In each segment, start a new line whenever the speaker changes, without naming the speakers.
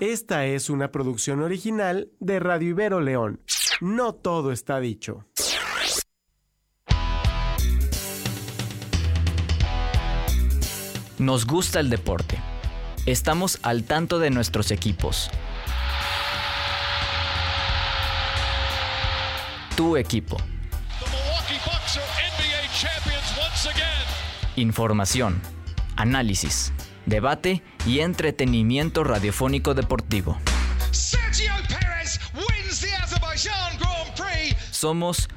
Esta es una producción original de Radio Ibero León. No todo está dicho.
Nos gusta el deporte. Estamos al tanto de nuestros equipos. Tu equipo. Información, análisis, debate y entretenimiento radiofónico deportivo.
Sergio Perez wins the Azerbaijan Grand Prix.
Somos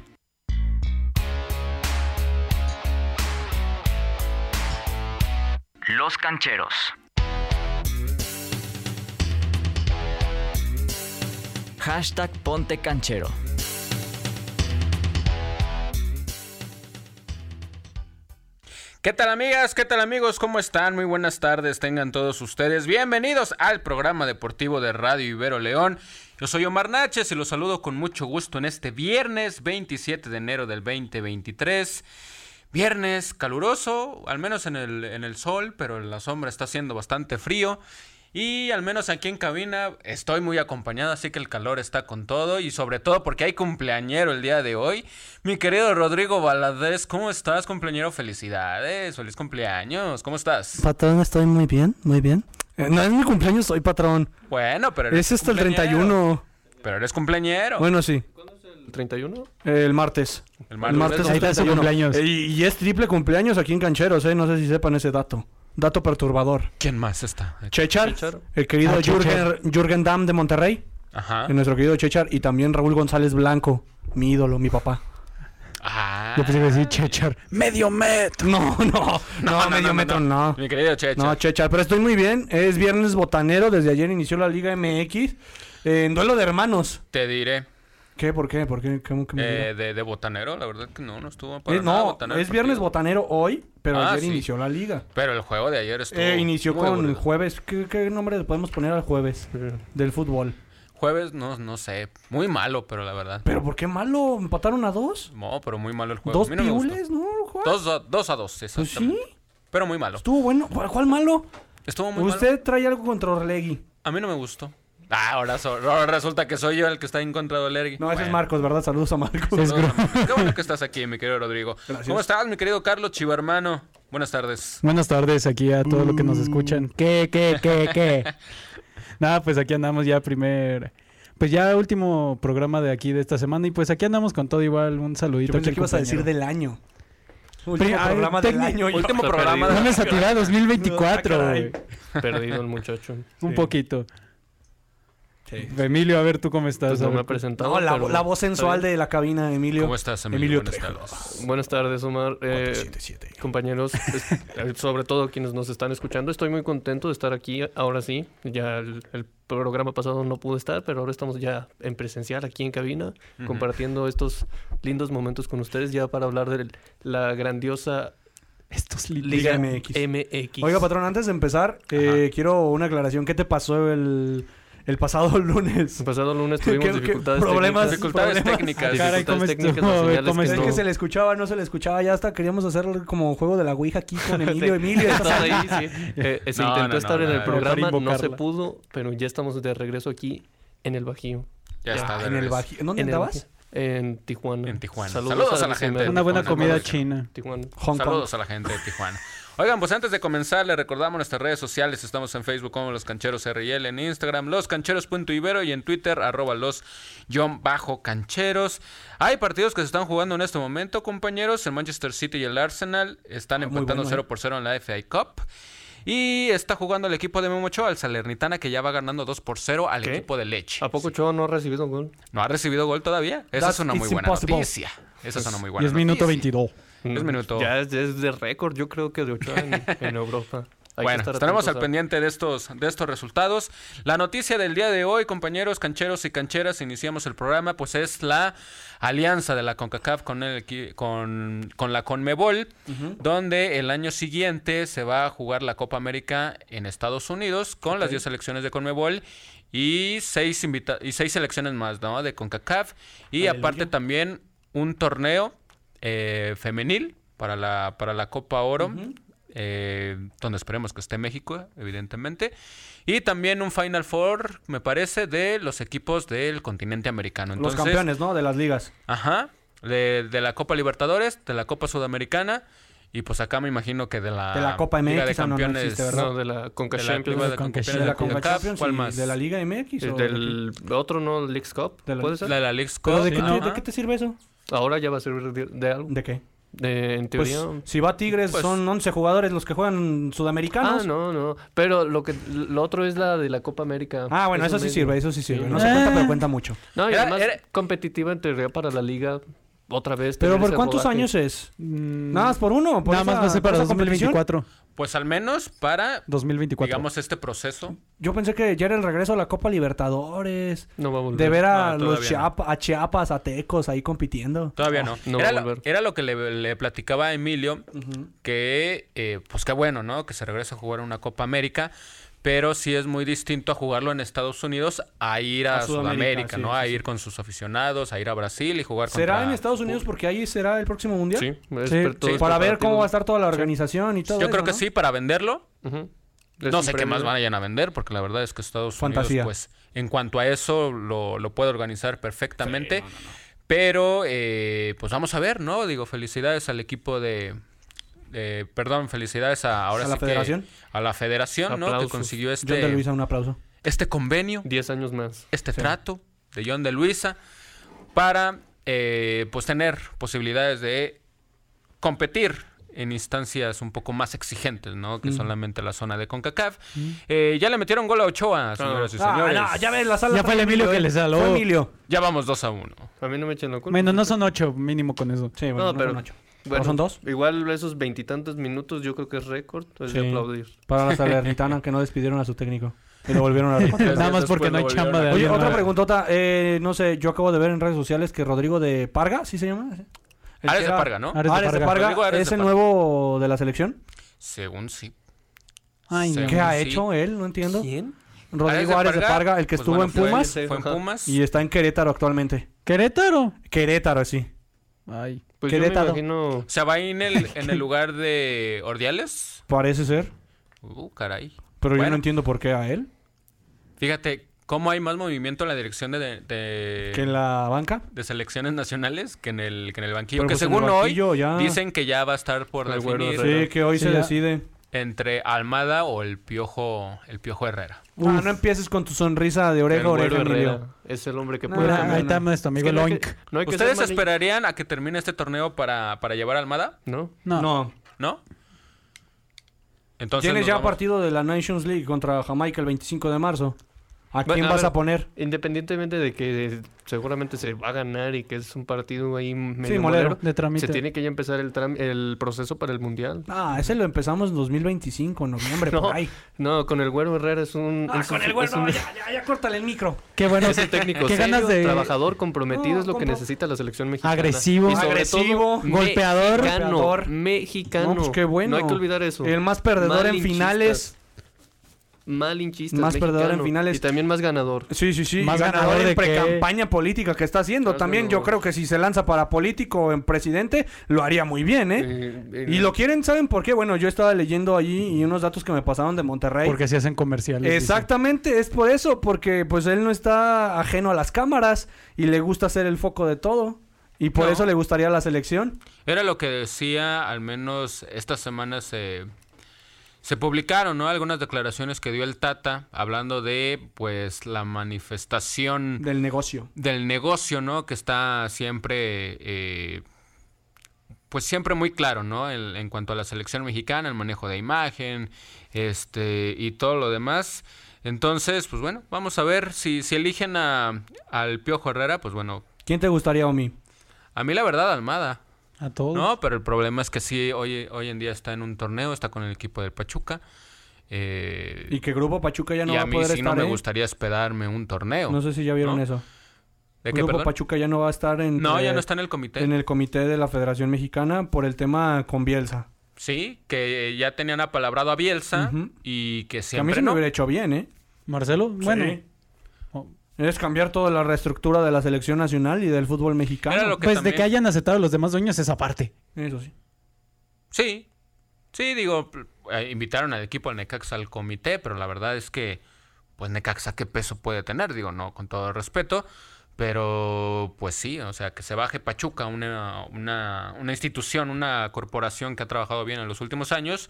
Los Cancheros. Hashtag Ponte Canchero.
¿Qué tal amigas? ¿Qué tal amigos? ¿Cómo están? Muy buenas tardes, tengan todos ustedes. Bienvenidos al programa deportivo de Radio Ibero León. Yo soy Omar Naches y los saludo con mucho gusto en este viernes 27 de enero del 2023. Viernes caluroso, al menos en el, en el sol, pero en la sombra está haciendo bastante frío. Y al menos aquí en cabina estoy muy acompañado, así que el calor está con todo. Y sobre todo porque hay cumpleañero el día de hoy. Mi querido Rodrigo Valadez, ¿cómo estás, cumpleañero? Felicidades, feliz cumpleaños, ¿cómo estás?
Patrón, estoy muy bien, muy bien. Eh, no es mi cumpleaños hoy, patrón.
Bueno, pero eres
Es hasta el
cumpleañero.
31.
Pero eres cumpleañero.
Bueno, sí,
¿31?
eh, el martes.
el
El martes
Ahí
es
está su
31.
cumpleaños.
Eh, y y es triple cumpleaños aquí en Cancheros, eh, no sé si sepan ese dato. Dato perturbador.
¿Quién más está?
Chechar,
Chechar.
el querido
Ah, Chechar.
Jürgen, Jürgen Damm de Monterrey,
Ajá.
eh, nuestro querido Chechar, y también Raúl González Blanco, mi ídolo, mi papá.
Ah.
Yo pensé que decir Chechar.
¡Medio metro! No, no, no, medio metro, no.
Mi querido Checha.
No, Chechar, pero estoy muy bien. Es viernes botanero. Desde ayer inició la Liga MX. eh, en duelo de hermanos.
te diré.
¿Qué? ¿Por qué? ¿Por qué? ¿Cómo que me
eh,
diga?
de, de botanero, la verdad que no, no estuvo para
Eh,
nada
no,
botanero el
es viernes
partido.
botanero hoy, pero
Ah,
ayer
sí.
inició la liga.
Pero el juego de ayer estuvo.
Eh, inició
muy
con
aburrido.
jueves. ¿Qué, qué nombre le podemos poner al jueves del fútbol?
Jueves, no, no sé. Muy malo, pero la verdad.
¿Pero por qué malo? ¿Empataron a dos?
No, pero muy malo el juego.
¿Dos
Pues, a mí no me gustó.
piules? No, ¿cuál?
Dos a, dos a dos,
Pues
exactamente.
sí,
Pero muy malo.
estuvo bueno. ¿Cuál, cuál malo?
Estuvo muy
Usted
malo.
trae algo contra Orlegui.
A mí no me gustó. Ah, ahora, so- ahora resulta que soy yo el que está en contra de Olergui.
No, ese es
Bueno.
Marcos, ¿verdad? Saludos a Marcos.
Saludos, amigo. Qué bueno que estás aquí, mi querido Rodrigo. ¿Cómo estás, mi querido Carlos Chivarmano? Buenas tardes.
Buenas tardes aquí a todo lo que nos escuchan. ¿Qué, qué, qué, qué? Nada, pues aquí andamos ya primer... Pues ya último programa de aquí de esta semana y pues aquí andamos con todo igual. Un saludito.
Yo pensé
aquí
que ibas a
al
decir
compañero.
del año. Último
ay,
programa del
técnico-
año. yo-
Último programa
No
de
me satirá 2024,
Ah,
güey.
caray.
Perdido el muchacho.
Un poquito.
Sí.
Emilio, a ver tú cómo estás.
Pues
A
no
ver,
me ha presentado.
No, la,
pero-
la voz sensual
está
de la cabina, Emilio.
¿Cómo estás, Emilio?
Emilio
Buenas
Trejo.
tardes.
bien. Buenas tardes, Omar. Eh, compañeros, es- eh, sobre todo quienes nos están escuchando, estoy muy contento de estar aquí ahora sí. Ya el, el programa pasado no pude estar, pero ahora estamos ya en presencial aquí en cabina, compartiendo estos lindos momentos con ustedes ya para hablar de la grandiosa
Estos
Liga
Liga MX.
MX. Oiga,
patrón.
patrón, antes de empezar, eh, quiero una aclaración. ¿Qué te pasó el, el pasado lunes?
El pasado lunes tuvimos
¿Qué- qué
dificultades
problemas-
técnicas.
Dificultades
problemas-
técnicas.
Ah, caray, ¿cómo
Dificultades técnicas, las
estuvo? A ver,
señales
¿cómo
que
Es que
estuvo?
no-
se le escuchaba, no se le escuchaba. Ya hasta queríamos hacer como juego de la Ouija aquí con Emilio. Emilio, estás
Estás
ahí.
ahí, sí. Eh, eh, se
No, no,
intentó
no,
estar en
no,
el
no,
para
programa, no se
invocarla.
pudo, pero ya estamos de regreso aquí en el Bajío.
Ya está. de
en el
regreso.
Bajío. ¿En ¿Dónde
en el
andabas?
Bajío. En Tijuana.
En Tijuana. Saludos a la gente.
Una buena
Una
comida
buena-
china.
Tijuana.
Hong Kong.
Saludos a la gente de Tijuana. Oigan, pues antes de comenzar, les recordamos nuestras redes sociales. Estamos en Facebook como Los Cancheros RL, en Instagram loscancheros.ibero y en Twitter arroba los guión bajo cancheros. Hay partidos que se están jugando en este momento, compañeros. El Manchester City y el Arsenal están
Ah, muy
empatando
bueno, ¿eh?
0 por 0 en la FA Cup. Y está jugando el equipo de Memo Ochoa, al Salernitana, que ya va ganando 2 por 0 al
¿Qué?
equipo de Leche.
¿A poco Choa no ha recibido un gol?
No ha recibido gol todavía. Esa
Ah. That's-
es una muy
it's
buena
impossible. Pues
noticia. Esa es una muy buena
10 minuto
noticia.
22.
Mm.
Es minuto.
Mm, Ya es, es de récord, yo creo que de Ochoa en, en Europa. Hay que
bueno,
estar
estaremos al
atentos a-
pendiente de estos, de estos resultados. La noticia del día de hoy, compañeros cancheros y cancheras, iniciamos el programa, pues es la alianza de la CONCACAF con, el, equi- con, con la CONMEBOL, donde el año siguiente se va a jugar la Copa América en Estados Unidos con las 10 selecciones de CONMEBOL y seis, invita- y seis selecciones más ¿no? de CONCACAF. Y aparte también un torneo eh, femenil para la, para la Copa Oro eh, donde esperemos que esté México, evidentemente. Y también un Final Four, me parece, de los equipos del continente americano.
Los
Entonces,
campeones, ¿no? De las ligas.
Ajá. De, de la Copa Libertadores, de la Copa Sudamericana. Y pues acá me imagino que de la,
De la Copa
Liga
MX,
de
ah, no, no
Campeones.
existe, ¿verdad?
No, de la Conca
de la
Champions.
Liga de
de
Campeones
Concacaf,
De la
de
Conca
CONCACAF,
Champions
¿Cuál
y
más?
de la Liga MX.
Eh,
o de qué?
Del otro, ¿no? Leagues Cup.
De la-
¿Puede ser?
La de la League's
¿Pero
Cup, Ah,
de, qué, te-
ajá.
de qué te sirve eso?
Ahora ya va a servir de, de algo.
¿De qué?
De- en
Pues,
teoría.
si va Tigres,
Pues-
son 11 jugadores los que juegan
ah,
sudamericanos. Ah,
no, no. Pero lo que lo otro es la de la Copa América.
Ah, bueno, eso sí
mismo.
sirve, eso sí sirve. No
Sí.
se cuenta, pero cuenta mucho.
No, y
Era-
además
era-
competitiva en teoría para la liga otra vez.
¿Pero
tener
por
ese
cuántos
rodaje.
años es?
Mm,
Nada más por uno. Por
nada más
esa-
va a ser para
por esa competición.
2024.
Pues al menos para,
2024.
digamos, este proceso.
Yo pensé que ya era el regreso a la Copa Libertadores.
No va a volver.
De ver a
No, todavía
los
no.
Chiapa- a Chiapas, a Tecos ahí compitiendo.
Todavía no.
Ah, no va
era,
a
lo,
volver.
era lo que le, le platicaba a Emilio, que eh, pues qué bueno, ¿no? Que se regresa a jugar una Copa América, pero sí es muy distinto a jugarlo en Estados Unidos a ir a,
A
Sudamérica,
Sudamérica, sí,
¿no?
sí,
a
sí.
ir con sus aficionados, a ir a Brasil y jugar
¿Será
contra-
en Estados Unidos porque ahí será el próximo mundial?
Sí, es
Sí,
per- todo es
Para ver
preparativo.
cómo va a estar toda la organización y todo
Yo creo
eso,
que
¿no?
sí, para venderlo.
Ujú. Es
No
un
sé qué
premio.
más vayan a vender, porque la verdad es que Estados
Fantasía.
Unidos, pues, en cuanto a eso, lo, lo puede organizar perfectamente. Pero, eh, pues vamos a ver, ¿no? Digo, felicidades al equipo de. de- perdón, felicidades a ahora
¿A
sí
la
que-
federación?
a la federación, ¿no? Que
Aplausos.
consiguió
John de
este,
Luisa, un aplauso.
este convenio,
10 años más.
este trato de John de Luisa para eh, pues tener posibilidades de competir en instancias un poco más exigentes, ¿no? Que solamente la zona de CONCACAF. Eh, ya le metieron gol a Ochoa, señoras y señores.
Ah, no, ya ves, la sala.
Ya
está
fue el Emilio
¿eh?
que le saló.
Fue Emilio.
Ya vamos 2 a 1.
A mí no me echen la culpa.
Bueno, no son ocho, mínimo con eso.
Sí, bueno,
No,
no
pero-
son ocho.
Bueno,
¿No son dos?
Igual esos veintitantos minutos yo creo que es récord. Es de
Sí.
aplaudir.
Para la Salernitana que no despidieron a su técnico. Y lo volvieron a
Tres
Nada
días
más
después
porque no hay
lo
chamba de
volvieron
Oye,
alguien.
otra
más.
preguntota. Eh, no sé, yo acabo de ver en redes sociales que Rodrigo de Parga, ¿sí se llama? El
Ares
que
de
era-
Parga, ¿no?
Ares-
Ares,
de
de
Parga.
Parga,
Rodrigo Ares
¿es
de
el
Parga.
nuevo de la selección?
Según sí.
Ay, no.
Según
¿Qué ha
sí.
hecho él? No entiendo.
¿Quién?
Rodrigo Ares de Parga, el que
pues,
estuvo
bueno, pues
en
fue-
Pumas
Fue, en
Ajá.
Pumas.
y está en Querétaro actualmente.
¿Querétaro?
Querétaro, sí.
Ay.
Pues yo me
Querétaro.
imagino.
O sea, va ahí en el, en el lugar de Ordiales.
Parece ser.
Uh, caray.
Pero yo
Bueno.
no entiendo por qué a él.
Fíjate cómo hay más movimiento en la dirección de, de- de-
Que en la banca.
de selecciones nacionales que en el, que en el banquillo.
Pero
que
pues en el
según hoy
banquillo ya-
dicen que ya va a estar por
El güero
definir
Herrera.
Sí, que hoy
Sí,
se
ya.
decide.
entre Almada o el piojo, el piojo Herrera.
Ah, no empieces con tu sonrisa de oreja
el
a
güero
oreja, Emilio.
Herrera es el hombre que
No,
puede
no,
Mira,
cambiar.
ahí está nuestro
Es
amigo
que no hay
Loink.
que- no hay que ser
¿Ustedes
mali-
esperarían a que termine este torneo para, para llevar a Almada?
¿No?
No.
No.
¿No? Entonces
Tienes
nos
ya
vamos-
partido de la Nations League contra Jamaica el 25 de marzo. ¿A
Bueno,
quién
a
vas
ver.
a poner?
Independientemente de que seguramente se va a ganar y que es un partido ahí medio
molero.
molero,
De trámite.
se tiene que ya empezar el, tram- el proceso para el mundial.
Ah, ese lo empezamos en 2025, en noviembre,
No,
por ahí.
no, con el güero Herrera es un.
Ah,
es
con
un-
el
es
güero,
un-
no, ya, ya, ya córtale el micro.
Qué bueno.
Es un técnico
Qué
serio,
ganas de-
trabajador comprometido
No,
es lo que
compa-
necesita la selección mexicana.
Agresivo.
Y sobre
Agresivo,
todo,
golpeador.
Mexicano.
golpeador.
Mexicano.
No, pues qué bueno.
No hay que olvidar eso.
El más perdedor en
Malinchistas.
finales.
Malinchista.
Más perdedor en finales.
Y también más ganador.
Sí, sí, sí.
Más
Más ganador,
ganador de
en precampaña política que está haciendo.
Más
También yo
ganador.
creo que si se lanza para político o en presidente, lo haría muy bien, ¿eh?
Eh, eh,
Y lo quieren, ¿saben por qué? Bueno, yo estaba leyendo allí y unos datos que me pasaron de Monterrey.
Porque se hacen comerciales. dice.
Exactamente, es por eso, porque pues él no está ajeno a las cámaras y le gusta ser el foco de todo. Y por
No.
eso le gustaría la selección.
Era lo que decía, al menos esta semana se, se publicaron, ¿no? Algunas declaraciones que dio el Tata hablando de, pues, la manifestación
Del negocio.
del negocio, ¿no? Que está siempre, eh, pues, siempre muy claro, ¿no? En, en cuanto a la selección mexicana, el manejo de imagen, este, y todo lo demás. Entonces, pues bueno, vamos a ver si, si eligen a, al Piojo Herrera, pues bueno,
¿Quién te gustaría, Omi?
a mí la verdad, Almada.
A todos.
No, pero el problema es que sí, hoy, hoy en día está en un torneo, está con el equipo del Pachuca. eh,
Y que Grupo Pachuca ya no
y
va
a
a
mí
poder
sí
estar.
no me
¿eh?
gustaría esperarme un torneo.
No sé si ya vieron
¿No?
eso.
¿De qué,
Grupo
perdón?
Pues Pachuca ya no va a estar en,
No, ya
eh,
no está en el comité.
en el comité de la Federación Mexicana por el tema con Bielsa.
Sí, que ya tenían apalabrado a Bielsa
Ujú.
y que
Que a mí
siempre
se me
no.
hubiera hecho bien, ¿eh?
Marcelo, bueno. Oh.
Es cambiar toda la reestructura de la selección nacional y del fútbol mexicano.
Era lo que
Pues de
también-
que hayan aceptado los demás dueños es aparte.
Eso sí.
Sí, Sí, digo, pl- eh, invitaron al equipo de Necaxa al comité, pero la verdad es que, pues Necaxa, ¿qué peso puede tener? Digo, no, con todo respeto, pero pues sí, o sea, que se baje Pachuca, una, una, una institución, una corporación que ha trabajado bien en los últimos años,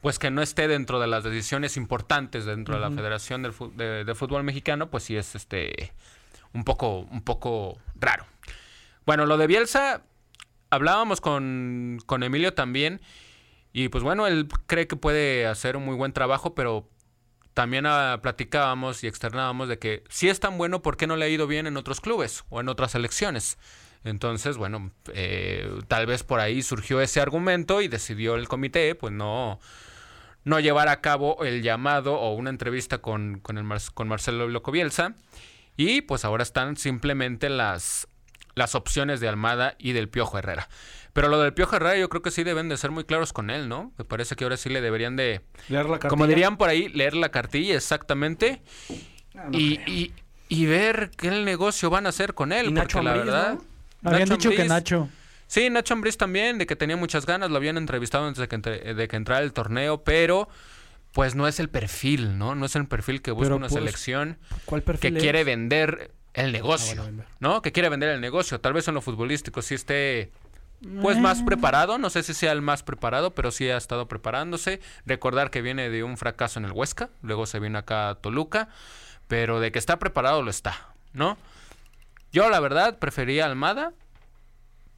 pues que no esté dentro de las decisiones importantes dentro de la Federación del Fu- de, de Fútbol Mexicano, pues sí es este un poco, un poco raro. Bueno, lo de Bielsa, hablábamos con, con Emilio también. Y pues bueno, él cree que puede hacer un muy buen trabajo, pero también ah, platicábamos y externábamos de que si es tan bueno, ¿por qué no le ha ido bien en otros clubes o en otras elecciones? Entonces, bueno, eh, tal vez por ahí surgió ese argumento y decidió el comité, pues no, no llevar a cabo el llamado o una entrevista con, con, el Mar- con Marcelo Loco Bielsa. Y pues ahora están simplemente las, las opciones de Almada y del Piojo Herrera. Pero lo del Piojo Herrera yo creo que sí deben de ser muy claros con él, ¿no? Me parece que ahora sí le deberían de,
Leer
como
la cartilla.
dirían por ahí, leer la cartilla exactamente
Ah,
y, y- y ver qué el negocio van a hacer con él.
Y Nacho
porque la
Ambriz,
verdad...
Habían
Nacho
dicho que
Ambriz-
Nacho.
Sí, Nacho Ambriz también, de que tenía muchas ganas, lo habían entrevistado antes de que, entre- de que entrara el torneo, pero pues no es el perfil, ¿no? No es el perfil que busca
Pero,
una
pues,
selección
¿Cuál
que
perfil es?
quiere vender el negocio,
Ah, bueno, vender.
¿no? Que quiere vender el negocio. Tal vez en lo futbolístico sí esté, pues, más
Eh.
preparado. No sé si sea el más preparado, pero sí ha estado preparándose. Recordar que viene de un fracaso en el Huesca, luego se vino acá a Toluca, pero de que está preparado lo está, ¿no? Yo, la verdad, prefería a Almada,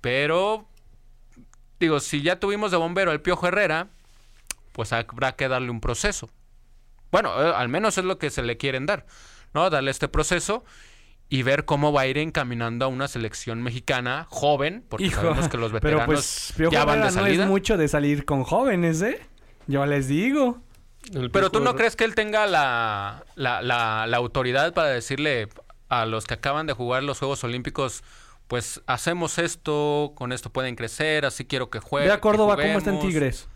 pero, digo, si ya tuvimos de bombero al Piojo Herrera, pues habrá que darle un proceso. Bueno, eh, al menos es lo que se le quieren dar, ¿no? Darle este proceso y ver cómo va a ir encaminando a una selección mexicana joven, porque
Hijo,
sabemos que los veteranos
pero pues, Piojo
ya van de
Herrera No
salida.
es mucho de salir con jóvenes, ¿eh? Yo les digo.
eh, El
Pero tú
Piojo
no
Herrera-
crees que él tenga la, la- la- la autoridad para decirle a los que acaban de jugar los Juegos Olímpicos, pues hacemos esto, con esto pueden crecer, así quiero que jueguen.
Ve a
que
Córdoba cómo está en
juguemos.
Tigres.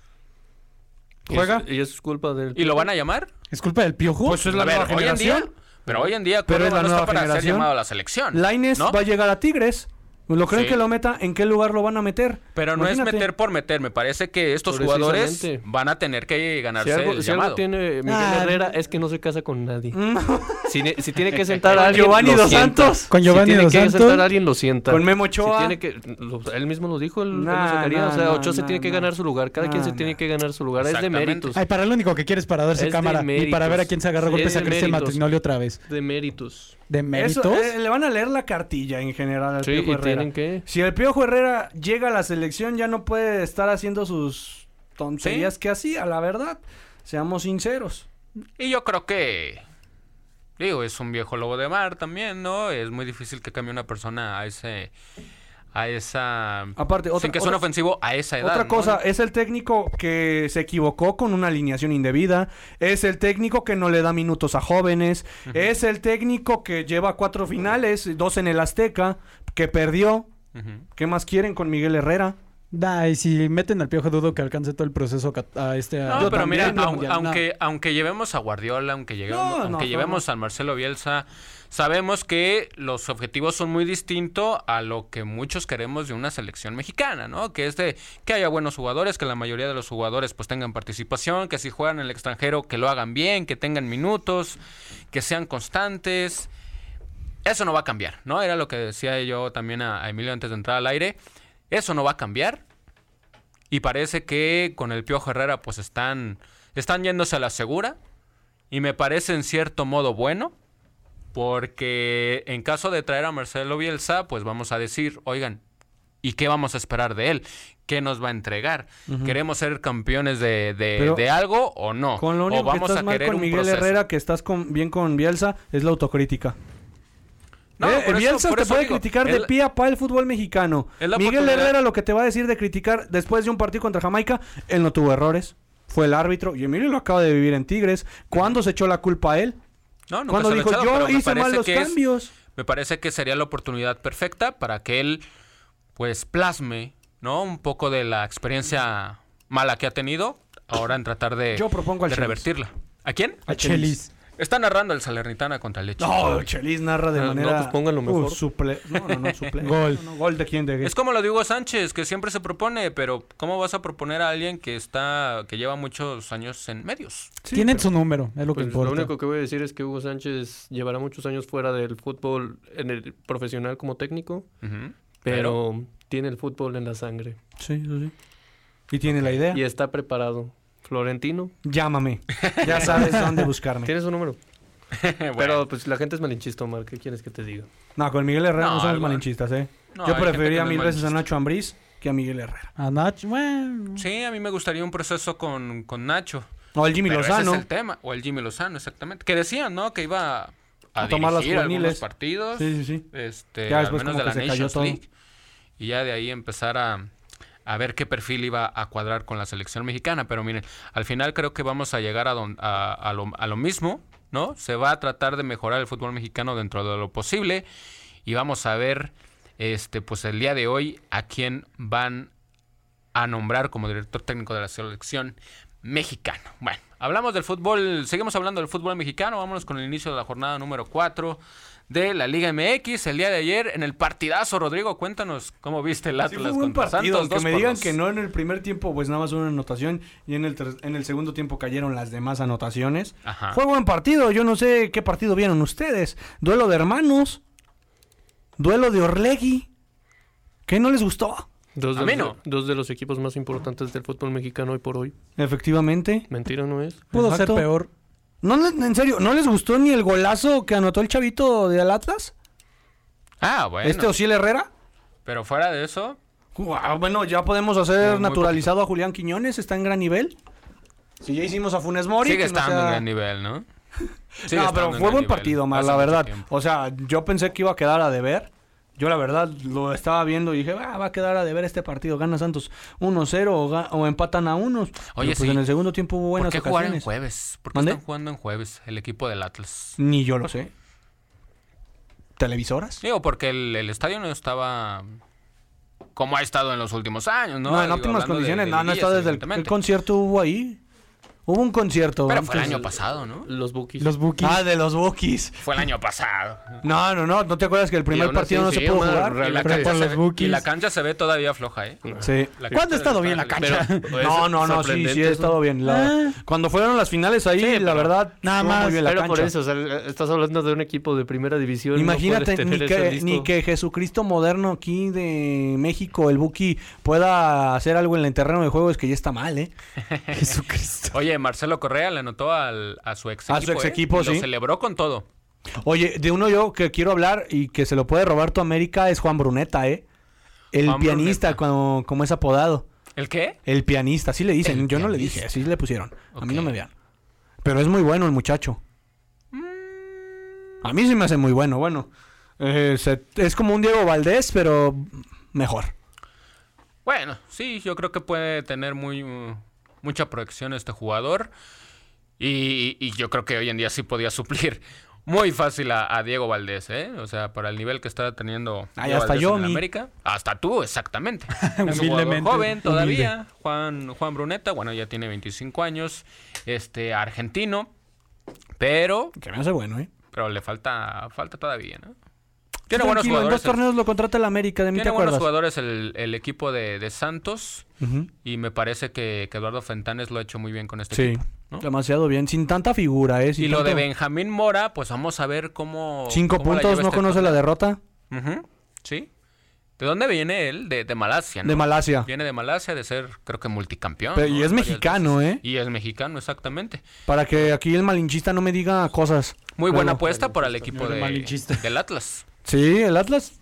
Y
¿Juega?
es- Y eso es culpa del...
¿Y lo van a llamar?
¿Es culpa del piojo?
Pues es la
A ver,
nueva
hoy en día-
generación.
pero hoy en día
Pero
Córdoba
es la
no está
nueva
para ser
generación.
llamado a la selección.
Laines
¿no?
va a llegar a Tigres. ¿Lo creen
Sí.
que lo meta? ¿En qué lugar lo van a meter?
Pero no
Imagínate.
es meter por meter, me parece que estos jugadores
Precisamente.
van a tener que ganarse
Si algo,
el
si algo
llamado.
tiene Miguel
Ah,
Herrera es que no se casa con nadie.
Mm.
Si, ne- si tiene que sentar
Con
a alguien.
Giovanni
lo
Dos
sienta.
Santos.
Con Giovanni
si tiene
Dos
que
Santos.
sentar a alguien, lo sienta.
Con Memo Ochoa.
Si tiene que, lo- él mismo lo dijo, él, él lo
Nah,
sacaría. o
nah,
sea,
nah,
Ochoa se
nah,
tiene que
nah.
ganar su lugar. Cada quien se
Nah,
tiene
nah.
que ganar su lugar. Es de
Exactamente.
méritos.
Ay, para lo único que quieres para darse
Es de
cámara y para
méritos.
ver a quién se agarra
Sí,
golpes
es
a
de
Cristian
méritos.
Martinoli otra vez.
De méritos.
¿De méritos?
Eso, eh, le van a leer la cartilla en general al
Sí,
Piojo
y
Herrera.
tienen que-
Si el Piojo Herrera llega a la selección, ya no puede estar haciendo sus tonterías que hacía, la verdad. Seamos sinceros.
Y yo creo que, digo, es un viejo lobo de mar también, ¿no? Es muy difícil que cambie una persona a ese, a esa,
Aparte, otra,
sin que suene
otra-
ofensivo a esa edad.
Otra
¿no?
cosa, es el técnico que se equivocó con una alineación indebida, es el técnico que no le da minutos a jóvenes, es el técnico que lleva cuatro finales, dos en el Azteca, que perdió.
Ujú.
¿Qué más quieren con Miguel Herrera?
Nah, y si meten al piojo, dudo que alcance todo el proceso ca- a este. a-
No,
Yo
pero
también,
mira,
no,
aun-
mundial,
aunque, aunque llevemos a Guardiola, aunque, lleguemos-
No, no,
aunque
no,
llevemos a Marcelo Bielsa, sabemos que los objetivos son muy distintos a lo que muchos queremos de una selección mexicana, ¿no? Que es de que haya buenos jugadores, que la mayoría de los jugadores pues tengan participación, que si juegan en el extranjero que lo hagan bien, que tengan minutos, que sean constantes. Eso no va a cambiar, ¿no? Era lo que decía yo también a, a Emilio antes de entrar al aire. Eso no va a cambiar. Y parece que con el Piojo Herrera pues están, están yéndose a la segura. Y me parece en cierto modo bueno. Porque en caso de traer a Marcelo Bielsa, pues vamos a decir, oigan, ¿y qué vamos a esperar de él? ¿Qué nos va a entregar? ¿Queremos ser campeones de, de-
Pero
de algo o no?
Con lo único
¿O vamos
que estás
a
mal
querer
con
un
Miguel
proceso?
Herrera, que estás con- bien con Bielsa, es la autocrítica.
No,
Eh,
por eso-
Bielsa
por
te
eso
puede
digo,
criticar
es
de
la-
pie a pa el fútbol mexicano.
Es la
Miguel
oportunidad.
Herrera lo que te va a decir de criticar después de un partido contra Jamaica, él no tuvo errores. Fue el árbitro. Y Emilio lo acaba de vivir en Tigres. ¿Cuándo se echó la culpa a él?
No, nunca pues se
Cuando
lo he
dijo,
echado, pero
yo
me
hice mal
parece
los
que es-
cambios.
me parece que sería la oportunidad perfecta para que él, pues, plasme, ¿no? Un poco de la experiencia mala que ha tenido, ahora en tratar de,
Yo propongo al
de
Chelis.
revertirla. ¿A quién?
A Chelis.
Está narrando el Salernitana contra Leche.
No, Chelis narra de
Ah, no,
manera.
pues pónganlo mejor.
Uh, suple- No, no, no, suple-
Gol.
No, no, gol de quién, de
Es como lo de Hugo Sánchez, que siempre se propone, pero ¿cómo vas a proponer a alguien que está que lleva muchos años en medios?
Sí,
Tienen
pero-
su número, es lo
Pues,
que
lo
importa.
único que voy a decir es que Hugo Sánchez llevará muchos años fuera del fútbol en el profesional como técnico,
Ujú.
pero, tiene el fútbol en la sangre
Sí, sí, sí. Y tiene la idea.
y está preparado. Florentino,
Llámame. Ya sabes dónde buscarme.
tiene su número.
Bueno,
Pero pues la gente es malinchista, Omar. ¿Qué quieres que te diga?
No, con Miguel Herrera no,
No,
somos
algo-
malinchistas, ¿eh?
no, hay
Yo
gente
preferiría
que no
mil
es
veces a
malinchista.
Nacho Ambriz que a Miguel Herrera.
A Nach, bueno.
Sí, a mí me gustaría un proceso con, con Nacho.
O el Jimmy
Pero
Lozano.
Ese es el tema. O el Jimmy Lozano, exactamente. Que decían, ¿no? Que iba a,
A tomar las
dirigir algunos
juveniles.
partidos.
Sí, sí, sí.
Este,
Ya
al
después
menos
como
de la
que se
Nations
cayó todo.
League. Y ya de ahí empezar a, a ver qué perfil iba a cuadrar con la selección mexicana. Pero miren, al final creo que vamos a llegar a, don- a, a lo, a lo mismo, ¿no? Se va a tratar de mejorar el fútbol mexicano dentro de lo posible. Y vamos a ver, este, pues el día de hoy, a quién van a nombrar como director técnico de la selección mexicana. Bueno, hablamos del fútbol, seguimos hablando del fútbol mexicano, vámonos con el inicio de la jornada número 4 de la Liga MX el día de ayer en el partidazo, Rodrigo, cuéntanos cómo viste el
Sí,
Atlas
fue buen
contra
partido.
Santos.
que
dos
me
por
digan
dos.
que no en el primer tiempo, pues nada más una anotación. Y en el, ter- en el segundo tiempo cayeron las demás anotaciones.
Ajá.
Fue buen partido. Yo no sé qué partido vieron ustedes. Duelo de hermanos. Duelo de Orlegui. ¿Qué no les gustó?
Dos de,
A mí
los,
no.
dos de los equipos más importantes del fútbol mexicano hoy por hoy.
Efectivamente.
Mentira, ¿no es?
Pudo
Exacto.
ser peor.
No, le- en serio, ¿no les gustó ni el golazo que anotó el chavito de Atlas?
Ah, bueno.
Este Osiel Herrera.
Pero fuera de eso,
Guau, ah, bueno, ya podemos hacer
Muy
naturalizado a Julián Quiñones, está en gran nivel. Si ya hicimos a Funes Mori,
sigue
que no
estando
sea-
en gran nivel, ¿no? Sigue
no,
estando
pero
en
fue
gran
buen
nivel,
partido, más
pasa
la
mucho
verdad.
tiempo.
O sea, yo pensé que iba a quedar a deber. Yo la verdad lo estaba viendo y dije, "Ah, va a quedar a deber este partido. Gana Santos 1-0 o, ga- o empatan a unos.
Oye,
Pero, pues
sí.
en el segundo tiempo hubo
¿Por
buenas
qué jugar en
ocasiones.
jueves? ¿Por qué
¿Mande?
están jugando en jueves el equipo del Atlas?
Ni yo lo sé. ¿Televisoras?
Digo, porque el, el estadio no estaba como ha estado en los últimos años, ¿no?
No, en
Digo,
óptimas
hablando de-
condiciones.
de
no, no está
liguillas,
desde el, el
evidentemente.
concierto hubo ahí. Hubo un concierto.
Pero fue el
antes.
año pasado, ¿no?
Los Bookies.
Los Bookies.
Ah, de los Bookies.
Fue el año pasado.
No, no, no. ¿No te acuerdas que el
Y
primer
aún
partido
así,
no
sí,
se pudo
una
jugar?
real-
Y la,
Pero
cancha
por
se
los
ve-
Bookies.
y la cancha se ve todavía floja, ¿eh?
Sí.
La
¿Cuándo ha
cancha
estado
del
bien la
Estadio-
cancha?
No, no, no, sí, sí, he estado bien. La- Cuando fueron las finales ahí, la verdad,
nada
estuvo
más,
muy bien la
Ah. Pero por
cancha.
eso, o sea, estás hablando de un equipo de primera división. no
Imagínate,
puedes tener
ni,
eso
que,
listo.
ni que Jesucristo moderno aquí de México, el Buki, pueda hacer algo en el terreno de juego, es que ya está mal, ¿eh?
Jesucristo.
Oye, Marcelo Correa le anotó al, a su ex
A
equipo.
su ex
¿eh?
equipo,
Y Lo
sí.
celebró con todo.
Oye, de uno yo que quiero hablar y que se lo puede robar tu América es Juan Bruneta, ¿eh? El
Juan
pianista,
Bruneta.
como, como es apodado.
¿El qué?
El pianista, así le dicen.
El
yo no le
pianista.
dije, así le pusieron. A mí no
Ok. Mm.
me vean. Pero es muy bueno el muchacho. A mí sí me hace muy bueno, bueno. Eh, se- es como un Diego Valdés, pero mejor.
Bueno, sí, yo creo que puede tener muy uh, mucha proyección este jugador. Y, y yo creo que hoy en día sí podía suplir muy fácil a, a Diego Valdés, ¿eh? O sea, para el nivel que está teniendo
Ay,
Diego
hasta
Valdés
yo,
en el
mi-
América. Hasta tú, exactamente. Es un jugador
Humildemente,
joven todavía, Juan, Juan Bruneta, bueno, ya tiene 25 años, este, argentino, pero,
Que me hace bueno, ¿eh?
pero le falta, falta todavía, ¿no? Tiene buenos
Tranquilo, en
jugadores.
dos
el-
torneos lo contrata el América, de mí te
tiene buenos
acuerdas.
jugadores el, el equipo de, de Santos.
Ujú.
Y me parece que, que Eduardo Fentanes lo ha hecho muy bien con este
Sí,
equipo. ¿no?
demasiado bien. Sin tanta figura, ¿eh? Sin
Y lo de
tanto-
Benjamín Mora, pues vamos a ver cómo.
Cinco
cómo la
puntos,
lleva
no
este
conoce la derrota.
torneo. Ujú, Sí. ¿De dónde viene él? De, de Malasia, ¿no?
De Malasia.
Viene de Malasia de ser, creo que multicampeón.
Pero-
¿no?
y es
Varias
mexicano,
veces.
¿eh?
Y es mexicano, exactamente.
Para que aquí el malinchista no me diga cosas.
Muy buena
Luego. pues,
apuesta para el equipo
Señor
de-
malinchista.
del Atlas.
Sí, el Atlas.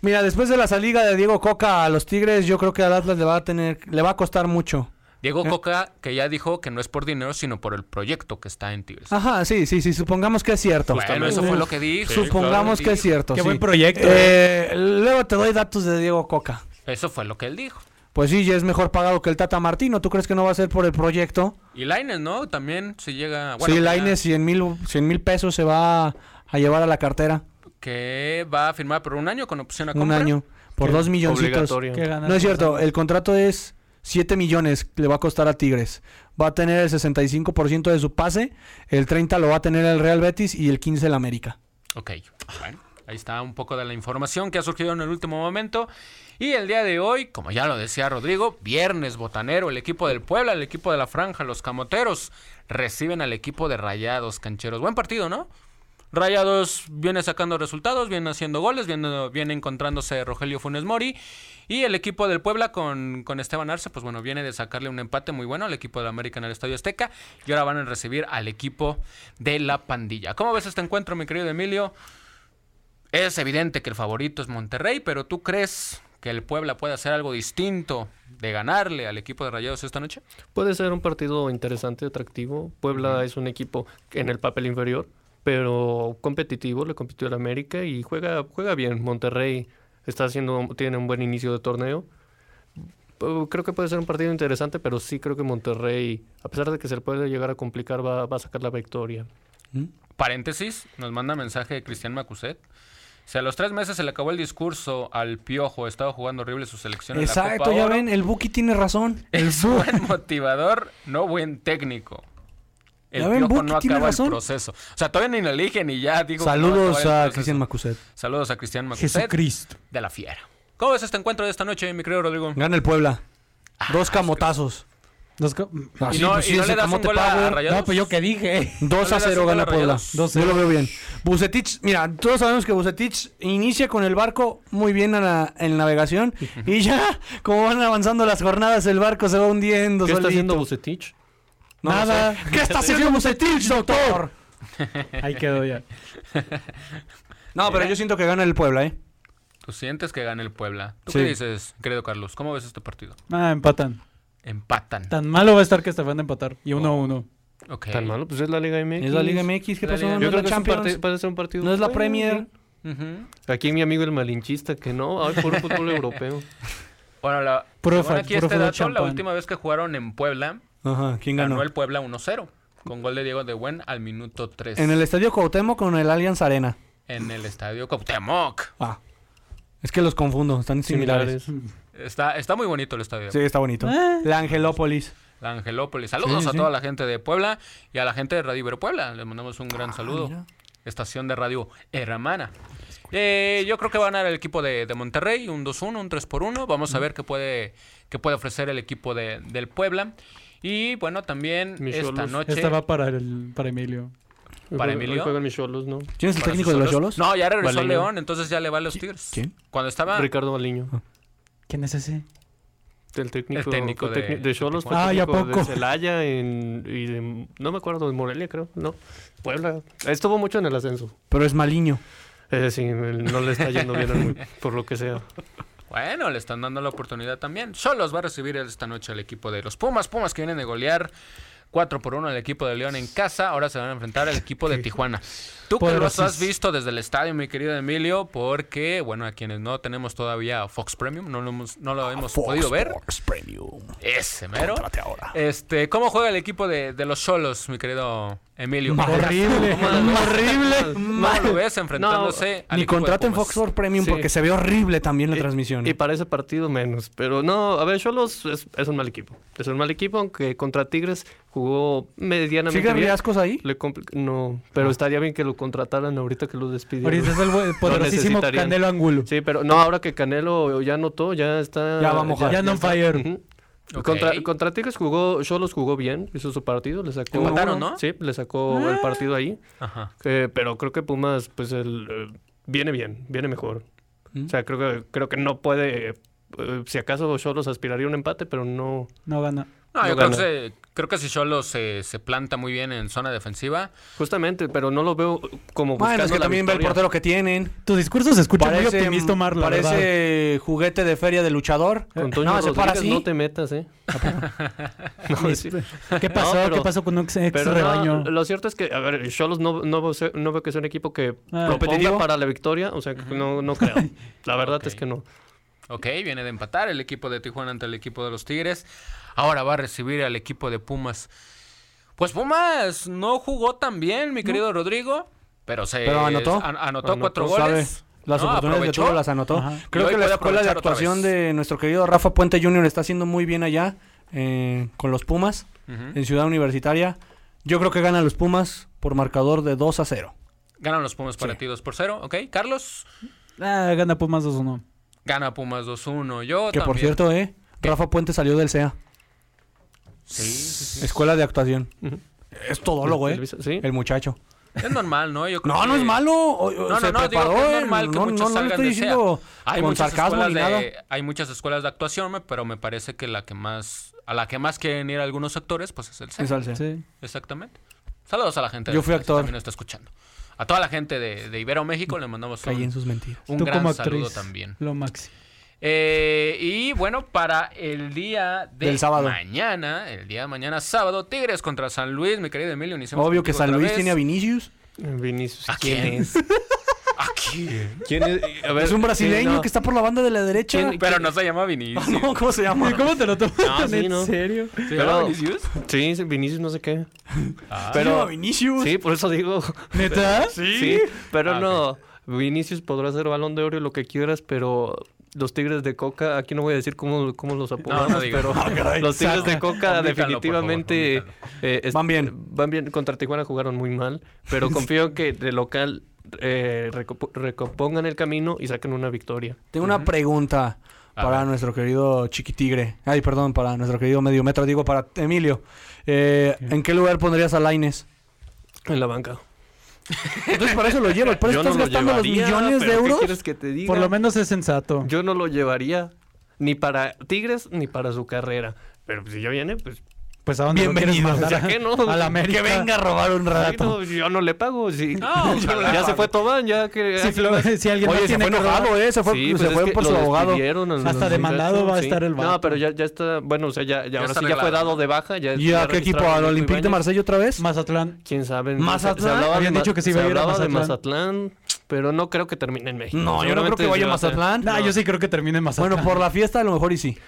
Mira, después de la salida de Diego Coca a los Tigres, yo creo que al Atlas le va a tener, le va a costar mucho.
Diego
¿Eh?
Coca, que ya dijo que no es por dinero, sino por el proyecto que está en Tigres.
Ajá, sí, sí, sí, supongamos que es cierto.
bueno, eso fue lo que dijo.
supongamos que es cierto.
Qué
sí.
buen proyecto.
Eh, luego te doy datos de Diego Coca.
Eso fue lo que él dijo.
Pues sí, ya es mejor pagado que el Tata Martino. ¿Tú crees que no va a ser por el proyecto?
Y Laines, ¿no? También se llega...
sí,
que ya-
Lainez 100 mil, 100 mil pesos se va a llevar a la cartera.
Que va a firmar por un año con opción a
Un
compra.
año. Por
Qué
dos milloncitos.
Obligatorio.
Qué ganas
No es
de
cierto, el contrato es 7 millones le va a costar a Tigres. Va a tener el 65% de su pase, el 30% lo va a tener el Real Betis y el 15% el América.
Ok, bueno, ahí está un poco de la información que ha surgido en el último momento. Y el día de hoy, como ya lo decía Rodrigo, viernes botanero, el equipo del Puebla, el equipo de la Franja, los Camoteros reciben al equipo de Rayados Cancheros. Buen partido, ¿no? Rayados viene sacando resultados, viene haciendo goles, viene, viene encontrándose Rogelio Funes Mori. Y el equipo del Puebla con, con Esteban Arce, pues bueno, viene de sacarle un empate muy bueno al equipo del América en el Estadio Azteca. Y ahora van a recibir al equipo de la pandilla. ¿Cómo ves este encuentro, mi querido Emilio? Es evidente que el favorito es Monterrey, pero ¿tú crees que el Puebla puede hacer algo distinto de ganarle al equipo de Rayados esta noche?
Puede ser un partido interesante, atractivo. Puebla es un equipo en el papel inferior, pero competitivo, le compitió el América y juega, juega bien. Monterrey está haciendo, tiene un buen inicio de torneo. Pu- Creo que puede ser un partido interesante, pero sí creo que Monterrey, a pesar de que se le puede llegar a complicar, va, va a sacar la victoria.
Paréntesis, nos manda mensaje de Cristian Macuset. Si a los tres meses se le acabó el discurso al piojo, estaba jugando horrible su selección. en la
Exacto,
Copa
ya
Oro,
ven, el Buki tiene razón. El
Es
Bu-
buen motivador, no buen técnico. El
Ya ven,
piojo
Buki
no
tiene
acaba el
razón.
proceso. O sea, todavía ni lo eligen y ya digo. que no va acabar el
Saludos a
proceso.
Cristian Macuset.
Saludos a Cristian Macuset
Jesucristo.
de la Fiera. ¿Cómo ves este encuentro de esta noche, mi querido Rodrigo?
Gana el Puebla. Dos camotazos.
Los co-
Ah,
¿Y
sí,
no,
pues sí,
y no
ese
le das un
camote
gol a
power.
Rayados?
que dije.
2 a
¿No le das
0
un gol a
gana Puebla.
Rayados?
2 Yo lo veo bien. Bucetich, mira, todos sabemos que Bucetich inicia con el barco muy bien en la, en navegación y ya, como van avanzando las jornadas, el barco se va hundiendo.
¿Qué está
solito.
haciendo Bucetich?
No lo
Nada.
sé. ¿Qué está haciendo Bucetich, doctor?
Ahí quedó ya.
No, pero yo siento que gana el Puebla, ¿eh?
Tú sientes que gana el Puebla. ¿Tú
Sí.
qué dices, querido Carlos? ¿Cómo ves este partido?
Ah, empatan.
Empatan.
Tan malo va a estar que hasta van a empatar. Y 1-1.
Ok.
Tan malo, pues es la Liga MX.
Es la Liga MX, ¿qué
La
pasó?
Liga-
No
Yo
es la
creo que es un
Champions.
parti- puede ser un partido.
No es la
Pues,
Premier.
bueno,
Ujú.
Aquí mi amigo el malinchista que no, ay, por un fútbol europeo.
Bueno, la,
Puro
según
fa-
aquí
puro
este
fútbol
dato, la
champán.
última vez que jugaron en Puebla,
Ajá, ¿quién
ganó
ganó?
el Puebla 1-0, con gol de Diego de Buen al minuto 3
En el Estadio Cuauhtémoc con el Allianz Arena.
estadio Cuauhtémoc.
Ah. Es que los confundo, están similares.
Similares.
Está, está muy bonito el estadio.
Sí, está bonito.
Ah.
La Angelópolis.
La Angelópolis. Saludos
Sí,
a
sí.
toda la gente de Puebla y a la gente de Radio Ibero Puebla. Les mandamos un gran saludo.
Ah, mira.
Estación de radio hermana. Eh, yo creo que van a ganar el equipo de, de Monterrey, un 2-1, un 3-1. Vamos a ver qué puede, qué puede ofrecer el equipo de- del Puebla. Y bueno, también
Mis
esta
Cholos.
noche...
Esta va para, el, para Emilio.
Hoy
Para
juega-
Emilio.
hoy Juegan mis Xolos, ¿no?
¿Quién es el
para
técnico
sus
de los
Cholos.
Yolos?
No, ya regresó
Valiño.
León, entonces ya le va a los Tigres.
¿Quién?
Cuando estaba...
Ricardo Baliño.
Ah. ¿Quién es ese?
El técnico,
El técnico
fue
de-
técnico de Cholos. fue
Ah, ¿y a
técnico de
poco?
Celaya en- y de- no me acuerdo, de Morelia creo, no. Puebla. Estuvo mucho en el ascenso.
Pero es Maliño.
Es decir, él no le está yendo bien, al muy- por lo que sea.
Bueno, le están dando la oportunidad también. Solos va a recibir esta noche el equipo de los Pumas. Pumas que vienen de golear 4 por 1 al equipo de León en casa. Ahora se van a enfrentar al equipo de Tijuana. Tú que los has
Poderosísimo.
visto desde el estadio, mi querido Emilio, porque, bueno, a quienes no tenemos todavía Fox Premium, no lo hemos, no lo hemos podido ver. Ese mero. Este, ¿Cómo juega el equipo de, de los Solos, mi querido Emilio?
Horrible. Horrible.
¿Cómo Mm, lo ves enfrentándose al
Ni
equipo de
contraten
Pumas?
Fox Sports Premium
Sí.
porque se ve horrible también la
Y-
transmisión. ¿eh?
Y para ese partido menos. Pero no, a ver, Cholos es, es un mal equipo. Es un mal equipo, aunque contra Tigres jugó medianamente
¿Sigue
bien.
Riascos ahí?
Le compl- no, pero estaría bien que lo contrataran ahorita que lo despidieron.
Ah. Ahorita es el bu- poderosísimo
necesitarían.
Candelo Angulo.
Sí, pero no, ahora que Canelo ya anotó, ya está...
Ya va a mojar.
ya no
está.
fire.
Ujú.
Ok.
Contra, contra Tigres jugó, Cholos jugó bien, hizo su partido, le sacó...
Empataron, ¿no?
Sí, le sacó
Ah.
el partido ahí.
Ajá.
Eh, pero creo que Pumas, pues, el, eh, viene bien, viene mejor.
Mm.
O sea, creo que, creo que no puede... eh, si acaso Cholos aspiraría a un empate, pero no...
No gana.
No,
No
yo creo que,
gana.
se- creo que si Solo se, se planta muy bien en zona defensiva,
Justamente, pero no lo veo como buscando
Bueno, es que
la
también ve el
victoria.
portero que tienen.
Tu discurso se escucha muy
Parece,
optimista, Omar, la verdad.
parece juguete de feria de luchador.
Con Toño
Eh, no, se para
Rodríguez
así.
no te metas, ¿eh? no, sí.
Este, ¿Qué pasó?
No, pero-
¿Qué pasó con un ex, ex
Este
Pero no,
rebaño?
lo cierto es que, a ver, Cholos no, no, veo ser- no veo que sea un equipo que
Ah.
proponga
Competitivo.
para la victoria, o sea, que no, no creo. La verdad es que no.
ok, viene de empatar el equipo de Tijuana ante el equipo de los Tigres. Ahora va a recibir al equipo de Pumas. Pues Pumas no jugó tan bien, mi querido Rodrigo, pero se
Pero anotó.
an- anotó
Anotó,
cuatro
Pues sabe.
goles.
Las
No,
oportunidades
aprovechó.
de todo las anotó.
Ajá.
Y
Creo
hoy
que la
puede
escuela de
aprovechar otra
actuación
vez.
de nuestro querido Rafa Puente Jr. está haciendo muy bien allá eh, con los Pumas
Ujú.
en Ciudad Universitaria. Yo creo que ganan los Pumas por marcador de 2 a 0.
Ganan los Pumas para ti 2 por 0, ¿ok? Carlos
Ah, gana Pumas 2-1.
gana Pumas 2-1. Yo
que por
también.
cierto, eh,
¿Qué?
Rafa Puente salió del CEA,
Sí, sí, sí.
Escuela de Actuación.
Ujú.
Es todólogo, eh,
Televisa- Sí.
el muchacho.
Es normal, ¿no? Yo creo
No, no
que-
es malo. o- o-
No,
se
no, no, digo
preparó,
que es
eh,
normal que
no,
muchos
no, no le
salgan
estoy
de
diciendo
SEA. Hay
con
muchas
sarcasmo ni
escuelas
nada.
de- Hay muchas escuelas de actuación, me- pero me parece que la que más, a la que más quieren ir algunos actores, pues es el CEA.
Es al CEA.
Sí.
Exactamente. Saludos a la gente.
Yo
de-
fui
que
actor.
También nos está escuchando. A toda la gente de, de Ibero México le mandamos
Caí en
un,
sus mentiras.
un
Tú como
gran saludo
actriz.
también.
Lo máximo.
Eh, y bueno, para el día de
Del sábado.
mañana, el día de mañana sábado, Tigres contra San Luis, mi querido Emilio. iniciamos
Obvio que
contigo
San
otra
Luis
vez.
tiene a Vinicius.
Vinicius.
¿A
¿Quién
quién?
es?
¿A Ah, quién?
¿Quién es? A ver,
es
eh,
un brasileño
sí, no.
que está por la banda de la derecha.
¿Quién-
Pero no se llama Vinicius.
No, ¿cómo se llama?
¿Cómo te lo tomas?
No, sí,
¿En
no.
serio?
¿Se llama
Pero-
Vinicius?
Sí, sí, Vinicius no sé qué.
Ah. Pero Vinicius.
Sí, por eso digo.
¿Neta?
Sí, pero
Ah,
no. Vinicius podrá ser balón de oro y lo que quieras, pero los Tigres de Coca, aquí no voy a decir cómo, cómo los apodamos,
digas.
pero los Tigres de
Ah,
Coca
Omítalo, por favor,
definitivamente eh, es-
Van bien.
Van bien. Contra Tijuana jugaron muy mal, pero confío que de local eh, reco- recompongan el camino y saquen una victoria.
Tengo una pregunta
A
para
ver.
nuestro querido Chiquitigre. Ay, perdón, para nuestro querido medio metro. Digo, para Emilio. Eh, ¿En qué lugar pondrías a Laines?
En la banca.
Entonces, para eso lo llevas. Por eso
Yo no
estás
lo
gastando los
llevaría,
millones de
pero ¿qué
euros.
quieres que te diga?
Por lo menos es sensato.
Yo no lo llevaría ni para Tigres ni para su carrera. Pero pues, si ya viene, pues
Pues a dónde lo quieres
Bienvenido.
mandar?
O sea, ¿qué no?
A la América.
Que venga a robar un
Ay,
rato.
no, yo no le pago. sí.
No, ojalá.
ya se fue Tobán, ya que.
Si, Flo- si alguien
Oye,
más
se
tiene
fue
que robar-
enojado, ¿eh? Se fue,
Sí,
se
pues es
fue
que
por
lo
su abogado.
despidieron al-
Hasta
al
demandado
muchacho,
va a
sí.
estar el vato.
No, pero ya, ya está. Bueno, o sea, ya, ya ahora
está
sí ya fue
arreglado.
dado de baja. Ya,
¿Y a qué equipo?
registraron
¿Al
Nico
Olympique de
Ibáñez.
Marsella otra vez?
Mazatlán.
¿Quién sabe?
¿Mazatlán?
de
Habían
Ma-
dicho que se
se
iba a ir a
hablaba de
Mazatlán.
Mazatlán, pero no creo que termine en México.
No, yo no creo que
Seguramente
vaya a
va ser-
Mazatlán.
Nah, yo sí creo que termina en Mazatlán.
Bueno, por la fiesta a lo mejor y sí.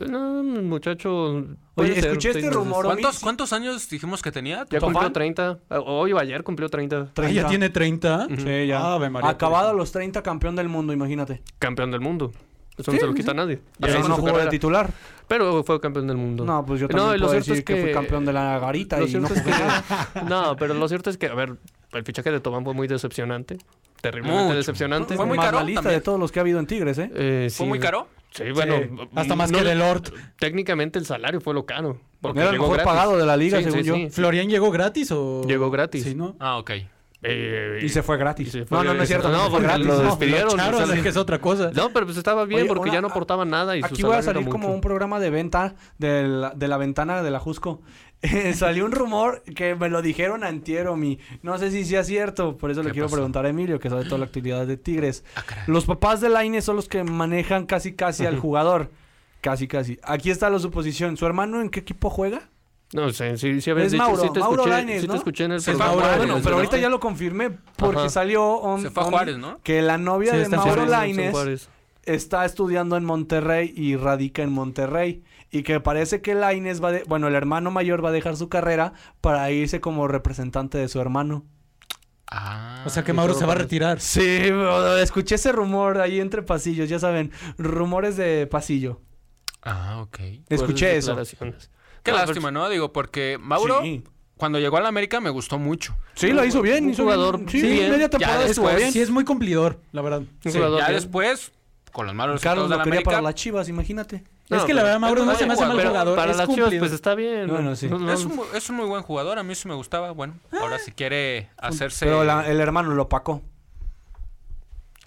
No, muchacho.
Oye,
puede ser
escuché
seis
este
meses.
rumor.
¿Cuántos, ¿Cuántos años dijimos que tenía?
Ya cumplió
¿Tofán?
30. Hoy o ayer cumplió 30.
Ah, ya
30.
tiene 30.
Sí, ya.
Ave María.
Acabado a los 30, campeón del mundo, imagínate.
Campeón del mundo. Eso no se lo quita a nadie.
Pero
Ya hizo
no
su
jugó de
carrera.
titular.
Pero fue campeón del mundo.
No, pues yo también
y
puedo decir que... fui campeón de la garita
Lo
y no jugué
cierto es que- no, pero lo cierto es que, a ver, el fichaje de Tobán fue muy decepcionante. Terriblemente
Mucho.
decepcionante.
Fue muy
Más
caro
la lista
también.
de todos los que ha habido en Tigres, ¿eh?
Eh, sí.
¿Fue muy caro?
Sí, bueno.
Sí, Hasta más
no-
que el Lord.
Técnicamente el salario fue lo caro. porque
Era el
llegó
mejor
gratis.
pagado de la liga,
Sí,
según
sí,
yo.
sí.
¿Florian llegó gratis o...?
Llegó gratis.
Sí, ¿no?
Ah, ok.
Eh,
Y se fue gratis.
y se fue-
no, no, no es cierto.
No, porque
gratis.
lo
No,
despidieron. o
Claro,
sea,
es que es otra cosa.
No, pero pues estaba bien
Oye,
porque
una-
ya no aportaba nada y su
Aquí voy a
salario
salir
era
como
mucho.
un programa de venta de la, de la ventana de la Jusco. Eh, salió un rumor que me lo dijeron antier, mi. No sé si sea cierto, por eso le
¿Qué
quiero
pasó? Ah,
preguntar a Emilio, que sabe toda la actividad de Tigres. los papás de Laine son los que manejan casi casi al jugador. Casi casi. Aquí está la suposición. ¿Su hermano en qué equipo juega?
No sé, sí, sí, a veces
Es
sí- sí
Mauro,
te
Mauro
escuché,
Lainez,
sí te
¿no?
escuché en el
Se fue
programa.
a Mauro,
bueno,
Lainez,
pero
¿no?
ahorita ya lo confirmé porque
Ajá.
salió om-
Se fue a
om-
Juárez, ¿no?
que la novia
Sí,
de
pues,
está en
Mauro
Juárez,
Laines está estudiando en Monterrey y radica en Monterrey. Y que parece que Laines va de, bueno, el hermano mayor va a dejar su carrera para irse como representante de su hermano.
Ah.
O sea que Mauro
solo
se va a
para-
retirar.
Sí, bro, escuché ese rumor ahí entre pasillos, ya saben, rumores de pasillo.
Ah, ok.
Escuché eso.
Qué
No,
lástima, ¿no? Digo, porque Mauro,
Sí.
cuando llegó a la América, me gustó mucho.
Sí, lo hizo bien,
Un
hizo bien.
jugador
Sí,
bien.
media
Ya
temporada estuvo
después-
bien.
Sí, es muy cumplidor, la verdad.
pues, Un
Sí,
jugador
ya
bien.
después, con los malos resultados
Carlos
de la
lo quería
América.
para las Chivas, imagínate.
No,
es que la
pero-
verdad, Mauro no
pero
se me hace
bueno,
mal
pero
jugador.
para
es
las
cumplidor.
Chivas, pues está bien.
Bueno, sí.
No, no,
Es un, bu- es un muy buen jugador, a mí sí me gustaba. Bueno, ahora si quiere hacerse.
Pero la- el hermano lo opacó.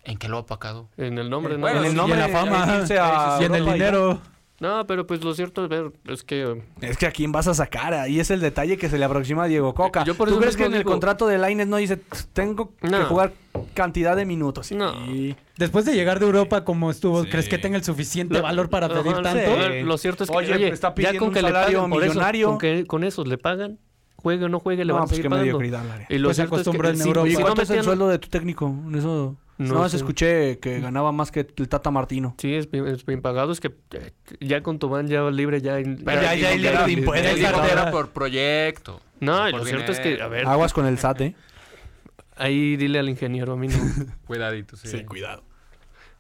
¿En qué lo ha opacado?
En el nombre,
Eh,
no.
Bueno,
en el
sí,
nombre,
y en la fama.
irse a
Y en el
Europa ya.
dinero.
No, pero pues lo cierto es ver, es que
Es que a quién vas a sacar, ahí es el detalle que se le aproxima a Diego Coca.
Yo por
¿Tú
eso
crees que
mismo
en el
digo-
contrato de Laines no dice tengo que
No.
jugar cantidad de minutos?
No.
Y-
Después de llegar de Europa como estuvo,
Sí.
¿crees que tenga el suficiente
Lo-
valor para
Ajá,
pedir
no sé.
tanto?
A ver, Lo cierto es que
Oye,
oye,
pues, está
ya
pidiendo
con
un
que le
salario
paguen por eso,
millonario.
con que con esos le pagan, juegue o no juegue, le
No,
van a
pues
seguir
qué
pagando.
mediocridad, la neta.
Y lo
Pues se
cierto es que
acostumbra en
si-
Europa.
Oye,
si no
¿cuánto es el
metían-
sueldo de tu técnico? En Eso
No
no, se
sé.
escuché que ganaba más que el Tata Martino.
Sí, es bien, es bien pagado. Es que eh, ya con Tobán ya libre, ya.
Pero
ya-
él
ya
dijo
hay
que
libre
era-
de impuestos,
él dijo que
cartera.
era por proyecto.
No, y
por
lo cierto es que,
dinero.
a ver,
Aguas con el SAT, ¿eh?
Ahí dile al ingeniero, a mí no.
Cuidadito, sí.
cuidado.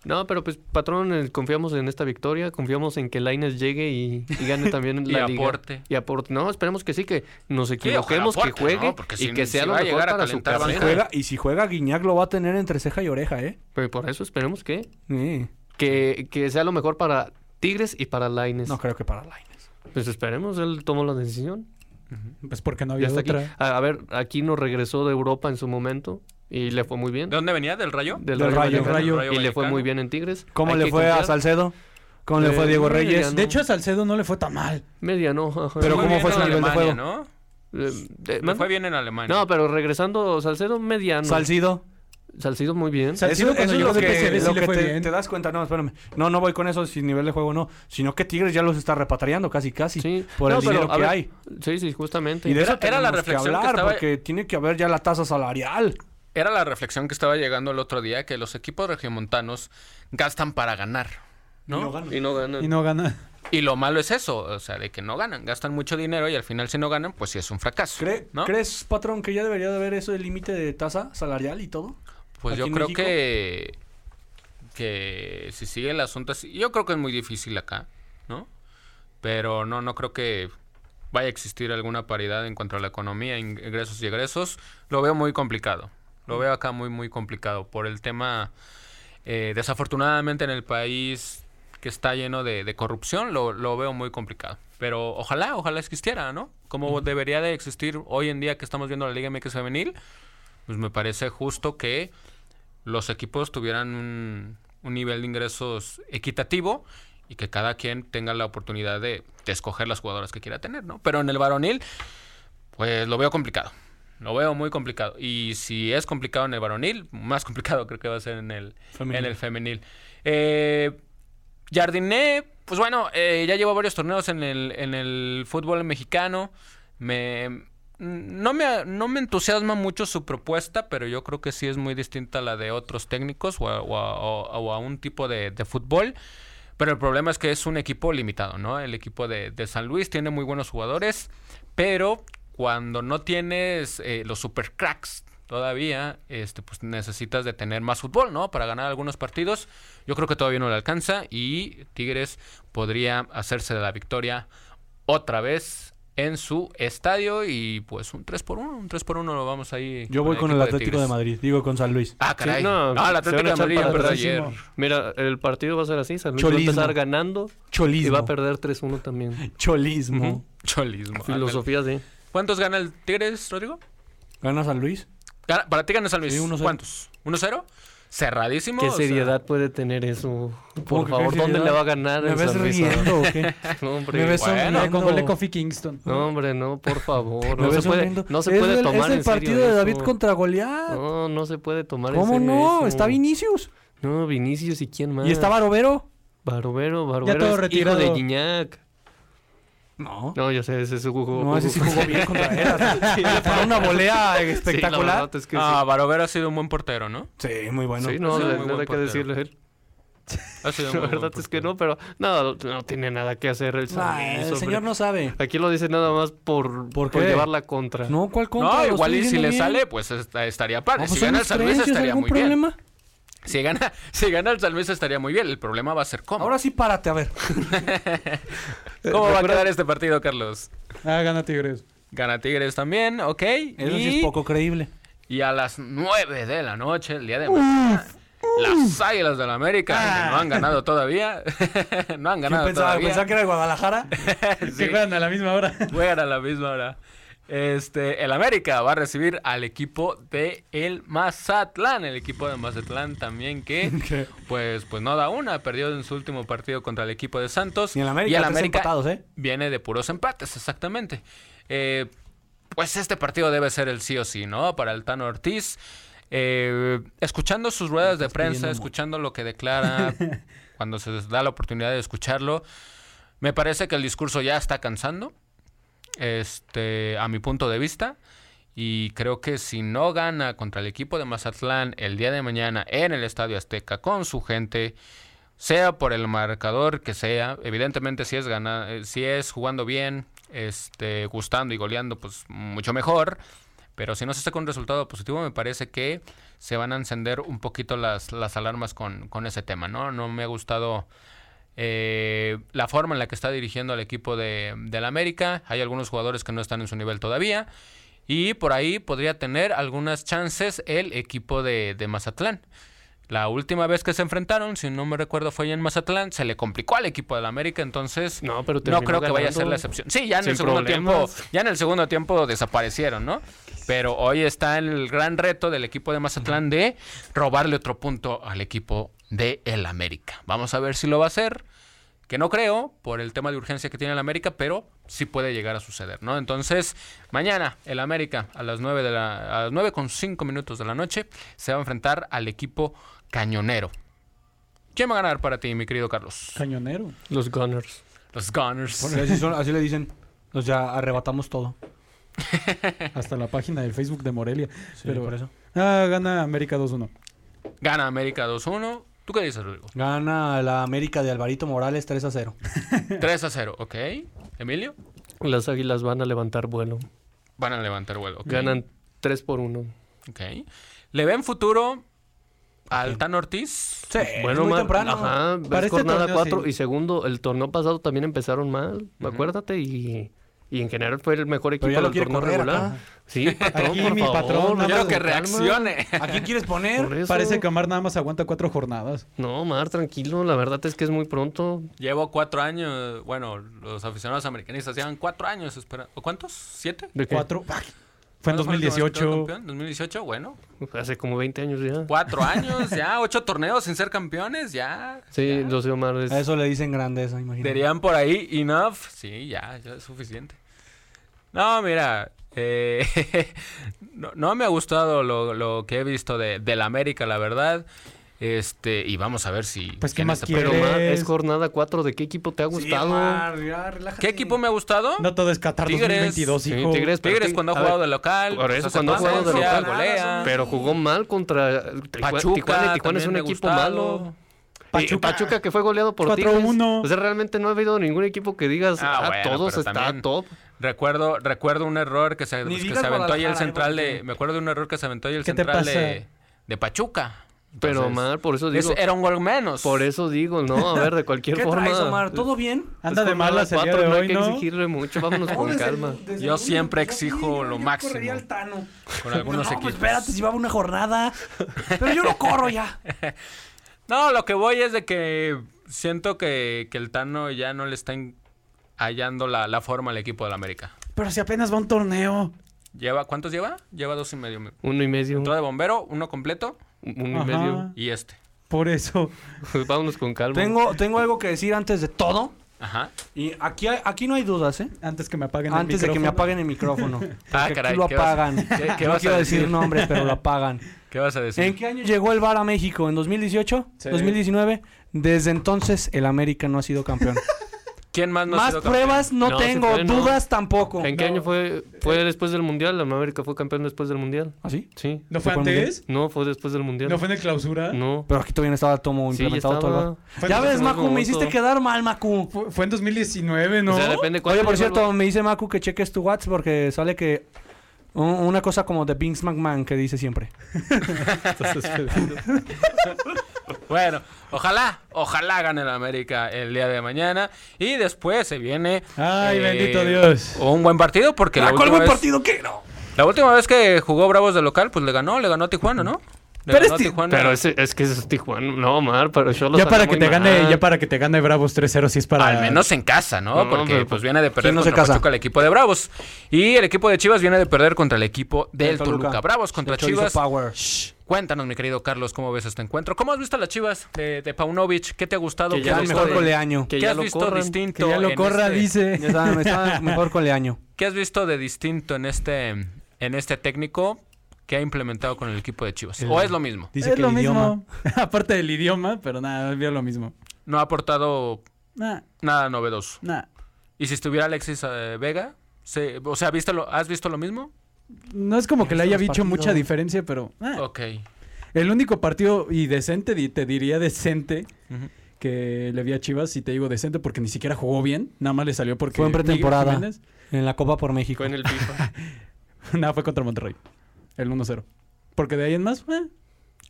No, pero pues, patrón, eh, confiamos en esta victoria, confiamos en que Laines llegue y, y gane también
Y
la liga.
aporte.
Y aporte. No, esperemos que sí, que nos
ojalá
equivoquemos,
aporte,
que juegue
¿no? Porque
y
si-
que
si
sea lo
va a
mejor
llegar a
para su
calentar
carrera.
banca.
Juega, y si juega, Guiñac lo va a tener entre ceja y oreja, ¿eh?
Pero por eso esperemos que,
Sí.
que, que sea lo mejor para Tigres y para Laines.
No creo que para Laines.
Pues esperemos, él tomó la decisión.
Pues porque no
Ya
había
está aquí.
otra.
A, a ver, aquí nos regresó de Europa en su momento y le fue muy bien.
¿De dónde venía? ¿Del Rayo?
Del,
Del Rayo,
Vallecano.
Rayo.
Y le fue
Vallecano.
muy bien en Tigres.
¿Cómo
Hay
le
que
fue a
confiar.
Salcedo? ¿Cómo le
Eh,
fue a Diego
no, ya
Reyes?
no.
De hecho, a Salcedo no le fue tan mal.
Mediano. ajá.
Pero
Muy
¿cómo
bien
fue
en
su nivel de
Alemania,
juego?
¿no?
Eh, de-
Le
¿mande?
fue bien en Alemania.
No, pero regresando, Salcedo mediano.
Salcido.
Salcido muy bien.
Sal- Salcido cuando llegó de PSV sí le fue
te,
bien.
te das cuenta, no, espérame. No, no voy con eso sin nivel de juego, no. Sino que Tigres ya los está repatriando casi, casi.
Sí.
Por
No,
el
pero,
dinero
a
que
ver,
hay.
Sí, sí, justamente.
Y de
Era-
eso
era la
tenemos
reflexión que
hablar,
estaba-
porque tiene que haber ya la tasa salarial.
Era la reflexión que estaba llegando el otro día, que los equipos regiomontanos gastan para ganar, ¿no?
Y no ganan.
Y no ganan.
Y no gana.
Y lo malo es eso, o sea, de que no ganan, gastan mucho dinero y al final si no ganan, pues sí es un fracaso.
¿Cree-
¿no?
¿Crees, patrón, que ya debería de haber eso del límite de tasa salarial y todo?
Pues
aquí
yo
en
creo
México?
que que si sigue el asunto así, yo creo que es muy difícil acá, ¿no? Pero no, no creo que vaya a existir alguna paridad en cuanto a la economía, ing- ingresos y egresos. Lo veo muy complicado. Lo veo acá muy, muy complicado. Por el tema, eh, desafortunadamente en el país que está lleno de, de corrupción, lo, lo veo muy complicado. Pero ojalá, ojalá existiera, ¿no? Como debería de existir hoy en día que estamos viendo la Liga MX femenil, pues me parece justo que los equipos tuvieran un, un nivel de ingresos equitativo y que cada quien tenga la oportunidad de, de escoger las jugadoras que quiera tener, ¿no? Pero en el varonil, pues lo veo complicado. Lo veo muy complicado. Y si es complicado en el varonil, más complicado creo que va a ser en el femenil.
Femenil.
En el femenil. Eh, Jardiné, pues bueno, eh, ya llevo varios torneos en el, en el fútbol mexicano. Me, no, me, no me entusiasma mucho su propuesta, pero yo creo que sí es muy distinta a la de otros técnicos o a, o a- o- o a un tipo de, de fútbol. Pero el problema es que es un equipo limitado, ¿no? El equipo de, de San Luis tiene muy buenos jugadores, pero cuando no tienes eh, los super cracks todavía, este, pues necesitas de tener más fútbol, ¿no? Para ganar algunos partidos. Yo creo que todavía no le alcanza y Tigres podría hacerse de la victoria otra vez en su estadio y pues un 3 por 1, un 3 por 1 lo vamos ahí.
Yo voy con el
equipo de
Atlético de,
Tigres.
Madrid, digo con San Luis.
Ah, caray.
Sí,
no,
no,
el
se van
Atlético
a
de
echar
Madrid
para
perdió
atrás.
ayer.
Mira, el partido va a ser así. San Luis va a
Cholismo.
empezar ganando y
Cholismo.
va a perder 3-1 también.
Cholismo.
Ujú. Cholismo.
Filosofía de...
ándale. ¿Cuántos gana el Tigres, Rodrigo?
¿Gana San Luis?
Gana- para ti gana San Luis.
Sí, 1-0.
¿Cuántos? ¿1-0? Cerradísimo.
¿Qué
o sea,
seriedad puede tener eso?
¿Cómo
Por
que
favor,
qué
¿dónde
seriedad?
le va a ganar
¿Me
el
ves
San Luis ahora?
riendo o qué?
No,
¿Me
hombre,
ves
bueno,
sonriendo?
Con gol de Kofi Kingston.
No, hombre, no, por favor.
¿Me
No se
ves
puede,
sonriendo?
no se
Es
puede
el-
tomar
Es
en
el
serio
partido de David
eso.
contra Goliat.
No, no se puede tomar en
¿Cómo
serio
no?
eso.
Está Vinicius.
No, Vinicius y quién más.
¿Y está Barovero?
Barovero, Barovero.
todo
es
retirado.
Hijo de Guiñac.
No.
No, yo sé, ese es su jugo.
No, ese sí jugó bien contra él. Le paró una volea espectacular.
es que
Ah, Barovero ha sido un buen portero, ¿no?
Sí, muy bueno.
sí. sí, no,
sí,
le-
Pues muy
nada
buen
que
portero.
decirle a él.
Ha sido un
La
muy buen
verdad es que
portero.
no, pero no, no tiene nada que hacer el San
Nah,
Luis,
Ah, el
hombre.
señor no sabe.
Aquí lo dice nada más por,
¿Por
por
qué?
llevarla contra.
No, ¿cuál contra?
No,
Lo
igual
estoy
y si
diciendo
le
bien.
sale, pues esta- estaría padre.
Ah, pues
si
son
gana el
mis
San Luis,
creencias,
estaría
¿algún
muy bien.
problema?
Si gana, si gana el San Luis, estaría muy bien. El problema va a ser cómo.
Ahora sí, párate, a ver.
¿Cómo va a quedar este partido, Carlos?
Ah, gana Tigres.
Gana Tigres también, ok.
Eso
y,
sí es poco creíble.
y a las 9 de la noche, el día de mañana, las Águilas del América, que no han ganado todavía. no han
Ah. Yo
ganado
pensaba,
todavía.
pensaba que era de Guadalajara.
Sí.
Que juegan a la misma hora.
Juegan a la misma hora. Este, el América va a recibir al equipo de el Mazatlán, el equipo de Mazatlán también que pues pues no da una, perdió en su último partido contra el equipo de Santos
Y el América, tres empatados, ¿eh?
viene de puros empates, exactamente. Eh, pues este partido debe ser el sí o sí, ¿no? Para el Tano Ortiz. Eh, escuchando sus ruedas de prensa,
pidiendo
escuchando lo que declara cuando se les da la oportunidad de escucharlo, me parece que el discurso ya está cansando, este, a mi punto de vista. Y creo que si no gana contra el equipo de Mazatlán el día de mañana en el Estadio Azteca con su gente, sea por el marcador que sea, evidentemente si es gana, eh, si es jugando bien, este, gustando y goleando, pues mucho mejor. Pero si no se está con un resultado positivo, me parece que se van a encender un poquito las, las alarmas con, con ese tema, ¿no? No me ha gustado eh, la forma en la que está dirigiendo al equipo de, del América. Hay algunos jugadores que no están en su nivel todavía. Y por ahí podría tener algunas chances el equipo de, de Mazatlán. La última vez que se enfrentaron, si no me recuerdo, fue allá en Mazatlán. Se le complicó al equipo del América, entonces
No, pero
no
terminó
creo que vaya a ser
ganando.
la excepción. Sí, ya en
Sin
el segundo
problemas.
tiempo, ya en el segundo tiempo desaparecieron, ¿no? Pero hoy está el gran reto del equipo de Mazatlán de robarle otro punto al equipo de el América. Vamos a ver si lo va a hacer, que no creo por el tema de urgencia que tiene el América, pero sí puede llegar a suceder, ¿no? Entonces, mañana el América a las 9 de la a las 9 con cinco minutos de la noche se va a enfrentar al equipo cañonero. ¿Quién va a ganar para ti, mi querido Carlos?
Cañonero.
Los Gunners.
Los Gunners.
Porque así, son- así le dicen. O sea, arrebatamos todo.
Hasta la página de Facebook de Morelia.
Sí,
pero
por eso.
Ah, gana América 2-1.
Gana América 2-1. ¿Tú qué dices, Rodrigo?
Gana la América de Alvarito Morales 3 a 0.
3 a 0, ok. Emilio,
Las águilas van a levantar vuelo.
van a levantar vuelo. ok.
Ganan 3 por 1.
Ok. ¿Le ven futuro al Tan Ortiz?
Sí, es muy
ma-
temprano.
Ajá, ves
Para este
jornada
torneo,
4.
sí.
Y segundo, el torneo pasado también empezaron mal, acuérdate. Y, y en general fue el mejor equipo
ya lo
del
quiere
torneo
correr
regular.
acá.
Sí, patrón,
Aquí
por
mi
favor,
patrón,
nada
quiero
más
que
con calma.
¿A quién quieres
Por
poner?
eso.
Parece que Amar nada más aguanta cuatro jornadas.
No, Mar, tranquilo. La verdad es que es muy pronto.
Llevo cuatro años, bueno, los aficionados americanistas llevan cuatro años esperando. ¿Cuántos? ¿Siete?
¿De qué?
Cuatro. ¡Ay! Fue en
¿Cuándo fue el último vez que quedó
2018.
campeón? 2018, bueno.
Hace como 20 años ya.
Cuatro años, ya. Ocho torneos sin ser campeones, ya.
Sí, lo sé, Omar. es-
A eso le dicen grandeza, imagínate.
Dirían por ahí, enough. Sí, ya, ya es suficiente. No, mira, eh, no, no me ha gustado lo, lo que he visto de, del América, la verdad. Este, y vamos a ver si...
Pues, ¿qué
quién
más
está-
quieres?
Pero,
Pero,
Mar, es jornada 4. ¿De qué equipo te ha
Sí,
gustado?
Mar, ya, relájate.
¿Qué equipo me ha gustado?
No todo es Qatar
Tigres.
2022,
Sí,
hijo.
Tigres. pero
Tigres
ti-
cuando ha
a
jugado
ver,
de local.
por eso,
hace
cuando ha jugado de
asistencia,
local.
golea.
Pero jugó mal contra Ticua-
Pachuca,
Tijuana. y Tijuana es
también
un
me ha
equipo
gustado.
malo. Pachuca. Pachuca que fue goleado por
4-1.
Tigres. O sea, realmente no ha habido ningún equipo que digas,
Ah,
ah,
bueno,
todos
pero
está
también-
top.
Recuerdo, recuerdo un error que se,
Ni
que
digas
se aventó ahí el
Guadalajara, ¿eh?
central
porque-
de... Me acuerdo de un error que se aventó ahí el
¿Qué te
central de,
pasa?
de Pachuca.
Pero
Entonces,
Omar, por eso
ese
digo,
era un gol menos.
por eso digo, no, a ver, de
¿Qué
cualquier forma.
traes, Omar? ¿Todo bien?
Anda
es
de
jornada
malas el día
cuatro,
de
no hay
hoy,
que
¿no?
exigirle mucho, vámonos
No,
con
desde el-
calma.
desde
Yo
el-
siempre
yo-
exijo lo
yo
máximo.
correría al Tano.
con algunos
no,
equipos.
pues espérate, si va una jornada. Pero yo no corro ya.
No, lo que voy es de que siento que, que el Tano ya no le está en- hallando la, la forma al equipo del América.
Pero si apenas va un torneo.
Lleva, ¿cuántos lleva? Lleva dos y medio. mi-
Uno y medio,
Otro de bombero, uno completo
uno y
Ajá.
medio.
y este.
Por eso.
Vámonos con calma.
Tengo, tengo algo que decir antes de todo.
Ajá.
Y aquí, hay- aquí no hay dudas, ¿eh?
Antes que me apaguen el
Antes de que me
micrófono.
apaguen el micrófono.
Ah,
Porque
caray,
aquí lo
¿qué vas a-
apagan.
qué- qué
no
vas a
quiero decir
decir?
nombres, pero lo apagan.
¿Qué vas a
¿En
decir?
qué año llegó el VAR a México? ¿En 2018?
Sí.
¿2019? Desde entonces el América no ha sido campeón.
¿Quién más no ha
Más
sido campeón?
pruebas no,
No, sí
tengo,
fue, no.
dudas tampoco.
¿En qué año fue?
Eh,
Fue después del Mundial, la América fue campeón después del Mundial.
¿Así?
Sí.
¿No fue
¿Se fue
antes?
No, fue después del Mundial.
¿No fue en el clausura?
No.
Pero aquí todavía no estaba tomo
Sí, ya
implementado todo el
estaba.
VAR.
Fue
Ya
en
ves,
ese
Macu, me
momento.
hiciste quedar mal, Macu.
Fue, fue en 2019, ¿no?
O sea, depende cuál
Oye, por
llegó el
cierto, me dice Macu que cheques tu WhatsApp porque sale que... un- Una cosa como de Vince McMahon que dice siempre.
Entonces, pues,
Bueno, ojalá, ojalá gane el América el día de mañana. Y después se viene. eh,
Ay, bendito Dios.
Un buen partido porque la
Ah, ¿Cuál
última,
buen
vez,
partido que no?
la última vez que jugó Bravos de local, pues le ganó, le ganó a Tijuana, ¿no? Le
Pero
ganó a
este-
Tijuana.
Pero ese- es que es Tijuana. No, Omar, pero yo lo
ya para que te gane, ya para que te gane Bravos 3-0 si es para
Al menos en casa, ¿no?
No,
Porque
hombre,
pues viene de perder
¿quién no se
contra
casa?
Pachuca el equipo de Bravos. Y el equipo de Chivas viene de perder contra el equipo del
Del
Toluca.
Toluca.
Bravos contra
El chorizo
Chivas.
Power.
Cuéntanos, mi querido Carlos, ¿cómo ves este encuentro? ¿Cómo has visto a las Chivas de, de Paunovic? ¿Qué te ha gustado?
Que
¿Qué
ya
has
Era
lo
visto
mejor
de-
coleaño.
que
¿Qué
ya
has
lo
visto
corran,
distinto?
que ya lo
en
corra,
este-
Ya
dice.
estaba, estaba mejor coleaño.
¿Qué has visto de distinto en este, en este técnico que ha implementado con el equipo de Chivas? ¿O es lo mismo?
Dice
es
que
lo
el idioma.
mismo. Aparte del idioma, pero nada, vio lo mismo.
No ha aportado
Nah,
nada novedoso.
nah.
¿Y si estuviera Alexis eh, Vega? Se- o sea, ¿viste lo- ¿has visto lo mismo?
No es como que le haya
los
dicho mucha
partidos.
diferencia, pero. ah.
Ok.
El único partido y decente, di- te diría decente,
Ujú.
que le vi a Chivas, y te digo decente porque ni siquiera jugó bien, nada más le salió porque...
Fue en pretemporada.
Miguel Jiménez-
En la Copa por México.
Fue en el FIFA.
no, fue contra Monterrey. El 1-0. Porque de ahí en más, eh,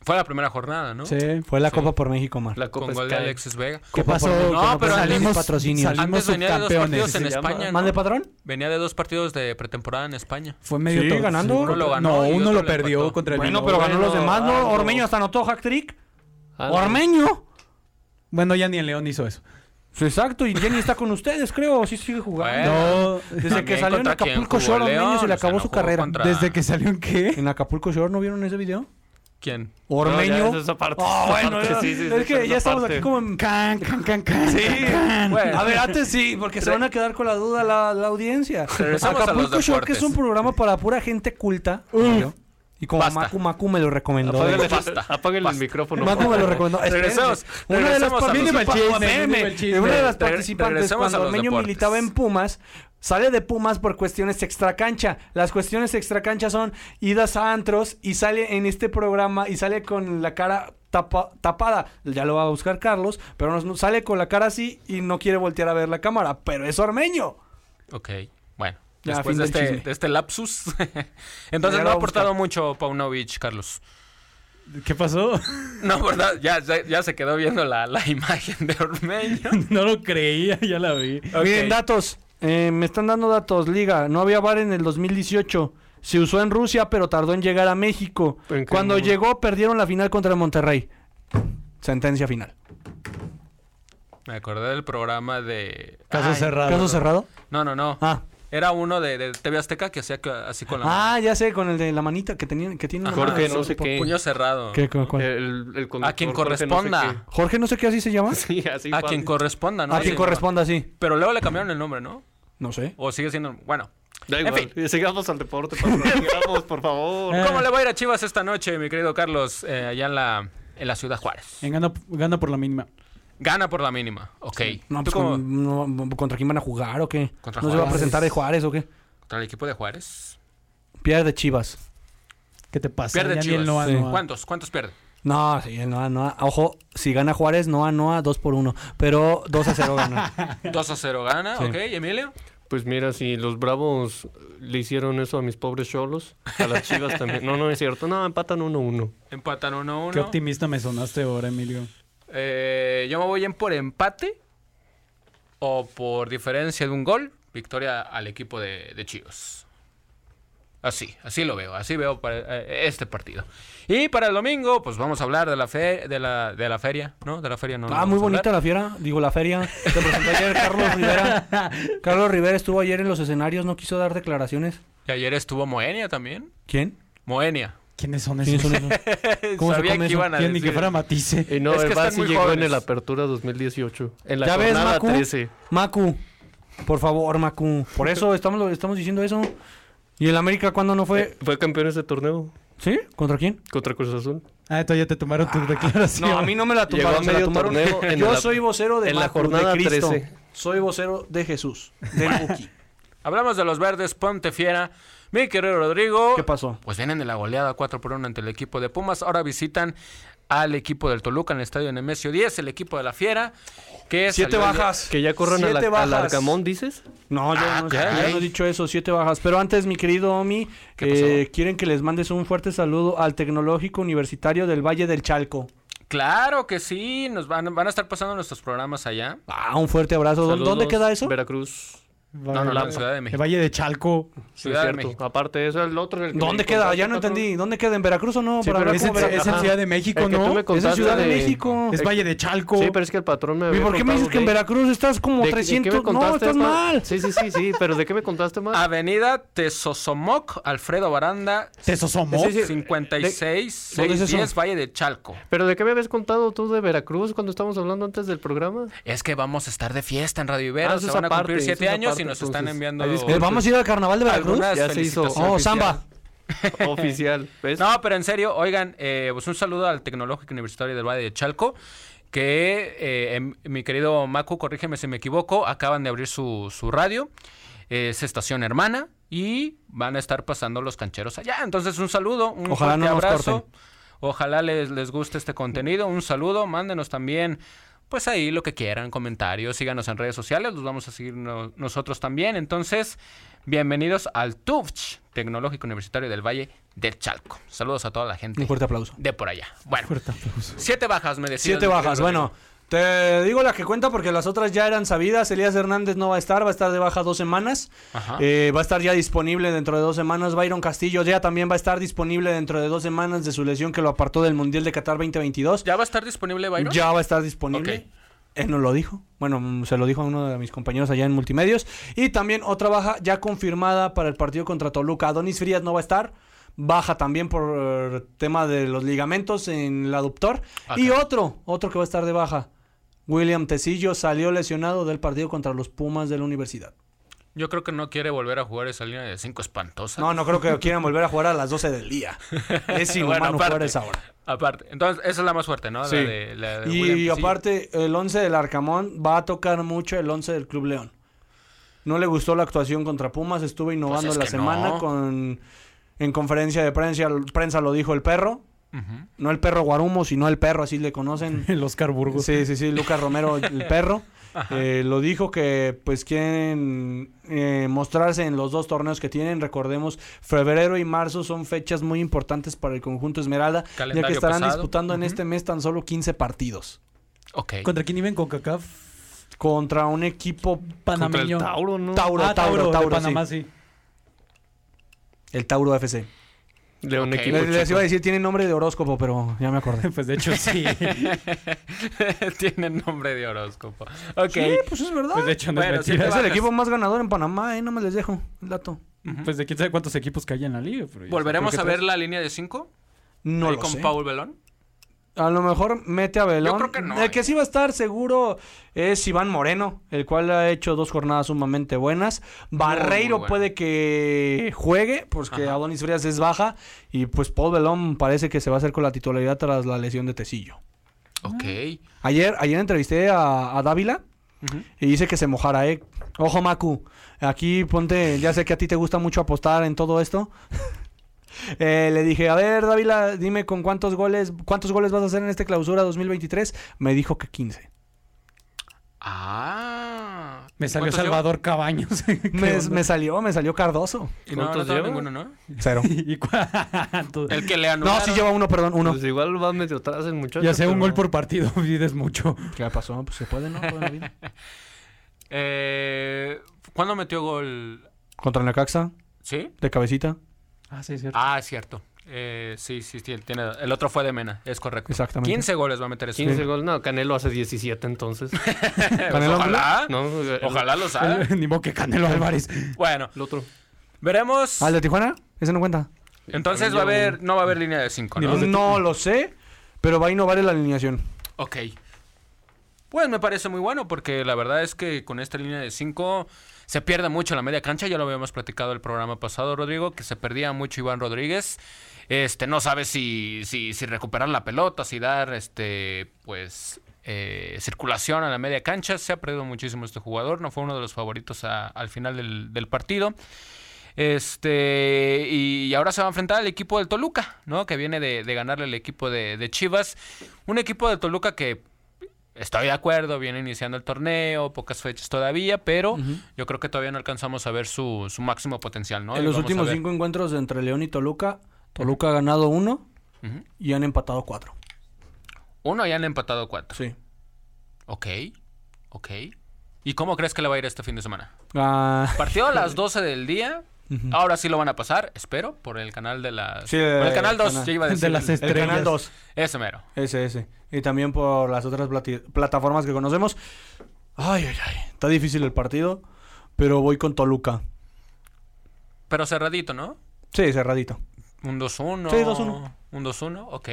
Fue la primera jornada, ¿no?
sí.
Fue la Copa por México, Mar.
La Copa
Con gol de
Sky.
Alexis Vega.
¿Qué pasó?
México. No,
Que
pero
pasaron
antes-
los patrocinios.
antes
Salimos
venía de dos
subcampeones.
partidos en
se llama.
España,
¿Mande
¿no?
padrón?
Venía de dos partidos de pretemporada en España.
Fue medio
Sí,
todo.
ganando.
Uno lo ganó
no,
y
uno
otro
lo
le
perdió
empató.
contra el
Bueno,
Bilbao.
pero ganó
bueno,
los demás, ¿no?
algo.
Ormeño hasta anotó hack-trick.
Ah,
¡Ormeño!
Bueno, ya ni el León hizo eso.
Sí, Exacto, y Jenny está con ustedes, creo. Sí sigue jugando.
Bueno,
no,
Desde
también
que salió en
contra quién
Acapulco
jugó
Shore, Ormeño
León, o
se le
sea,
acabó
no
su
jugó
carrera.
contra-
desde que salió en qué.
¿En Acapulco Shore no vieron ese video?
¿Quién?
No, ya
Ormeño.
es esa parte,
Ah,
esa
bueno,
parte,
ya-
sí, sí, sí,
es que
esa
ya estamos
parte.
aquí como en...
Can, can, can, can. Sí.
Bueno.
A ver, antes sí, porque se van a quedar con la duda la, la audiencia.
Regresamos a los
Acapulco Shore, que
deportes.
es un programa para pura gente culta. como yo. Y como
Basta.
Macu Macu me lo recomendó.
Apáguenle,
Basta,
apáguenle el
basta.
micrófono.
Macu me lo recomendó.
Regresemos,
Una de las
regresemos a los-
participa-
Mínimo el chisme,
Espérame,
mínimo el chisme.
Una de las
Regre-
participantes
regresemos a
cuando
los
Ormeño
deportes.
militaba en Pumas. Sale de Pumas por cuestiones extracancha. Las cuestiones extracancha son idas a antros y sale en este programa y sale con la cara tapa- tapada. Ya lo va a buscar Carlos, pero nos, nos sale con la cara así y no quiere voltear a ver la cámara. Pero es Ormeño.
Ok, bueno.
Ya,
después
fin
de
del
este,
chisme.
de este lapsus.
Ya
Entonces no
lo voy
ha
a
aportado
buscar.
mucho Paunovic, Carlos.
¿Qué pasó?
No, ¿verdad? Ya, ya, ya se quedó viendo la, la imagen de Ormeño.
No lo creía, ya la vi.
Miren, datos. Eh, me están dando datos, Liga. No había VAR en el 2018. Se usó en Rusia, pero tardó en llegar a México.
¿En qué
Cuando
momento?
llegó, perdieron la final contra el Monterrey. Sentencia final.
Me acordé del programa de...
Caso
Ay,
cerrado.
¿Caso cerrado?
No, no, no.
Ah.
Era uno de, de TV Azteca que hacía que- así con la mano.
Ah, ya sé, con el de la manita que, tenía, que tiene. una
Ajá.
mano.
Jorge, no sé Eh. qué.
puño cerrado.
¿Qué, cu- cuál?
El, el conductor,
A quien
Jorge, no sé
corresponda.
qué.
Jorge, no sé qué así se llama.
Sí, así
A
fácil.
quien corresponda, ¿no?
A quien
Sí.
corresponda, sí.
Pero luego le cambiaron el nombre, ¿no?
No sé.
O sigue siendo... Bueno.
Da
En
igual.
fin.
Sigamos al deporte. por favor. Sigamos, por favor.
Eh.
¿Cómo le va a ir a Chivas esta noche, mi querido Carlos? Eh, allá en la, en la ciudad Juárez.
En gana, gana por la mínima.
Gana por la mínima. Ok.
No,
¿Tú
pues,
cómo-
con- no, ¿Contra quién van a jugar o qué?
Contra
¿No se va a
Juárez.
presentar de Juárez o qué?
¿Contra el equipo de Juárez?
Pierde Chivas.
¿Qué te pasa?
Pierde
Ya ni
Chivas.
el Noah,
Sí.
Noah.
¿Cuántos? ¿Cuántos pierde?
No, sí, Noa, Noa. Ojo, si gana Juárez, Noa, Noa, 2 por 1. Pero 2 a 0 gana.
2 a 0 gana,
Sí.
ok, Emilio.
Pues mira, si los bravos le hicieron eso a mis pobres cholos, a las chivas también. No, no es cierto. No, empatan 1-1.
Empatan 1
Qué
1.
optimista me sonaste ahora, Emilio.
Eh, yo me voy en por empate o por diferencia de un gol, victoria al equipo de, de Chivas. Así, así lo veo, así veo para, eh, este partido. Y para el domingo, pues vamos a hablar de la, fe- de la, de la feria, ¿no? De la feria no. no
Ah, muy
vamos a hablar.
bonita la fiera. Digo, la feria. Se presentó ayer Carlos Rivera. Carlos Rivera estuvo ayer en los escenarios, no quiso dar declaraciones.
Y ayer estuvo Moenia también.
¿Quién?
Moenia.
¿Quiénes son
¿Quiénes
esos?
son esos? ¿Cómo se
Sabía
come
que
eso?
iban a
¿Quién ni que
decir-
fuera Matice?
Y no,
Es que
el
están
Barça
muy
llegó en
jóvenes.
el Apertura 2018. En la
¿Ya ves,
jornada
Macu?
13.
Macu. Por favor, Macu. Por eso estamos, lo- estamos diciendo eso. ¿Y el América cuándo no fue?
Eh, Fue campeón ese torneo
¿Sí? ¿Contra quién?
contra Cruz Azul.
Ah, entonces ya te tomaron tus declaraciones.
No, a mí no me la
Llegó a
tumbaron. se la
medio
tumbaron.
torneo en
Yo
la-
soy vocero de
en la
Macu,
jornada
de Cristo.
13.
Soy vocero de Jesús, del Buki.
Hablamos de los verdes, Ponte Fiera. Mi querido Rodrigo.
¿Qué pasó?
Pues vienen de la goleada 4 por 1 ante el equipo de Pumas. Ahora visitan al equipo del Toluca en el estadio Nemesio 10, el equipo de la Fiera. Que
Siete
salió-
bajas.
Que ya corran al
Siete bajas.
Argamón, dices.
No, yo, no,
ya,
yo
ya.
no he dicho eso, siete bajas. Pero antes, mi querido Omi,
¿Qué
eh, quieren que les mandes un fuerte saludo al Tecnológico Universitario del Valle del Chalco.
Claro que sí, nos van, van a estar pasando nuestros programas allá.
Ah, un fuerte abrazo. ¿Dó- ¿Dónde
Saludos,
queda eso?
Veracruz.
No, no, la Ciudad de
El
México.
Valle de Chalco.
Sí,
Ciudad de
cierto.
México.
Aparte, eso es el otro. el que
¿Dónde
me
queda?
contaste,
Ya no
Paco.
entendí. ¿Dónde queda? ¿En Veracruz o no?
Sí,
Para
pero
ver
Es
cómo
en,
Veracruz,
Veracruz-
es en
ajá.
Ciudad de México,
El que tú
¿no?
me
Es en
contaste
Ciudad de
de-
México.
Es Valle de Chalco.
Sí, pero es que el patrón me
¿Y
había
por qué me
contado
dices que en
de-
Veracruz estás como
de- de- ¿qué
300?
me
No,
contaste,
estás
pa?
mal.
Sí, sí, sí, sí, pero ¿de qué me contaste mal?
Avenida Tesosomoc, Alfredo Baranda,
¿Te sosomó?
sí, sí, 56,
¿Dónde es eso?
610, Valle de Chalco.
¿Pero de qué me habías contado tú de Veracruz cuando estábamos hablando antes del programa?
Es que vamos a estar de fiesta en Radio Ibero,
Ah, eso
se
es
van a
aparte,
cumplir
eso es
7 años y
aparte,
nos están
entonces.
enviando...
Ahí
Eh,
disculpe.
¿Vamos a ir al carnaval de Veracruz?
Algunas
Ya se hizo.
felicitaciones.
Oh, samba.
Oficial. ¿Ves?
No, pero en serio, oigan, eh, pues un saludo al Tecnológico Universitario del Valle de Chalco, que eh, em- mi querido Macu, corrígeme si me equivoco, acaban de abrir su, su radio, es estación hermana, y van a estar pasando los cancheros allá. Entonces, un saludo, un
Ojalá
fuerte
no nos
abrazo.
corten.
Ojalá les, les guste este contenido. Un saludo, mándenos también pues ahí lo que quieran, comentarios, síganos en redes sociales, los vamos a seguir no- nosotros también. Entonces, bienvenidos al TUFCH, Tecnológico Universitario del Valle del Chalco. Saludos a toda la gente
Un fuerte aplauso.
de por allá. Bueno,
Fuerte aplauso.
siete bajas, me decías.
Siete
mi
bajas.
querido
Bueno, te digo la que cuenta porque las otras ya eran sabidas. Elías Hernández no va a estar, va a estar de baja dos semanas.
Ajá.
Eh, va a estar ya disponible dentro de dos semanas. Byron Castillo ya también va a estar disponible dentro de dos semanas de su lesión que lo apartó del Mundial de Qatar 2022.
¿Ya va a estar disponible Byron?
Ya va a estar disponible.
Ok.
Él nos lo dijo. Bueno, mm, se lo dijo a uno de mis compañeros allá en Multimedios. Y también otra baja ya confirmada para el partido contra Toluca. Adonis Frías no va a estar. Baja también por eh, tema de los ligamentos en el aductor. Y otro, otro que va a estar de baja. William Tecillo salió lesionado del partido contra los Pumas de la universidad.
Yo creo que no quiere volver a jugar esa línea de cinco espantosa.
No, no creo que quieran volver a jugar a las 12 del día. Es
Bueno,
inhumano jugar
aparte.
a esa hora.
Aparte, entonces esa es la más fuerte, ¿no? La
Sí.
de- la de William
Y
Tecillo.
aparte, el 11 del Arcamón va a tocar mucho el 11 del Club León. No le gustó la actuación contra Pumas, estuvo innovando
Pues es
la
que
semana
no.
con en conferencia de prensa, prensa lo dijo el perro,
Ujú.
no el perro Guarumo, sino el perro, así le conocen.
El Oscar Burgos.
Sí, sí, sí, Lucas Romero, el perro. eh, lo dijo que pues quieren eh, mostrarse en los dos torneos que tienen. Recordemos, febrero y marzo son fechas muy importantes para el conjunto Esmeralda, ya que
Calendario
estarán
pesado.
disputando en este mes tan solo 15 partidos
Ok.
¿Contra quién iban con CACAF?
contra un equipo
Contra el
Panameño.
Tauro, ¿no?
Tauro,
Ah,
Tauro,
Tauro,
Tauro,
de Panamá,
sí.
sí.
El Tauro FC.
León
Ok.
equipo
Les, les
chico.
iba a decir, tiene nombre de horóscopo, pero ya me acordé.
Pues de hecho sí.
Tiene nombre de horóscopo. Ok.
Sí, pues es verdad.
Pues de hecho no
Bueno,
es
sí
es
mentira.
te va-
el
bajas.
equipo más ganador en Panamá, eh, no me les dejo el dato.
Pues de quién sabe cuántos equipos que hay en la liga. pero ya
¿Volveremos
creo
a
que
ver
tres.
la línea de 5?
No
Ahí
lo
con
sé.
Paul Belón.
A lo mejor mete a Belón.
Yo creo que no,
El
eh.
que sí va a estar seguro es Iván Moreno, el cual ha hecho dos jornadas sumamente buenas. Barreiro
bueno.
puede que juegue, porque
Ajá.
Adonis Frías es baja. Y pues Paul Belón parece que se va a hacer con la titularidad tras la lesión de Tecillo. Ah.
Ok.
Ayer, ayer entrevisté a, a Dávila
Ujú.
y dice que se mojara, ¿eh? Ojo, Macu. Aquí ponte, ya sé que a ti te gusta mucho apostar en todo esto. Eh, le dije, a ver, Dávila, dime con cuántos goles, cuántos goles vas a hacer en esta clausura 2023. Me dijo que 15.
Ah.
Me salió
¿Cuántos lleva?
Salvador Cabaños. ¿Qué
Me,
onda?
me salió, me salió Cardoso.
Y no, no
¿Cuántos
lleva
lleva?
ninguno, ¿no?
Cero.
¿Y cuánto?
El que le
No,
anularon.
sí lleva uno, perdón, uno.
Pues igual va medio atrás el muchacho.
Ya sea un
pero-
gol por partido, pides mucho.
¿Qué pasó? Pues se puede, ¿no? Toda la vida.
Eh, ¿Cuándo metió gol?
Contra Necaxa,
¿Sí?
de cabecita.
Ah, sí, es cierto.
Ah, es cierto. Eh, sí, sí, sí, tiene, el otro fue de Mena, es correcto.
Exactamente.
15 goles va a meter ese
15 goles. No, Canelo hace 17 entonces.
Canelo
Ojalá.
No, el-
Ojalá lo haga.
Ni modo que Canelo Álvarez.
Bueno,
El otro.
veremos.
¿Ah, el de Tijuana? ¿Ese no cuenta?
Entonces va a haber, no va a haber línea de 5, ¿no?
No lo sé, pero va a innovar en la alineación.
Ok. Pues me parece muy bueno porque la verdad es que con esta línea de 5 se pierde mucho la media cancha. Ya lo habíamos platicado el programa pasado, Rodrigo, que se perdía mucho Iván Rodríguez. Este, no sabe si, si, si recuperar la pelota, si dar este, pues, eh, circulación a la media cancha. Se ha perdido muchísimo este jugador. No fue uno de los favoritos a- al final del, del partido. Este, y ahora se va a enfrentar al equipo del Toluca, ¿no? Que viene de, de ganarle el equipo de, de Chivas. Un equipo del Toluca que estoy de acuerdo, viene iniciando el torneo, pocas fechas todavía, pero yo creo que todavía no alcanzamos a ver su, su máximo potencial, ¿no?
en
Y
los
vamos a
últimos
ver.
cinco encuentros entre León y Toluca, Toluca ha ganado uno
Ujú.
y han empatado cuatro.
Uno ya han empatado cuatro.
Sí.
Ok, ok. ¿Y cómo crees que le va a ir este fin de semana?
Ah,
Partido a las 12 del día. Ahora sí lo van a pasar, espero, por el canal de las...
Sí,
por el
eh,
canal 2,
canal.
ya iba a
De
decir.
las
el-
el
Estrellas.
canal 2,
Ese mero.
ese, ese. Y también por las otras plati- plataformas que conocemos. Ay, ay, ay. Está difícil el partido, pero voy con Toluca.
Pero cerradito, ¿no?
Sí, cerradito.
Un 2-1.
Sí, 2-1.
Un 2-1, ok.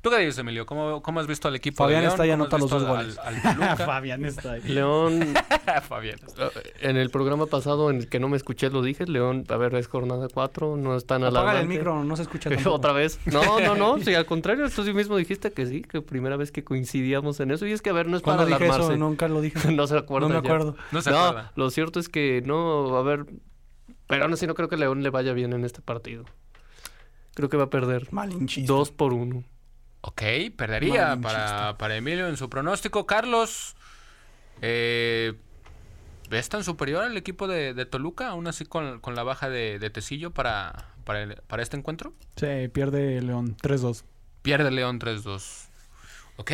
¿Tú qué dices, Emilio? ¿Cómo, cómo has visto al equipo de
Fabián
León?
está y
¿Cómo has
anota los
visto
dos
al-
goles.
al Toluca?
Ah, Fabián está ahí.
León, eh,
Fabián.
en el programa pasado en el que no me escuché, lo dije. León, a ver, es jornada 4, no es tan
Apaga el
alarmante.
micro, no se escucha
Eh,
tampoco.
Otra vez. No, no, no. Sí, al contrario, tú sí mismo dijiste que sí, que primera vez que coincidíamos en eso. Y es que, a ver, no es para
¿Cuándo dije
alarmarse.
eso? Nunca lo dije.
No se acuerda.
No me
ya.
acuerdo.
No se
No,
acuerda.
lo cierto es que no, a ver. Pero aún así no creo que León le vaya bien en este partido. Creo que va a perder.
Malinchista.
Dos por uno.
Ok, perdería para, para Emilio en su pronóstico. Carlos, eh, ¿ves tan superior al equipo de, de Toluca, aún así con, con la baja de, de Tecillo para, para, el- para este encuentro?
Sí, pierde León 3-2.
Pierde León 3-2. Ok,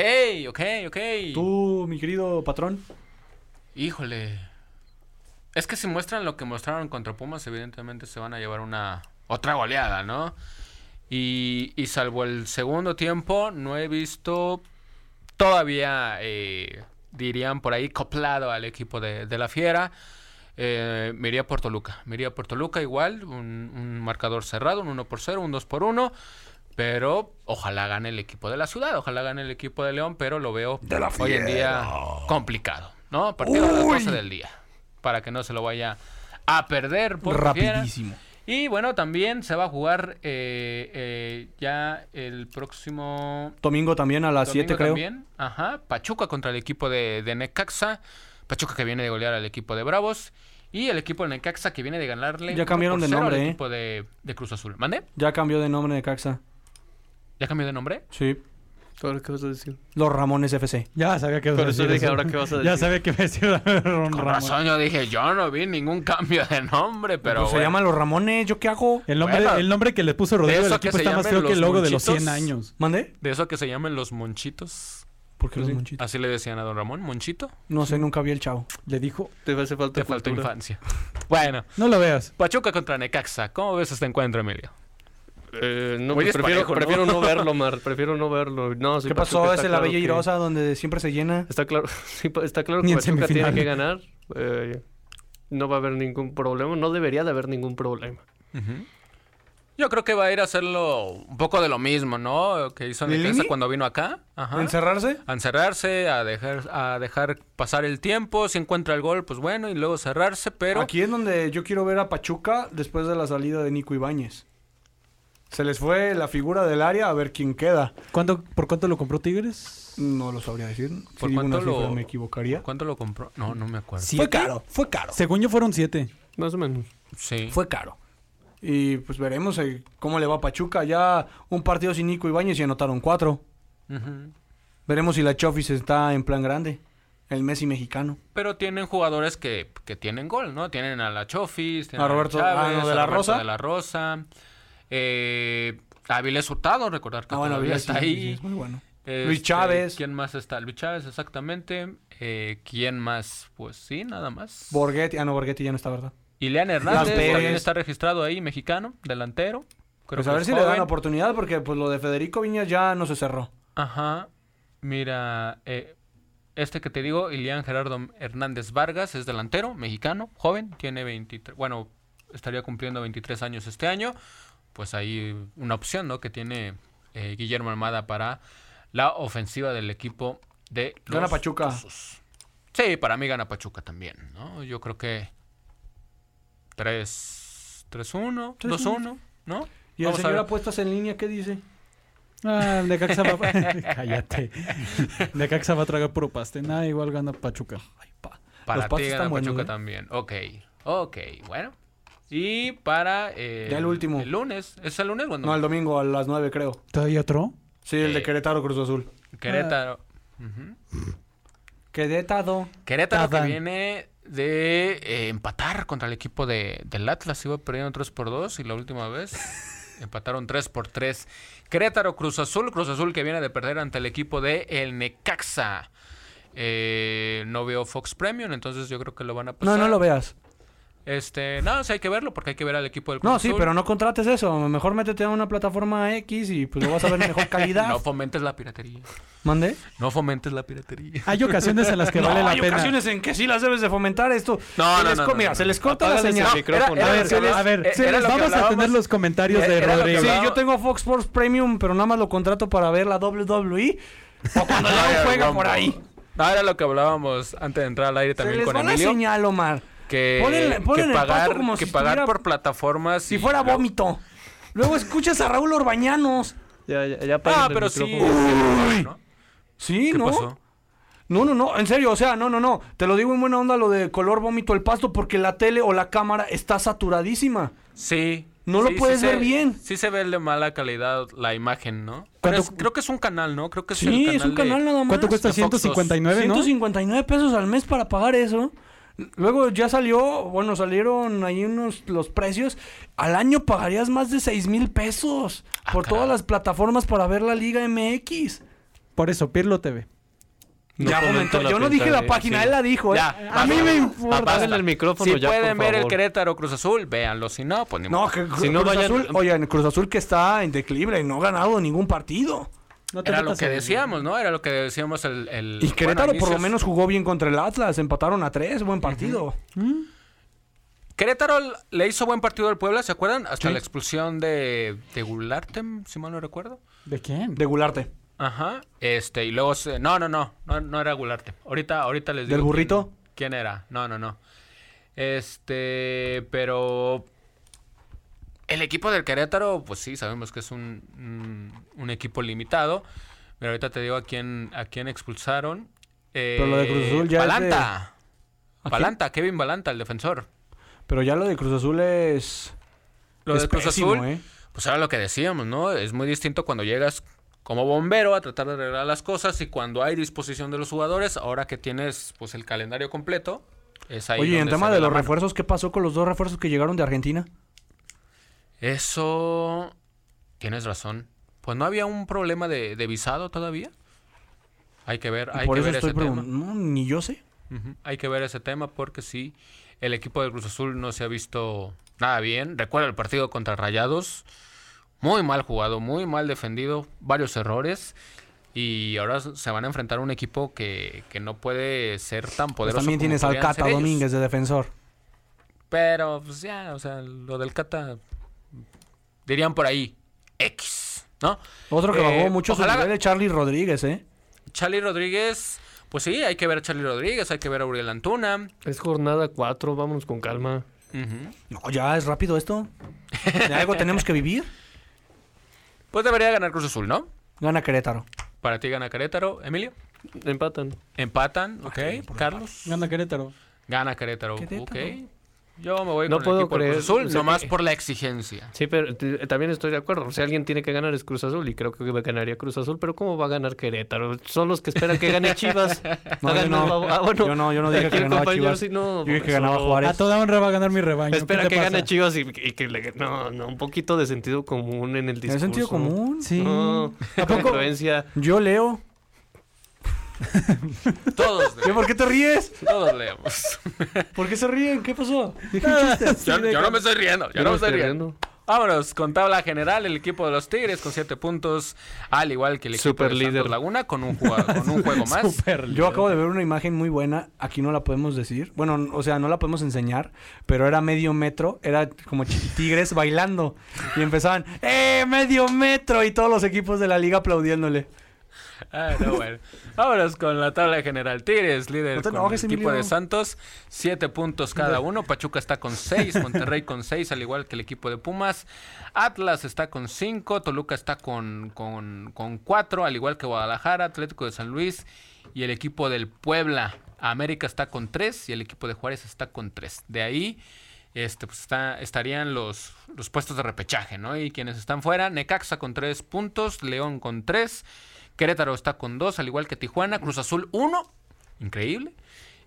ok, ok.
Tú, mi querido patrón.
Híjole. Es que si muestran lo que mostraron contra Pumas, evidentemente se van a llevar una otra goleada, ¿no? Y, y salvo el segundo tiempo, no he visto todavía, eh, dirían por ahí, coplado al equipo de, de la Fiera. Eh, me iría por Toluca. Me iría por Toluca igual, un, un marcador cerrado, un 1 por 0, un 2 por 1. Pero ojalá gane el equipo de la ciudad, ojalá gane el equipo de León, pero lo veo hoy en día complicado, ¿no? Partido a las 12 del día, para que no se lo vaya a perder por Fiera.
Rapidísimo.
Y bueno, también se va a jugar eh, eh, ya el próximo
Domingo también a las
domingo
7, creo.
también. Ajá. Pachuca contra el equipo de, de Necaxa. Pachuca que viene de golear al equipo de Bravos. Y el equipo de Necaxa que viene de ganarle.
Ya cambiaron
uno por
de
cero
nombre,
Al
¿eh?
equipo de, de Cruz Azul. ¿Mande?
Ya cambió de nombre de Caxa.
¿Ya cambió de nombre?
Sí.
Ahora, ¿qué vas a decir?
Los Ramones FC.
Ya sabía que ibas
Por
a
eso
decir
dije, ¿ahora qué vas a
Ya
decir?
sabía que me iba a decir Ron
Con
Ramón.
razón, yo dije, yo no vi ningún cambio de nombre, pero.
Pues se
bueno.
llaman Los Ramones, ¿yo qué hago?
El nombre,
Bueno,
el nombre que le puso
de
Rodrigo al
eso que
equipo
se
está más
llamen
feo que el
los
logo de los
Monchitos.
100 años.
¿Mandé?
De eso que se llaman los monchitos.
¿Por qué los monchitos?
Así le decían a don Ramón, monchito.
Pues Ah, No sé, nunca vi el chavo.
Le dijo,
Te hace falta
Te faltó
cultura.
infancia. Bueno,
no lo veas.
Pachuca contra Necaxa. ¿Cómo ves este encuentro, Emilio?
Eh, no,
Muy
pues, prefiero,
disparejo, ¿no?
prefiero ¿no? verlo, Mar. Prefiero no verlo. No, sí,
¿Qué
pues,
Pachuca
pasó? Es
está
en la
claro
Bella
que-
Irosa donde siempre se llena.
Está claro, sí, pa- está claro
Ni
que
en
Pachuca tiene
semifinal.
que ganar. eh, no va a haber ningún problema. No debería de haber ningún problema.
Yo creo que va a ir a hacerlo un poco de lo mismo, ¿no? Que hizo
¿Lilini?
Necaxa cuando vino acá. Ajá.
¿Encerrarse?
a encerrarse, a dejar, a dejar pasar el tiempo. Si encuentra el gol, pues bueno, y luego cerrarse, pero.
Aquí es donde yo quiero ver a Pachuca después de la salida de Nico Ibáñez. Se les fue la figura del área a ver quién queda.
¿Cuánto, ¿Por cuánto lo compró Tigres?
No lo sabría decir.
¿Por
Si digo una
cuánto lo-
cifra, me equivocaría.
¿Cuánto lo compró? No, no me acuerdo. Sí.
Fue caro, fue caro.
Según yo fueron 7.
Más o menos.
Fue caro. Y pues veremos eh, cómo le va a Pachuca. Ya un partido sin Nico Ibáñez y anotaron cuatro.
Ujú.
Veremos si la Chofis está en plan grande. El Messi mexicano.
Pero tienen jugadores que, que tienen gol, ¿no? Tienen a la Chofis, tienen
A
a
Roberto-
Chávez,
ah, no, de
a
la
Roberto
Rosa.
De la Rosa. Eh, a Avilés Hurtado, recordar que
Ah, bueno,
todavía
Vila sí,
está
sí,
ahí.
sí, es muy bueno.
Este,
Luis Chávez,
¿Quién más está? Luis Chávez, exactamente. Eh, ¿Quién más? Pues sí, nada más.
Borghetti. Ah, no, Borghetti ya no está, ¿verdad?
Ilian Hernández
Pérez.
también está registrado ahí, mexicano, delantero. Creo
Pues
que
a ver
es
si le dan
joven.
oportunidad porque pues lo de Federico Viñas ya no se cerró.
Ajá. Mira, eh, este que te digo, Ilian Gerardo Hernández Vargas, es delantero, mexicano, joven, tiene 23, bueno, estaría cumpliendo 23 años este año. Pues ahí una opción, ¿no? Que tiene eh, Guillermo Almada para la ofensiva del equipo de los
Gana Pachuca.
Tuzos. Sí, para mí gana Pachuca también, ¿no? Yo creo que 3 3-1, 2-1, ¿no?
¿Y el
Vamos a
señor
ver.
apuestas en línea qué dice?
Ah, el Necaxa va... Cállate. Necaxa va a tragar puro paste. Nada, igual gana Pachuca.
Para
Los patos
ti gana
están buenos,
Pachuca
¿eh?
también. Ok, ok, bueno. Y para... eh,
Ya el último.
El lunes. ¿Es el lunes cuando
No, el domingo a las 9 creo.
¿Todavía otro?
Sí, el de
Eh.
Querétaro Cruz Azul.
Querétaro... Ujú.
Querétaro.
Querétaro que
Tadán.
viene de eh, empatar contra el equipo de, del Atlas. Iba perdiendo 3 por 2 y la última vez empataron 3 por 3. Querétaro Cruz Azul. Cruz Azul que viene de perder ante el equipo de El Necaxa. Eh, no veo Fox Premium, entonces yo creo que lo van a
No,
pasar.
no lo veas.
Este, no, sí hay que verlo porque hay que ver al equipo del Cruz
No,
Azul.
sí, pero no contrates eso. Mejor métete a una plataforma X y pues lo vas a ver en mejor calidad.
No fomentes la piratería.
¿Mande?
No fomentes la piratería.
Hay ocasiones en las que
No,
vale la
hay
pena.
ocasiones en que sí las debes de fomentar esto.
No,
Se
no,
les
no,
co-
no,
Mira,
no,
se
no.
les corta la
Apágales el
señal.
micrófono.
A
Era
ver,
lo que
a ver,
hablábamos-
sí,
Eh, era lo que
vamos a tener
hablábamos- Eh,
los comentarios
era-
de
era lo que
Rodrigo.
Sí,
hablaba-
yo tengo Fox Sports Premium, pero nada más lo contrato para ver la WWE. O cuando León juega por ahí.
No, Ah, era lo que hablábamos antes de entrar al aire
Se
también
les
con
va la
Emilio.
señal, Omar.
Que,
Ponle- ponle
que
en el pasto
pagar,
como
que
si
pagar
estuviera-
por plataformas.
Si
y Ah,
fuera
luego-
vómito. Luego escuchas a Raúl Orbañanos.
Ya, ya, ya apaguen
Ah,
el
pero sí.
micrófono.
¿no?
Sí,
¿Qué
¿no?
pasó?
No, no, no, en serio, o sea, no, no, no. Te lo digo en buena onda lo de color vómito el pasto porque la tele o la cámara está saturadísima.
Sí,
No lo
Sí, sí
puedes
se-
ver bien.
Sí se ve de mala calidad la imagen, ¿no? Pero
¿Cuánto-
es- creo que es un canal, ¿no? Creo que es el
Sí,
canal
es un canal
de...
nada más.
¿Cuánto cuesta?
de Fox dos.
159, ¿no?
159 pesos al mes para pagar eso. Luego ya salió, bueno, salieron ahí unos los precios. Al año pagarías más de 6 mil pesos por todas las plataformas para ver la Liga MX.
Por eso, Pirlo TV.
No
ya
comento
comentó,
la
yo no
cuenta
dije la
de-
página,
sí.
él la dijo. ¿eh?
Ya,
a
basta.
mí me importa.
Ah, Basta.
Apaguen el micrófono
Si
ya, por
pueden ver el
favor.
Querétaro Cruz Azul, véanlo. Si no, pues ni
No,
modo.
que
Si no
Cruz
vayan-
Azul, oye, en Cruz Azul que está en declive y no ha ganado ningún partido.
No te
Era lo
metas
que
en-
decíamos, ¿no? Era lo que decíamos el... el-
Y
bueno,
Querétaro por lo
inicios.
menos jugó bien contra el Atlas, empataron a tres, buen partido.
Querétaro le hizo buen partido al Puebla, ¿se acuerdan? Hasta la expulsión de, de Gulartem, si mal no recuerdo.
¿De quién?
De Gularte.
Ajá. Este, y luego se- no, no, no, no, no era Gularte. Ahorita, ahorita les
¿Del
digo. quién-
burrito?
¿Quién, era? No, no, no. Este, pero el equipo del Querétaro, pues sí, sabemos que es un, un, un equipo limitado. Pero ahorita te digo a quién, a quién expulsaron.
Pero lo de Cruz Azul ya es de-
Balanta. Balanta, Kevin Balanta, el defensor.
Pero ya lo de Cruz Azul es.
Lo
es
de Cruz
pésimo,
Azul.
¿eh?
pues era lo que decíamos, ¿no? Es muy distinto cuando llegas como bombero a tratar de arreglar las cosas y cuando hay disposición de los jugadores, ahora que tienes pues el calendario completo, es ahí.
Oye, y en
donde
tema
se
de
ve la
los
mano.
refuerzos, ¿qué pasó con los dos refuerzos que llegaron de Argentina?
Eso tienes razón. Pues no había un problema de, de visado todavía. Hay que ver, hay
Por
que
eso
ver
estoy
ese tema.
preguntando. No, ni yo sé. Pues
Ujú, Hay que ver ese tema porque sí, el equipo del Cruz Azul no se ha visto nada bien. Recuerda el partido contra Rayados. Muy mal jugado, muy mal defendido, varios errores. Y ahora s- se van a enfrentar a un equipo que, que no puede ser tan
Pues
poderoso.
también
como
tienes al
podrían ser
Cata
ellos.
Domínguez de defensor.
Pero, pues ya, o sea, lo del Cata. Dirían por ahí, X, ¿no?
Otro que
Eh,
bajó mucho su
ojalá-
nivel de Charlie Rodríguez, ¿eh?
Charlie Rodríguez, pues sí, hay que ver a Charlie Rodríguez, hay que ver a Uriel Antuna.
Es jornada 4, vámonos con calma.
Ujú.
No, ya es rápido esto. De algo tenemos que vivir.
Pues debería ganar Cruz Azul, ¿no?
Gana Querétaro.
Para ti gana Querétaro, Emilio.
Empatan.
Ah,
Empatan, ok. Carlos.
Gana Querétaro.
Gana Querétaro,
Querétaro.
ok. Yo me voy
No
con
puedo
el equipo del
creer,
Cruz Azul,
o sea,
nomás
que-
por la exigencia.
Sí, pero t- también estoy de acuerdo. Si alguien tiene que ganar es Cruz Azul y creo que ganaría Cruz Azul, pero ¿cómo va a ganar Querétaro? Son los que esperan que gane Chivas.
No,
Hagan
yo no.
el babo- ah, bueno,
Yo no, yo no dije
aquí
que
el
ganaba
compañero
Chivas.
sí, no,
yo dije que
eso-
ganaba Juárez.
A toda honra va a ganar mi rebaño.
Espera
¿Qué
que
te
gane
pasa?
Chivas y, y que le No, no, un poquito de sentido común en el discurso.
¿En sentido común?
Sí.
No, congruencia.
Yo leo.
Todos,
¿Qué,
leemos,
¿Por qué te ríes?
todos leemos.
¿Por qué se ríen? ¿Qué pasó?
Yo, yo no me estoy riendo, yo
Yo
no me
me
estoy
estoy
riendo. Vámonos con tabla general, el equipo de los Tigres con siete puntos, al igual que el equipo
Super
de Santos
líder.
Laguna con un, jugado- con un juego más.
Super
Yo acabo de ver una imagen muy buena, aquí no la podemos decir, bueno, n- o sea, no la podemos enseñar, pero era medio metro, era como chi- tigres bailando y empezaban, ¡eh, medio metro! Y todos los equipos de la liga aplaudiéndole.
Ah, no, bueno. Vámonos con la tabla general. Tigres, líder
No te
con
enojes,
el equipo
Emilio.
de Santos. Siete puntos cada uno. Pachuca está con seis. Monterrey con seis, al igual que el equipo de Pumas. Atlas está con cinco. Toluca está con, con, con cuatro, al igual que Guadalajara, Atlético de San Luis y el equipo del Puebla. América está con tres y el equipo de Juárez está con tres. De ahí este, pues está, estarían los, los puestos de repechaje, ¿no? Y quienes están fuera, Necaxa con tres puntos, León con tres, Querétaro está con dos, al igual que Tijuana, Cruz Azul uno, increíble,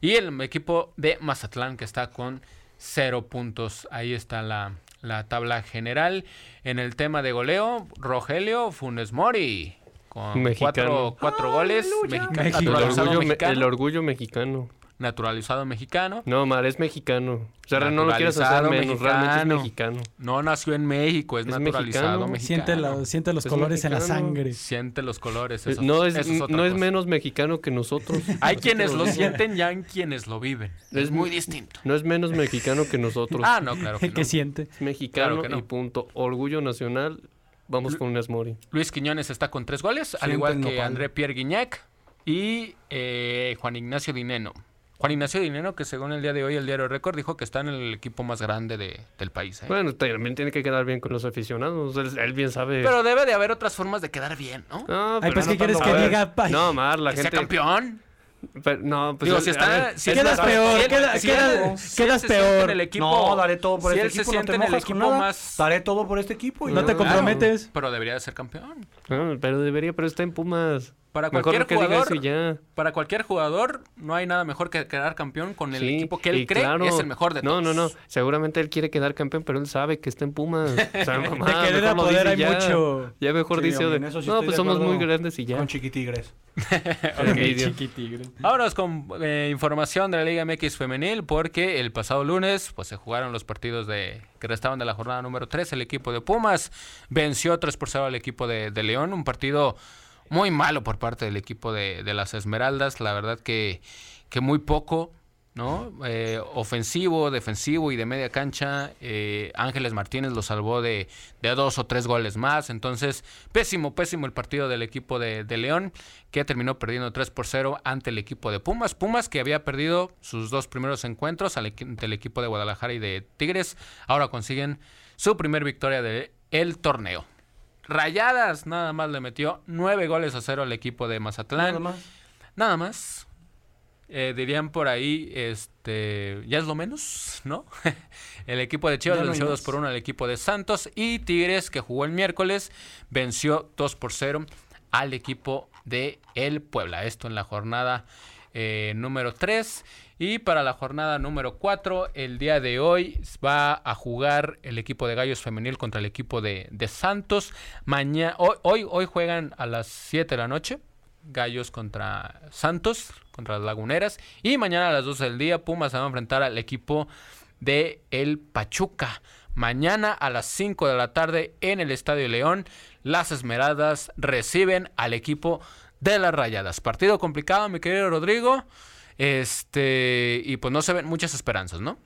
y el equipo de Mazatlán que está con cero puntos. Ahí está la, la tabla general. En el tema de goleo, Rogelio Funes Mori con
Mexicano.
cuatro, cuatro goles, mexica-
El
naturalizado
orgullo, me- el Mm.
mexicano.
orgullo mexicano.
Naturalizado mexicano.
No, Mar, es mexicano. O sea, no lo quieras hacer
Naturalizado
menos, realmente es
mexicano.
mexicano.
No nació en México, es,
Es
naturalizado
mexicano.
mexicano.
Siente, la- siente los
Es
colores en la
mexicano.
sangre.
Siente los colores.
Eh,
eso-
no es,
eso otra
no es
cosa.
menos mexicano que nosotros.
Hay
Así
quienes
te
lo
digo.
sienten y hay quienes lo viven. Es
Es
muy
mu-
distinto.
No es menos mexicano que nosotros.
Ah, no, claro que
El
no.
que siente.
Es mexicano
claro que no. Eh.
y punto. Orgullo nacional. Vamos con Unas Mori.
Luis Quiñones está con tres goles, al
Siente
igual
el
que
nopal.
André Pierre Guignac y eh, Juan Ignacio Dineno. Juan Ignacio Dineno, que según el día de hoy el diario Récord, dijo que está en el equipo más grande de- del país. ¿eh?
Bueno, también tiene que quedar bien con los aficionados. Él, él bien sabe.
Pero debe de haber otras formas de quedar bien, ¿no?
No,
Ay, pues,
no
¿qué quieres
tanto.
que
A ver,
diga? Ay.
No, Mar, la
que sea
gente.
campeón.
Pero, no, pues
Digo,
a-
si
a
está-
ver,
si
es
quedas
la-
peor,
si él-
queda-
él-
queda-
si
quedas
él se siente
peor.
en el equipo,
No, daré todo por
si
este
él se
equipo. No
siente
te
en el
mojas con
equipo
nada.
más-
Daré todo por este equipo. y
No te
claro.
comprometes.
pero debería de ser campeón.
No, pero debería, pero está en Pumas.
Para
Mejor
cualquier
que diga
jugador,
eso y ya.
Para cualquier jugador, no hay nada mejor que quedar campeón con el
Sí,
equipo que él
y
cree
claro,
es el mejor de
No,
todos.
no, no. Seguramente él quiere quedar campeón, pero él sabe que está en Pumas. O sea, mamá,
De querer
mejor
a
lo
poder
dice
hay
ya.
mucho.
Ya mejor
Sí,
dice,
hombre, en
de,
eso sí
no,
estoy
pues
de
somos
acuerdo
muy grandes y ya.
Con chiquitigres.
Ah, Envidia.
Vámonos con eh, información de la Liga MX femenil porque el pasado lunes pues se jugaron los partidos de que restaban de la jornada número 3. El equipo de Pumas venció 3 por 0 al equipo de, de León. Un partido muy malo por parte del equipo de, de las Esmeraldas. La verdad que, que muy poco. ¿no? Eh, ofensivo, defensivo y de media cancha. eh, Ángeles Martínez lo salvó de, de dos o tres goles más. Entonces, pésimo, pésimo el partido del equipo de, de León, que terminó perdiendo 3 por 0 ante el equipo de Pumas. Pumas que había perdido sus dos primeros encuentros al equi- ante el equipo de Guadalajara y de Tigres. Ahora consiguen su primer victoria del torneo. Rayadas nada más le metió nueve goles a cero al equipo de Mazatlán.
Nada más.
Nada más. Eh, dirían por ahí, este, ya es lo menos, ¿no? el equipo de Chivas
Ya no hay
venció 2
más.
por 1 al equipo de Santos y Tigres, que jugó el miércoles, venció 2 por 0 al equipo de El Puebla. Esto en la jornada eh, número 3. Y para la jornada número 4, el día de hoy va a jugar el equipo de Gallos Femenil contra el equipo de, de Santos. Mañana, hoy, hoy, hoy juegan a las 7 de la noche. Gallos contra Santos, contra las Laguneras. Y mañana a las 12 del día, Pumas se va a enfrentar al equipo de El Pachuca. Mañana a las 5 de la tarde en el Estadio León, las Esmeraldas reciben al equipo de las Rayadas. Partido complicado, mi querido Rodrigo. Este, y pues no se ven muchas esperanzas, ¿no?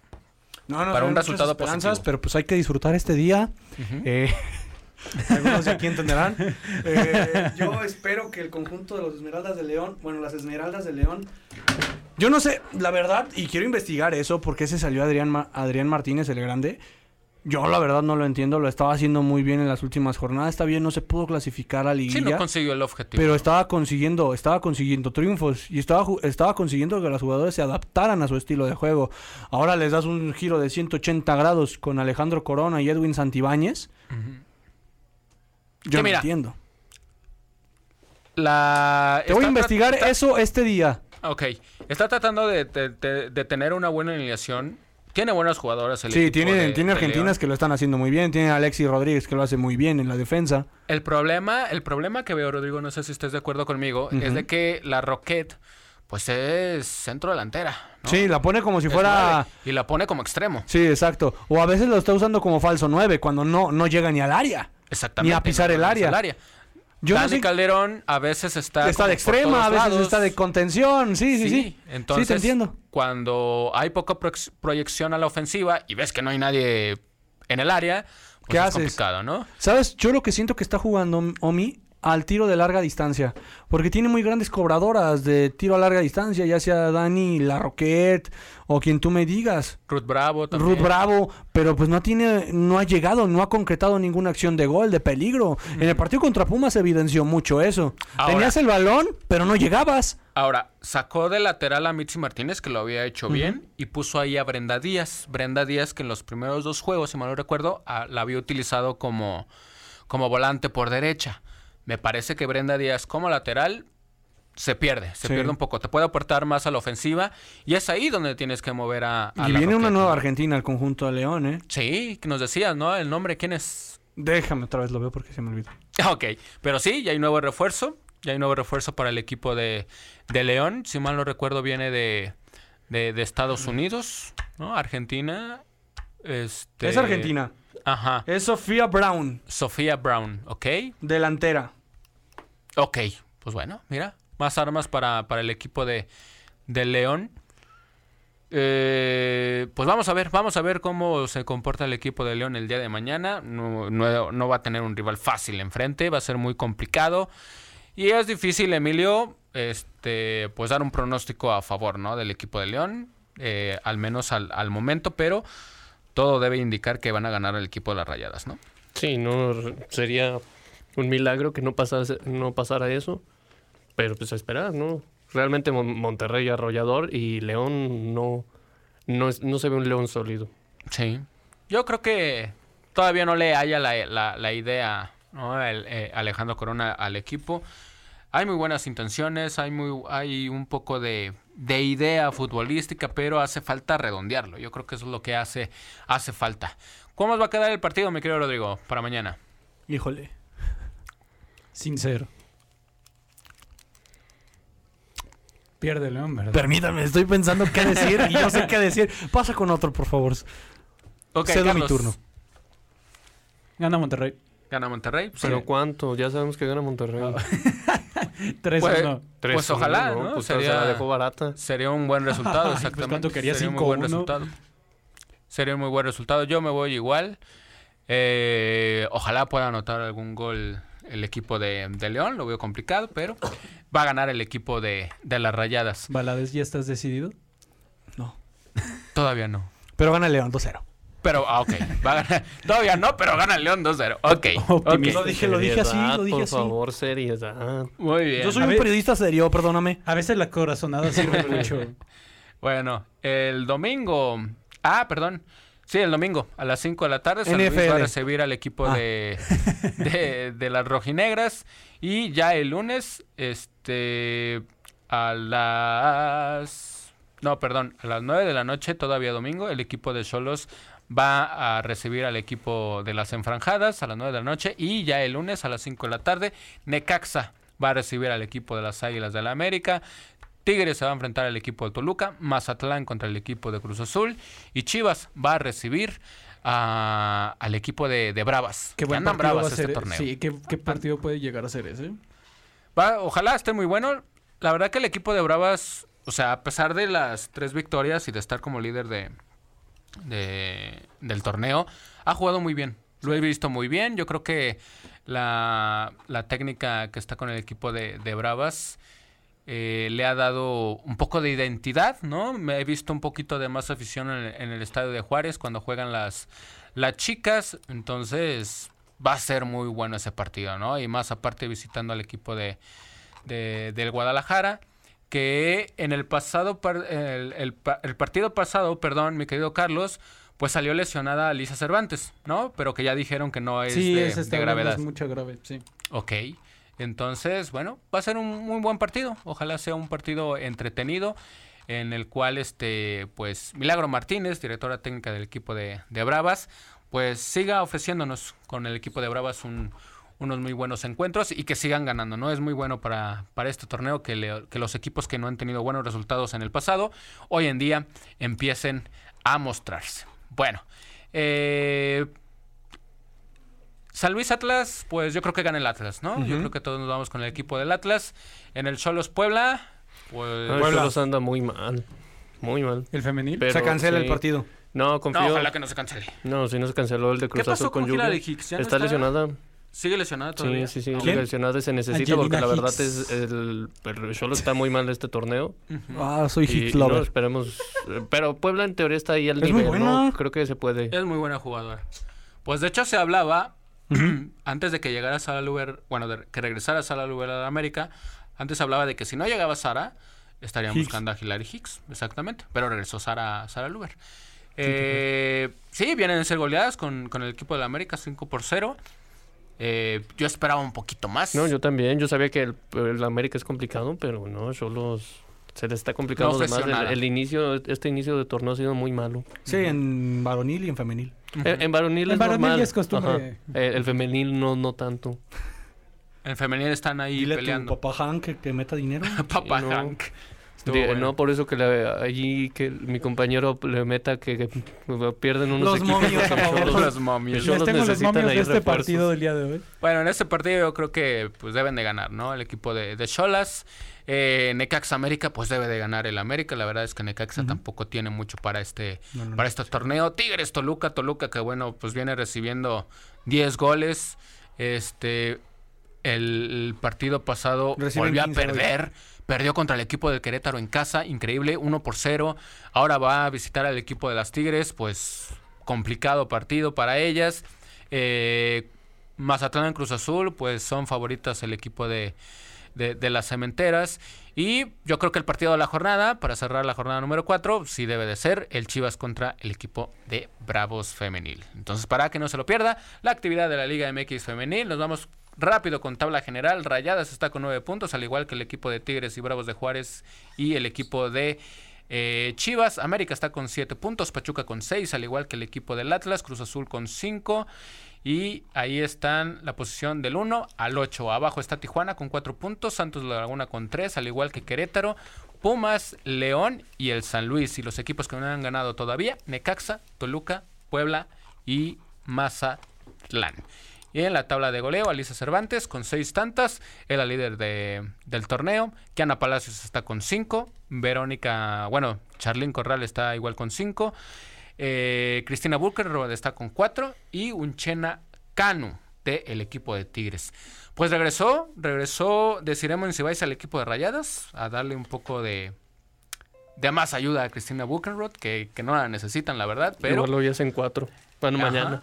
No, no,
Para
son
un
muchas
resultado
esperanzas,
positivo.
Pero pues hay que disfrutar este día. Eh, algunos de aquí entenderán. Eh, yo espero que el conjunto de los Esmeraldas de León, bueno, las Esmeraldas de León, yo no sé, la verdad, y quiero investigar eso, porque se salió Adrián, Ma- Adrián Martínez el Grande. Yo la verdad no lo entiendo, lo estaba haciendo muy bien en las últimas jornadas, está bien, no se pudo clasificar a
Sí,
liguilla.
no consiguió el objetivo.
Pero estaba consiguiendo, estaba consiguiendo triunfos y estaba, ju- estaba consiguiendo que los jugadores se adaptaran a su estilo de juego. Ahora les das un giro de 180 grados con Alejandro Corona y Edwin Santibáñez.
Que
Yo no
mira,
entiendo.
La-
Te voy a
está
investigar
tra-
eso este día.
está- Ok, está tratando de, de- de- de tener una buena alineación. Tiene buenas jugadoras. El
Sí,
equipo
tiene,
de-
tiene
de
argentinas
León.
que lo están haciendo muy bien, tiene a Alexis Rodríguez que lo hace muy bien en la defensa.
El problema, el problema que veo, Rodrigo, no sé si estés de acuerdo conmigo, es de que la Roquette, pues es centro delantera. ¿no?
Sí, la pone como si
Es
fuera...
nueve, Y la pone como extremo.
Sí, exacto. O a veces lo está usando como falso 9 cuando no, no llega ni al área.
Exactamente.
Ni a pisar
no,
el
no, no,
área.
el área.
Yo no
Dani
sé-
Calderón a veces está.
está
como
de
por todos
extrema, a veces
lados.
está de contención. Sí, sí, sí.
Entonces,
sí, te entiendo.
cuando hay poca prox- proyección a la ofensiva y ves que no hay nadie en el área, pues
¿Qué
es
haces?
complicado, ¿no?
¿Sabes? Yo lo que siento que está jugando Omi al tiro de larga distancia. Porque tiene muy grandes cobradoras de tiro a larga distancia, ya sea Dani, La Roquette o quien tú me digas.
Ruth Bravo también.
Ruth Bravo, pero pues no tiene, no ha llegado, no ha concretado ninguna acción de gol, de peligro. En el partido contra Pumas se evidenció mucho eso.
Mm. Ahora-
Tenías el balón, pero no llegabas.
Ahora, sacó de lateral a Mitzi Martínez, que lo había hecho bien, y puso ahí a Brenda Díaz. Brenda Díaz, que en los primeros dos juegos, si mal no recuerdo, a- la había utilizado como, como volante por derecha. Me parece que Brenda Díaz, como lateral, se pierde, se
Sí.
pierde un poco. Te puede aportar más a la ofensiva, y es ahí donde tienes que mover a. a
y
la
viene una
Roquette.
nueva Argentina al conjunto de León, ¿eh?
Sí, que nos decías, ¿no? El nombre, ¿quién es?
Déjame otra vez, lo veo porque se me olvidó.
Ok, pero sí, ya hay nuevo refuerzo. Ya hay nuevo refuerzo para el equipo de, de León. Si mal no recuerdo, viene de, de, de Estados Unidos, ¿no? Argentina. Este...
Es Argentina.
Ajá.
Es Sofía Brown,
Sofía Brown, ok.
delantera.
Ok, pues bueno, mira. Más armas para, para el equipo de, de León. Eh, pues vamos a ver, vamos a ver cómo se comporta el equipo de León el día de mañana. No, no- no va a tener un rival fácil enfrente, va a ser muy complicado. Y es difícil, Emilio, este, pues dar un pronóstico a favor ¿no? del equipo de León, eh, al menos al, al momento, pero todo debe indicar que van a ganar el equipo de las Rayadas, ¿no?
Sí, no, r- sería un milagro que no pasase, no pasara eso. Pero pues a esperar, ¿no? Realmente Mon- Monterrey arrollador y León no, no, es- no se ve un León sólido.
Sí. Yo creo que todavía no le haya la, la- la idea ¿no? El, eh, Alejandro Corona al equipo. Hay muy buenas intenciones, hay, muy, hay un poco de, de idea futbolística, pero hace falta redondearlo. Yo creo que eso es lo que hace, hace falta. ¿Cómo va a quedar el partido, mi querido Rodrigo, para mañana?
Híjole.
Sincero. Pierde León, ¿verdad?
Permítame, estoy pensando qué decir y yo sé qué decir. Pasa con otro, por favor.
Ok,
Cedo mi
Carlos,
turno.
Gana Monterrey.
Gana Monterrey. pues,
¿Pero
eh,
cuánto? Ya sabemos que gana
Ah,
Monterrey.
3
Pues-
1.
Tres,
Pues ojalá,
uno,
¿no?
Pues
Sería-
se la dejó barata.
Sería un buen resultado,
Ay, pues,
exactamente.
¿cuánto quería?
Sería un muy
¿Cinco,
buen
uno?
resultado. Sería un muy buen resultado. Yo me voy igual. Eh, ojalá pueda anotar algún gol el equipo de, de León. Lo veo complicado, pero va a ganar el equipo de, de las Rayadas.
Balades, ¿ya estás decidido?
Todavía no.
Pero gana León 2-0.
Pero, ah, ok. Va a ganar. Todavía no, pero gana el León 2-0. Ok.
Optimista.
ok.
dije, lo dije así,
Seriedad,
lo dije
Por
así.
favor, seriedad.
Muy bien.
Yo soy
A
un
ver.
periodista serio, perdóname.
A veces la corazonada sirve mucho.
Bueno, el domingo. Ah, perdón. Sí, el domingo a las 5 de la tarde San Luis va a
NFL.
recibir al equipo
Ah.
de, de, de las rojinegras. Y ya el lunes, este. A las. No, perdón, a las 9 de la noche, todavía domingo, el equipo de Solos va a recibir al equipo de las Enfranjadas a las 9 de la noche. Y ya el lunes a las 5 de la tarde, Necaxa va a recibir al equipo de las Águilas del América. Tigres se va a enfrentar al equipo de Toluca, Mazatlán contra el equipo de Cruz Azul y Chivas va a recibir a- al equipo de, de Bravas. que
Qué buen
andan
partido va a
Bravas
ser. eh,
este torneo.
Sí, qué, qué partido puede llegar a ser ese.
Va- ojalá esté muy bueno. La verdad que el equipo de Bravas, o sea, a pesar de las tres victorias y de estar como líder de, de- del torneo, ha jugado muy bien. Lo he visto muy bien. Yo creo que la, la técnica que está con el equipo de, de Bravas eh, le ha dado un poco de identidad, ¿no? Me he visto un poquito de más afición en, el- en el estadio de Juárez cuando juegan las, las chicas. Entonces va a ser muy bueno ese partido, ¿no? Y más aparte visitando al equipo de, de- del Guadalajara, que en el pasado, par- el, el pa- el partido pasado, perdón, mi querido Carlos, pues salió lesionada Lisa Cervantes, ¿no? Pero que ya dijeron que no es este,
sí,
de,
ese está
de gravedad.
Es este, mucha grave, sí.
Ok. Entonces, bueno, va a ser un muy buen partido. Ojalá sea un partido entretenido en el cual, este, pues, Milagro Martínez, directora técnica del equipo de, de Bravas, pues siga ofreciéndonos con el equipo de Bravas un- unos muy buenos encuentros y que sigan ganando, ¿no? Es muy bueno para, para este torneo que, le- que los equipos que no han tenido buenos resultados en el pasado, hoy en día empiecen a mostrarse. Bueno, eh, San Luis Atlas, pues yo creo que gana el Atlas, ¿no? Yo creo que todos nos vamos con el equipo del Atlas. En el Cholos Puebla, pues.
Ay, Cholos anda muy mal. Muy mal.
El femenil.
Pero
se cancela
sí.
el partido.
No,
no,
confío.
ojalá que no se cancele.
No, sí nos canceló el de Cruz
pasó
Azul
con
con
Hilary
Lluvia.
Hicks? ¿Ya no
está
está?
lesionada.
¿Sigue lesionada
Sí,
todavía?
sí, sí.
¿Quién?
Lesionada se necesita
Angelina
porque la verdad
Hicks.
es el, el Cholos está muy mal este torneo.
Ah, soy
Y,
Hit
y no
Lover.
esperemos. eh, Pero Puebla en teoría está ahí al
Es muy
nivel, ¿no?
buena.
Creo que se puede.
Es muy buena jugadora. Pues de hecho se hablaba, antes de que llegara Sara Luber, bueno, de que regresara Sara Luber a la América, antes se hablaba de que si no llegaba Sara, estarían
Hicks.
buscando a Hilary Hicks, exactamente. Pero regresó Sara, Sara Luber. Eh, sí, vienen a ser goleadas con, con el equipo de la América, 5 por 0. Eh, yo esperaba un poquito más.
No, yo también. Yo sabía que el, el América es complicado, pero no, Cholos se le está complicando
No
de más.
ofreció
El,
nada.
el inicio, este inicio de torneo ha sido muy malo.
Sí, en varonil y en femenil.
En, en varonil
En
es
varonil
normal.
ya es costumbre.
Ajá. El, el femenil no, no tanto.
En femenil están ahí
Dile a
peleando.
tu papá Hank que, que meta dinero.
Papá
Sí, no.
Hank. Estuvo
De-
bueno.
No, por eso que le- allí que mi compañero le meta que, que pierden unos
Los
equipos.
momios,
que
por favor.
Cholos-
Los momios.
Cholos
Les tengo los
necesitan
momios de
ahí
este
refuerzos.
partido del día de hoy.
Bueno, en este partido yo creo que pues deben de ganar, ¿no? El equipo de, de Cholas. Eh, Necaxa América, pues debe de ganar el América. La verdad es que Necaxa tampoco tiene mucho para este, para este torneo. Tigres, Toluca, Toluca, que bueno, pues viene recibiendo 10 goles. Este, el partido pasado
Reciben
volvió a
15 hoy.
perder. Perdió contra el equipo de Querétaro en casa, increíble, 1 por 0. Ahora va a visitar al equipo de las Tigres, pues complicado partido para ellas. Eh, Mazatlán en Cruz Azul, pues son favoritas el equipo de de, de las cementeras. Y yo creo que el partido de la jornada, para cerrar la jornada número 4, sí debe de ser el Chivas contra el equipo de Bravos Femenil. Entonces, para que no se lo pierda, la actividad de la Liga MX Femenil, nos vamos rápido con tabla general. Rayadas está con 9 puntos, al igual que el equipo de Tigres y Bravos de Juárez y el equipo de eh, Chivas. América está con 7 puntos, Pachuca con 6, al igual que el equipo del Atlas, Cruz Azul con 5. Y ahí están la posición del 1 al 8. Abajo está Tijuana con 4 puntos, Santos Laguna con 3, al igual que Querétaro, Pumas, León y el San Luis. Y los equipos que no han ganado todavía, Necaxa, Toluca, Puebla y Mazatlán. Y en la tabla de goleo, Alisa Cervantes con seis tantas, es la líder de- del torneo. Kiana Palacios está con cinco. Verónica, bueno, Charlín Corral está igual con cinco. eh, Cristina Burker está con cuatro. Y Unchena Canu del equipo de Tigres. Pues regresó, regresó Deciremos en si vais al equipo de Rayadas a darle un poco de, de más ayuda a Cristina Buckenroth, que, que no la necesitan, la verdad, pero...
Igual lo ya en cuatro. Bueno,
Ajá.
mañana.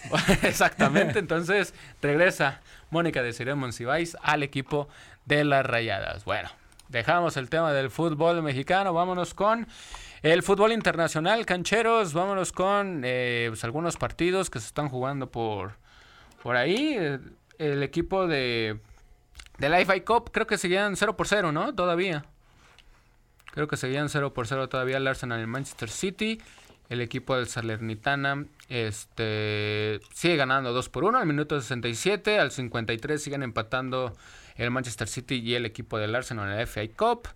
Exactamente, entonces regresa Mónica de Ciremon Monsiváis al equipo de las Rayadas. Bueno, dejamos el tema del fútbol mexicano, vámonos con el fútbol internacional, cancheros, vámonos con eh, pues, algunos partidos que se están jugando por, por ahí. Eh, El equipo de, de la FA Cup creo que seguían 0 por 0, ¿no? Todavía. Creo que seguían 0 por 0 todavía el Arsenal y el Manchester City. El equipo del Salernitana este, sigue ganando 2 por 1 al minuto 67. Al 53 siguen empatando el Manchester City y el equipo del Arsenal en la FA Cup.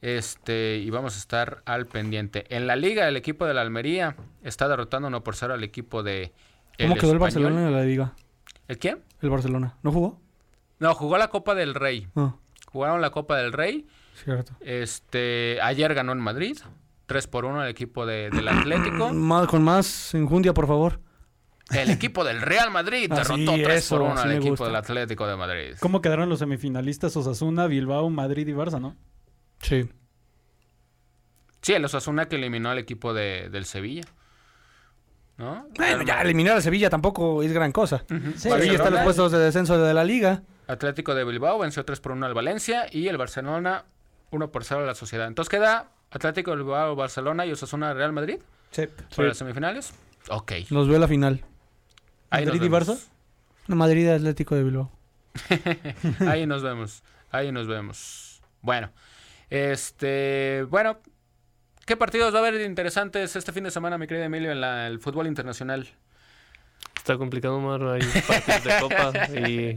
Este, y vamos a estar al pendiente. En la liga, el equipo de la Almería está derrotando 1 por 0 al equipo de.
¿Cómo quedó el
Español.
Barcelona en la liga?
¿El quién?
El Barcelona. ¿No jugó?
No, jugó la Copa del Rey.
No.
Jugaron la Copa del Rey.
Cierto.
Este, ayer ganó en Madrid. 3 por 1 el equipo de- del Atlético.
Más- con más enjundia, por favor.
El equipo del Real Madrid
Así,
derrotó 3
eso,
por 1
así
al
me
equipo
gusta.
del Atlético de Madrid.
¿Cómo quedaron los semifinalistas Osasuna, Bilbao, Madrid y Barça, no?
Sí.
Sí, el Osasuna que eliminó al equipo de, del Sevilla. ¿No?
Bueno,
Real
ya
Madrid.
eliminar a Sevilla tampoco es gran cosa.
Sí,
Sevilla está en los
Barcelona.
puestos de descenso de la liga.
Atlético de Bilbao venció 3 por 1 al Valencia y el Barcelona 1 por 0 a la Sociedad. Entonces queda Atlético de Bilbao, Barcelona y Osasuna Real Madrid para las semifinales. Ok.
Nos ve la final.
Ahí nos
¿Madrid y
vemos.
Barça?
Madrid Atlético de Bilbao.
Ahí nos vemos. Ahí nos vemos. Bueno, este, bueno, ¿qué partidos va a haber interesantes este fin de semana, mi querido Emilio, en la- el fútbol internacional?
Está complicado, Omar. Hay partidos de copa. Y,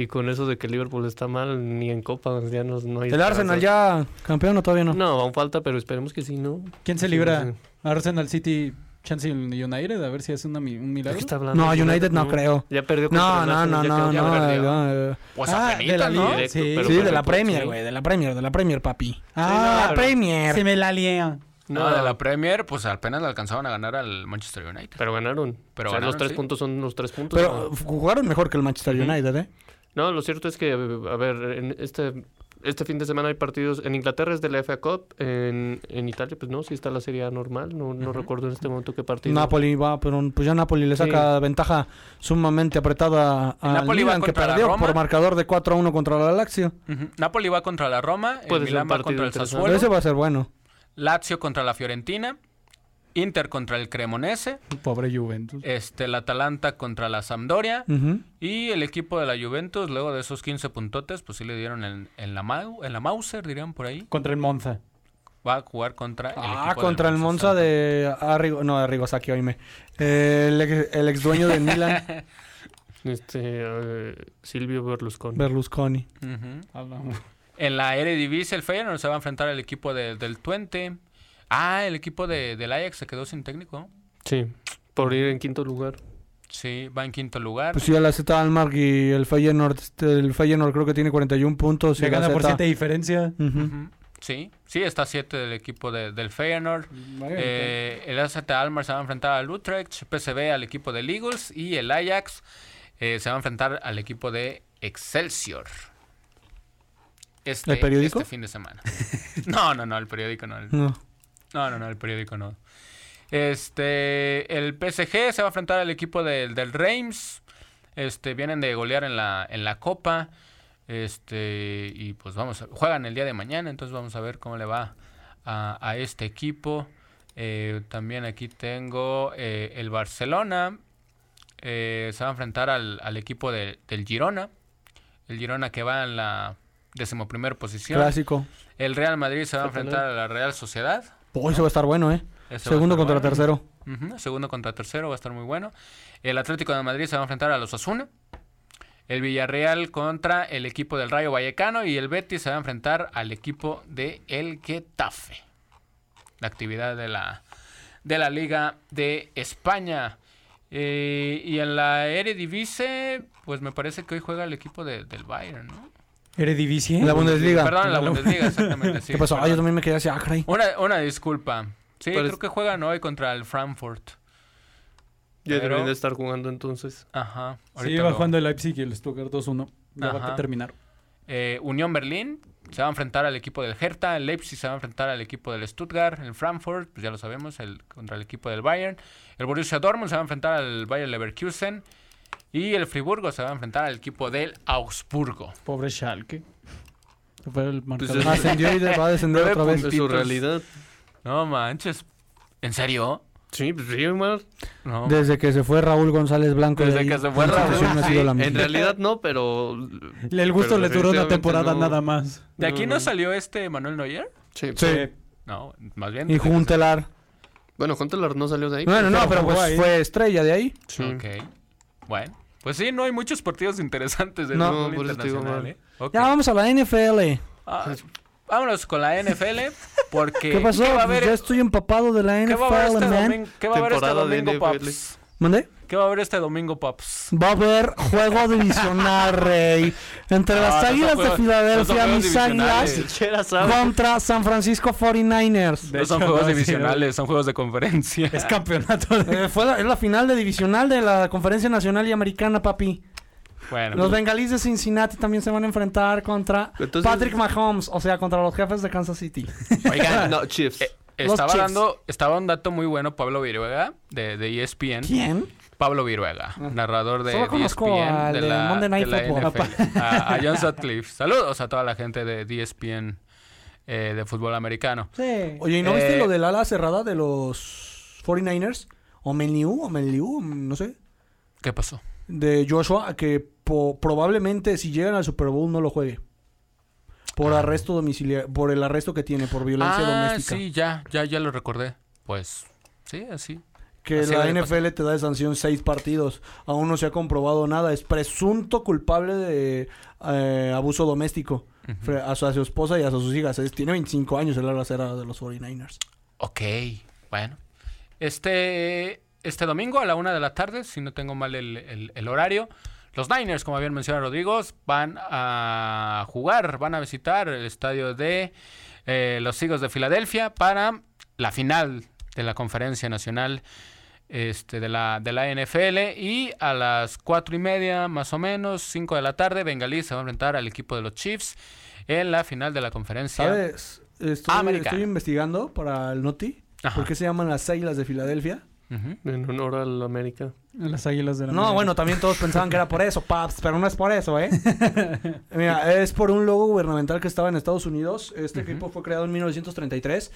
y con eso de que Liverpool está mal, ni en copa. Ya no, no hay
El Arsenal
esperanzas.
ya campeón o todavía no.
No, aún falta, pero esperemos que sí, ¿no?
¿Quién se
Sí,
libra?
sí.
Arsenal City, Chance y United, a ver si hace una mi- un milagro.
¿Qué está hablando?
No, United no creo.
Ya perdió contra
No, no,
el
no,
Arsenal, ya
no,
quedó- ya
no.
perdió.
no, eh.
Pues
Ah,
apenita,
de la
¿no?
liga.
Directo,
sí.
pero
Sí,
perdió
de la
por- sí.
Premier, güey, de la Premier, de la Premier, papi.
Ah,
la Premier.
me la lié.
No,
No,
Ah,
de la Premier, pues apenas le alcanzaban a ganar al Manchester United.
Pero ganaron.
Pero
Pero o sea,
ganaron,
los tres
sí.
puntos son los tres puntos.
Pero
pues, ¿no?
jugaron mejor que el Manchester United, ¿eh?
No, lo cierto es que, a ver, en este, este fin de semana hay partidos. En Inglaterra es de la FA Cup. En, en Italia, pues no, sí está la Serie A normal. No, no recuerdo en este momento qué partido.
Napoli va, pero pues ya Napoli le
Sí.
saca ventaja sumamente apretada
El
al
Napoli va
Milan que
contra la
perdió
Roma.
por marcador de 4 a 1 contra la Lazio.
Ujú. Napoli va contra la Roma, el
Puede ser
Milan
un
va
partido
contra el
interesante.
Sassuolo,
Ese va a ser bueno.
Lazio contra la Fiorentina, Inter contra el Cremonese,
Pobre Juventus.
este, el Atalanta contra la Sampdoria
Ujú.
y el equipo de la Juventus, luego de esos 15 puntotes, pues sí le dieron en, en la, mau- en la Mauser, dirían por ahí.
Contra el Monza.
va a jugar contra el
Ah,
equipo del
contra el Monza
Santos.
de Arrigo, no, Arrigo Sacchi, oíme. Eh, El, ex, el ex dueño del Milan,
Este, eh, Silvio Berlusconi.
Berlusconi.
Ujú.
Hablamos.
En la Eredivisie el Feyenoord se va a enfrentar al equipo de- del Twente. Ah, el equipo de- del Ajax se quedó sin técnico.
sí, por ir en quinto lugar.
Sí, va en quinto lugar.
Pues sí, la Z Almar y el Feyenoord, este, el Feyenoord creo que tiene 41 puntos. y
Se
la
gana por
Zeta-
siete de diferencia.
Ujú.
Ujú. Sí, sí, está siete del equipo de- del Feyenoord.
Eh,
Eh, el AZ Almar se va a enfrentar al Utrecht, PSV al equipo del Eagles y el Ajax eh, se va a enfrentar al equipo de Excelsior. Este,
¿El periódico?
este fin de semana. No, no, no, el periódico no. el-
No.
No, no, no, el periódico no. Este, el PSG se va a enfrentar al equipo del, del Reims. Este, vienen de golear en la, en la Copa. Este, y pues vamos, a- juegan el día de mañana, entonces vamos a ver cómo le va a, a este equipo. Eh, también aquí tengo eh, el Barcelona. eh, se va a enfrentar al, al equipo de- del Girona. El Girona que va en la decimoprimer posición.
Clásico.
El Real Madrid se va a enfrentar a la Real Sociedad.
Oh, eso va a estar bueno, ¿eh?
Ese va a
Segundo
estar
contra
bueno.
tercero.
Ujú, Segundo contra tercero va a estar muy bueno. El Atlético de Madrid se va a enfrentar a los Osasuna. El Villarreal contra el equipo del Rayo Vallecano y el Betis se va a enfrentar al equipo de El Getafe. La actividad de la, de la Liga de España. Eh, y en la Eredivisie, pues me parece que hoy juega el equipo de- del Bayern, ¿no?
Eredivisie.
En la Bundesliga.
Perdón, en la Bundesliga, exactamente. sí,
¿Qué pasó? Ah,
perdón.
yo también me quedé así, ah, caray.
Una, una disculpa. Sí,
Pero es-
creo que juegan hoy contra el Frankfurt.
Ya
Pero-
deberían de estar jugando entonces.
Ajá.
Sí,
ahorita
iba
lo-
jugando el Leipzig y el Stuttgart 2-1. Ya va
Ajá.
a terminar.
Eh, Unión Berlín se va a enfrentar al equipo del Hertha, el Leipzig se va a enfrentar al equipo del Stuttgart, el Frankfurt, pues ya lo sabemos, el, contra el equipo del Bayern, el Borussia Dortmund se va a enfrentar al Bayern Leverkusen y el Friburgo se va a enfrentar al equipo del Augsburgo.
Pobre Schalke. Fue el marcador.
es-
Ah, sí.
Ascendió y de- va a descender
Pues Nueve
otra vez.
Es su
Puntitos.
realidad.
No manches, ¿en serio?
Sí, pues sí, Omar.
No.
Desde que se fue Raúl González Blanco.
Desde
de ahí,
que se fue
la
Raúl,
situación no ha
sí.
sido la
En
misma.
realidad no, pero...
el gusto
Pero
le duró una
definitivamente
temporada
no.
nada más. Eh,
¿De aquí
no,
no
no.
salió este Manuel Neuer?
Sí.
Sí.
No, más bien.
Y
desde que se-
Juntelar.
Bueno, Contelar no salió de ahí.
Bueno, no, pero
jugó
pues
ahí.
fue estrella de ahí.
Sí.
Ok, bueno. Pues sí, no hay muchos partidos interesantes del
No,
fútbol
por eso te digo,
internacional,
Omar.
¿eh? Ok.
Ya vamos a la NFL.
Ah, vámonos con la NFL, porque...
¿Qué pasó? Pues
va a haber este
Ya estoy empapado de la
¿Qué va a haber este
NFL, man.
domingo, ¿qué va a haber este
Temporada de
domingo
NFL.
Paps?
¿Mandé?
¿Qué va a haber este domingo, Paps?
Va a haber juego divisional, rey. Entre
Ah,
las
no
águilas
son
de
juegos- no
Filadelfia,
son juegos
mis águilas,
divisionales.
contra San Francisco 49ers.
No son
hecho,
juegos
no, sí,
divisionales, son juegos de conferencia.
Es campeonato de...
Eh, fue la, es la final de divisional de la Conferencia Nacional y Americana, papi.
Bueno,
Los bengalíes de Cincinnati también se van a enfrentar contra
Entonces-
Patrick Mahomes, o sea, contra los jefes de Kansas City.
pues, oigan,
No, Chiefs.
eh,
los
estaba
Chiefs.
dando, estaba un dato muy bueno Pablo Viruega de, E de ESPN.
¿Quién?
Pablo Viruega, narrador de, E
Solo
de
conozco
ESPN
al
de
de
la,
Monday Night
de la
Football.
NFL. A, a John Sutcliffe. Saludos a toda la gente de, E ESPN eh, de fútbol americano.
Sí. Oye, ¿y no viste
Eh,
lo del ala cerrada de los 49ers? O Melniu, o Melniu, no sé.
¿Qué pasó?
De Joshua, que po- probablemente si llegan al Super Bowl no lo juegue. Por arresto domiciliario, por el arresto que tiene, por violencia
ah,
doméstica.
sí, ya, ya, ya lo recordé. Pues, sí, así.
Que
Así
la
debe
NFL te da de sanción seis partidos. Aún no se ha comprobado nada. Es presunto culpable de eh, abuso doméstico. Fre- a, su, a su esposa y a sus hijas. Es- tiene 25 años el ala cerrada de los 49ers.
Ok, bueno. Este, este domingo a la una de la tarde, si no tengo mal el, el- el horario, los Niners, como habían mencionado Rodrigo, van a jugar, van a visitar el estadio de eh, los Eagles de Filadelfia para la final de la Conferencia Nacional este, de, la, de la NFL. Y a las cuatro y media, más o menos, cinco de la tarde, Bengalí se va a enfrentar al equipo de los Chiefs en la final de la conferencia.
¿Sabes? Estoy,
Americano.
estoy investigando para el Noti.
Ajá.
¿Por qué se llaman las Águilas de Filadelfia?
Ujú.
En honor al América.
Las águilas de la
No,
América.
bueno, también todos pensaban que era por eso, paps, pero no es por eso, ¿eh? Mira, es por un logo gubernamental que estaba en Estados Unidos. Este equipo fue creado en 1933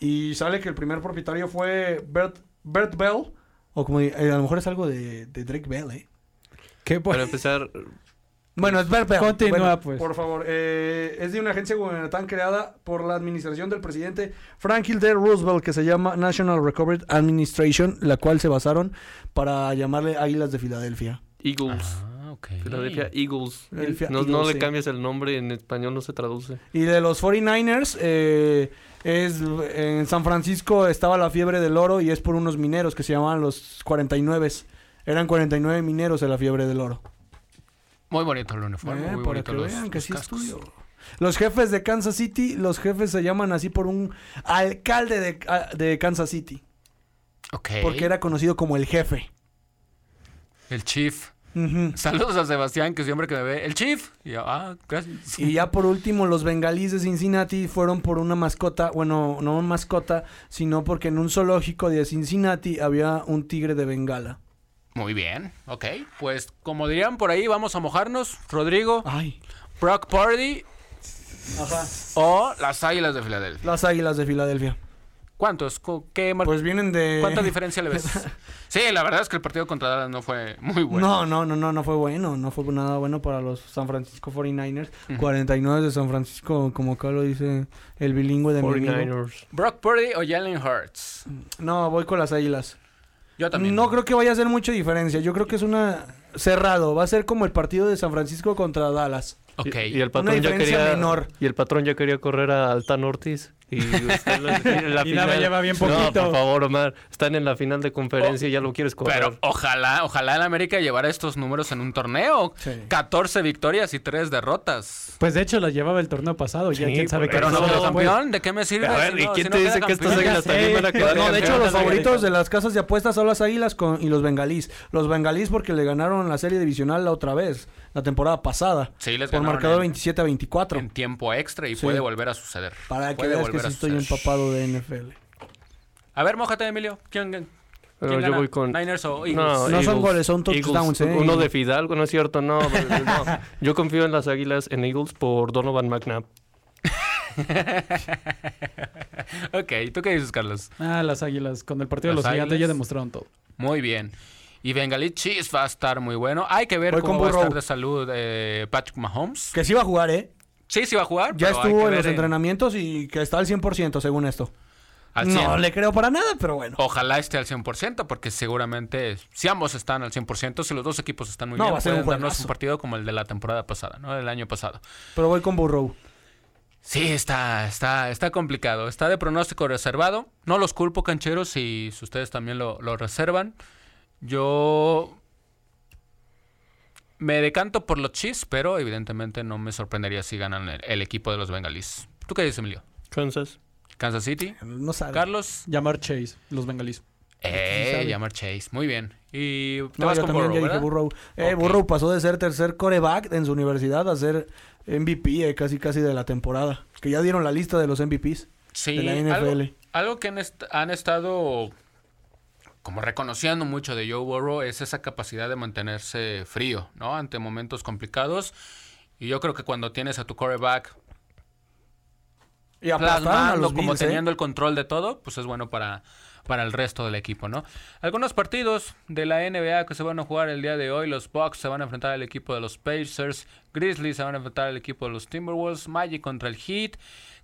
y sale que el primer propietario fue Bert, Bert Bell, o como eh, a lo mejor es algo de, de Drake Bell, ¿eh?
¿Qué
Para
pues?
empezar,
Bueno, es Bert Bell.
Continúa,
Bueno,
pues.
Por favor, eh, es de una agencia gubernamental creada por la administración del presidente Franklin D. Roosevelt que se llama National Recovery Administration, la cual se basaron para llamarle Águilas de Filadelfia.
Eagles.
Ah, ok.
Filadelfia Eagles.
Filadelfia
no no
Eagles,
le
sí.
cambies el nombre, en español no se traduce.
Y de los 49ers, eh, es, en San Francisco estaba la fiebre del oro y es por unos mineros que se llamaban los 49. Eran 49 mineros de la fiebre del oro.
Muy bonito el uniforme,
Eh,
muy
para
bonito
que
los,
vean que
los
sí
cascos.
estudio. Los jefes de Kansas City, los jefes se llaman así por un alcalde de, a- de Kansas City,
Ok.
porque era conocido como el jefe.
El Chief.
Ujú.
Saludos a Sebastián, que siempre que me ve, el Chief. Y yo, ah, gracias.
Y ya por último, los bengalíes de Cincinnati fueron por una mascota, bueno, no una mascota, sino porque en un zoológico de Cincinnati había un tigre de Bengala.
Muy bien, ok. Pues como dirían por ahí, vamos a mojarnos. Rodrigo,
Ay.
Brock Party o las Águilas de Filadelfia.
Las Águilas de Filadelfia.
¿Cuántos? Co- ¿Qué mar-
Pues vienen de...
¿Cuánta diferencia le ves? sí, la verdad es que el partido contra Dallas no fue muy bueno.
No, no, no, no, no fue bueno. No fue nada bueno para los San Francisco 49ers. 49 de San Francisco, como acá lo dice el bilingüe de mi amigo.
49ers.
Brock Purdy o Jalen Hurts.
No, voy con las águilas.
Yo también.
No creo que vaya a hacer mucha diferencia. Yo creo que es una cerrado. Va a ser como el partido de San Francisco contra Dallas.
Ok.
Y, y el
Una
patrón ya
diferencia
quería.
menor.
Y el patrón ya quería correr a Altan Ortiz. Y, está en la, en la
Y nada, lleva bien poquito.
No, por favor, Omar. Están en la final de conferencia y ya lo quieres correr.
Pero ojalá, ojalá el América llevara estos números en un torneo.
Sí.
14 victorias y 3 derrotas.
Pues de hecho las llevaba el torneo pasado. ya
Sí,
quién sabe
Pero
pero
qué
no
no,
quedó
pasó, pues.
campeón, ¿de qué me sirve?
A ver,
si
¿y
no-
quién
si
te
no
dice
queda
que estas
campeón?
águilas también van a quedar
No, de hecho, los
campeonas?
favoritos de las casas de apuestas son las águilas con, y los bengalís. Los bengalís porque le ganaron la serie divisional la otra vez, la temporada pasada.
Sí, les
Por
ganaron
marcador
en-
27 a 24.
En tiempo extra y
Sí.
puede volver a suceder.
Para que
Puede
veas que
volver
sí
a
estoy
suceder.
empapado de NFL.
A ver, mójate, Emilio. ¿Quién, quién
Pero yo
gana?
voy con.
Niners o Eagles.
No,
No son
Eagles.
goles, son touchdowns,
Eagles.
¿eh?
Uno de Fidalgo, no es cierto, no, no. Yo confío en las Águilas, en Eagles, por Donovan McNabb.
Ok, ¿tú qué dices, Carlos?
Ah, las águilas. Con el partido de
Las
los gigantes
Águilas.
ya demostraron todo.
Muy bien. Y Bengalí Chiefs va a estar muy bueno. Hay que ver
Voy
cómo
con
va a estar
Burrow.
de salud eh, Patrick Mahomes.
Que sí va a jugar, ¿eh?
Sí, sí va a jugar. pero
Ya
hay
estuvo
que
en
ver ¿eh?
los
en-
entrenamientos y que está al 100% según esto.
al
No
100.
le creo para nada, pero bueno.
Ojalá esté al 100%, porque seguramente si ambos están al 100%, si los dos equipos están muy
No,
bien,
va a ser
pueden
un juegazo.
darnos un partido como el de la temporada pasada, ¿no? El año pasado.
Pero voy con Burrow.
Sí, está, está, está complicado. Está de pronóstico reservado. No los culpo, cancheros, si si ustedes también lo, lo reservan. Yo me decanto por los Chiefs, pero evidentemente no me sorprendería si ganan el, el equipo de los Bengalis. ¿Tú qué dices, Emilio?
Kansas.
¿Kansas City?
No sabe.
¿Carlos?
Llamar Chase, los bengalíes.
Eh, llamar Chase. Muy bien. Y te
No,
vas
yo
con
también
Burrow,
ya dije
¿verdad?
Burrow. Eh,
Ok.
Burrow pasó de ser tercer coreback en su universidad a ser MVP eh, casi casi de la temporada. Que ya dieron la lista de los MVPs.
Sí,
de la NFL.
Algo, algo que han, est- han estado como reconociendo mucho de Joe Burrow es esa capacidad de mantenerse frío, ¿no? Ante momentos complicados. Y yo creo que cuando tienes a tu quarterback
Y aplastaron a
plasmando,
los
como
Bills, eh.
teniendo el control de todo, pues es bueno para, para el resto del equipo, ¿no? Algunos partidos de la NBA que se van a jugar el día de hoy, los Bucks se van a enfrentar al equipo de los Pacers, Grizzlies se van a enfrentar al equipo de los Timberwolves, Magic contra el Heat,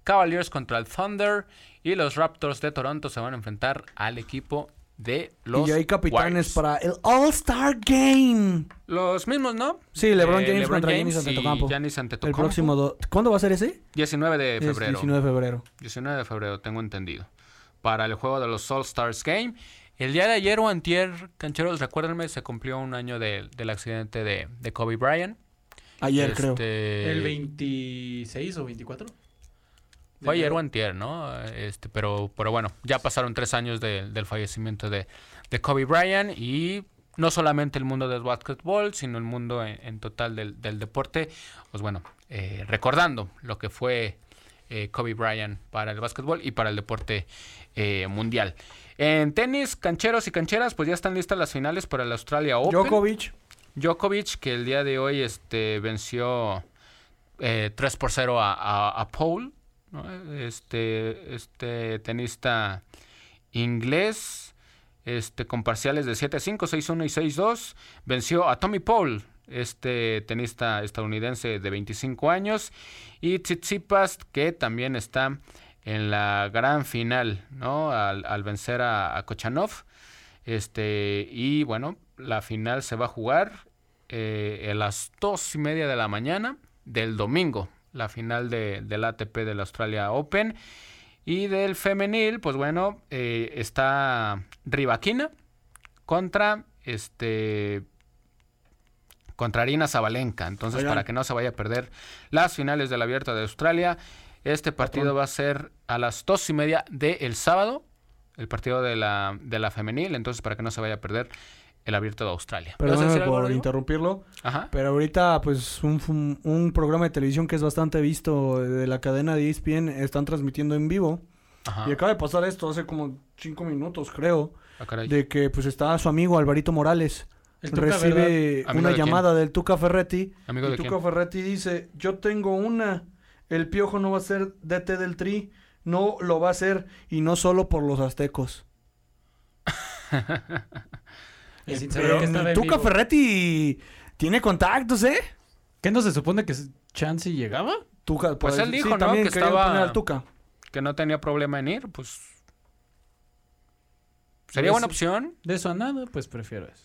Cavaliers contra el Thunder y los Raptors de Toronto se van a enfrentar al equipo de los
Y hay
Warriors.
capitanes para el All-Star Game.
los mismos, ¿no?
Sí, LeBron James contra Giannis
Eh, James y
Antetokounmpo.
Giannis
El
Antetokounmpo.
próximo... do- ¿Cuándo va a ser ese?
19 de
Es
febrero.
19 de febrero.
19 de febrero, tengo entendido. Para el juego de los All Stars Game. El día de ayer o antier, cancheros, recuérdenme, se cumplió un año de- del accidente de, de Kobe Bryant.
Ayer, creo.
Este,
26 o 24?
Fue ayer o antier, ¿no? Este, pero, pero bueno, ya pasaron tres años de- del fallecimiento de, de Kobe Bryant y no solamente el mundo del básquetbol, sino el mundo en, en total del, del deporte. Pues bueno, eh, recordando lo que fue eh, Kobe Bryant para el básquetbol y para el deporte eh, mundial. En tenis, cancheros y cancheras, pues ya están listas las finales para el Australia Open.
Djokovic.
Djokovic, que el día de hoy este, venció eh, 3 por 0 a, a, a Paul, ¿no? este, este tenista inglés, este, con parciales de 7-5, 6-1 y 6-2, venció a Tommy Paul, este tenista estadounidense de 25 años, y Tsitsipas, que también está en la gran final, ¿no? Al, al vencer a, a Kochanov. Este, y bueno, la final se va a jugar eh, a las dos y media de la mañana del domingo. La final de- del ATP del Australia Open. Y del femenil, pues bueno, eh, está Rivaquina contra este. Contra Arina Zabalenka. Entonces,
Oigan.
para que no se vaya a perder las finales de la abierta de Australia. Este partido va a ser a las dos y media del sábado. El partido de la, de la femenil. Entonces, para que no se vaya a perder el abierto de Australia. ¿Vas a decir
Perdóname
algo,
por
Rodrigo?
interrumpirlo.
Ajá.
Pero ahorita, pues, un, fun- un programa de televisión que es bastante visto eh, de la cadena de ESPN están transmitiendo en vivo.
Ajá.
Y acaba de pasar esto hace como cinco minutos, creo,
Ah, caray.
de que, pues, está su amigo Alvarito Morales
El Tuca,
recibe
¿verdad? ¿Amigo
una
de quién?
llamada del Tuca Ferretti.
¿Amigo
y
de
Tuca
quién?
Ferretti dice, yo tengo una, el Piojo no va a ser DT del Tri, no lo va a hacer, y no solo por los aztecos.
Y sin saber
Pero
que estaba en
Tuca
vivo.
Ferretti tiene contactos, ¿eh?
¿Qué no se supone que Chance llegaba?
Tuca,
Pues él dijo, ¿no?
también
que
quería
estaba-
poner al Tuca.
que no tenía problema en ir, pues. Sería
Pues-
buena opción.
De eso a nada, pues prefiero eso.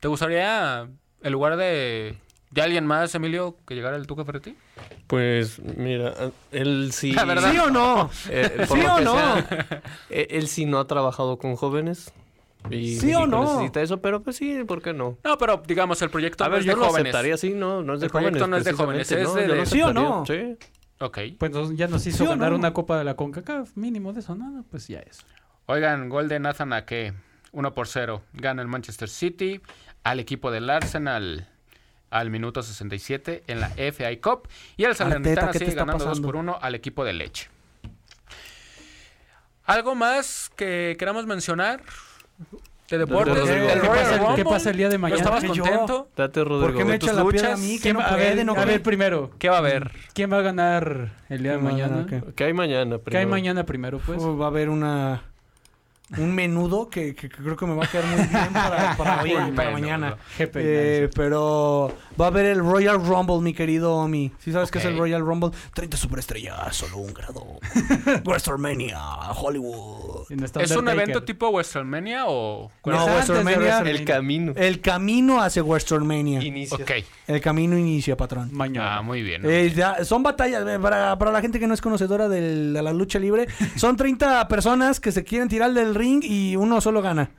¿Te gustaría el lugar de, de alguien más, Emilio, que llegara el Tuca Ferretti?
Pues mira, él sí.
La verdad.
¿Sí o no?
eh, por
¿Sí
lo
o
que
no?
sea, eh, él sí no ha trabajado con jóvenes. Y
¿Sí o
México
no?
Necesita eso, pero pues sí, ¿por qué no?
No, pero digamos, el proyecto
A
no
ver,
es
yo
de
lo
jóvenes.
aceptaría, sí, no, no es de
El proyecto
jóvenes.
no es de jóvenes,
precisamente,
es
no,
de-
yo lo
¿Sí
o no?
aceptaría, Sí.
Ok.
Pues entonces ya nos hizo
¿Sí o
ganar
no?
una copa de la CONCACAF, mínimo de eso a nada, pues ya eso.
Oigan, gol de Nathan Ake. 1 por 0. Gana el Manchester City al equipo del Arsenal al minuto 67 en la FI Cup. Y el Salernitana
¿qué te
sigue
está
ganando 2
pasando?
por 1 al equipo de Leche. ¿Algo más que queramos mencionar? ¿De deportes?
Rodrigo.
¿Del
¿Qué
Royal
pasa
el- qué
Rumble?
pasa el día de
¿No
mañana?
estabas
Que yo-
contento?
Date, Rodrigo.
¿Por qué me
de tus
echa la piedra a
luchas.
mí? Que
¿Quién
no
va- a,
puede,
ver,
no
a
puede?
ver, primero,
¿Qué va a haber?
¿quién va a ganar el día de
¿Quién va a
mañana?
ganar qué?
¿Qué hay mañana?
¿Qué hay
primero?
mañana primero, pues?
Uf, va a haber una... Un menudo que, que creo que me va a quedar muy bien para,
Ah,
para hoy, para
Bueno,
mañana.
GP.
Eh, pero va a haber el Royal Rumble, mi querido Omi. Si sabes qué es el
Ok.
Royal Rumble, 30 superestrellas, solo un grado. WrestleMania, Hollywood.
En
¿Es un
Undertaker.
evento tipo WrestleMania o...? cuál
No,
es?
antes de
WrestleMania.
WrestleMania.
El camino.
El camino hacia WrestleMania.
Inicia.
Ok.
El camino inicia, patrón.
Mañana.
Ah, muy bien.
Eh, ya, son batallas, eh, para, para la gente que no es conocedora del- de la lucha libre, son 30 personas que se quieren tirar del ring y uno solo gana.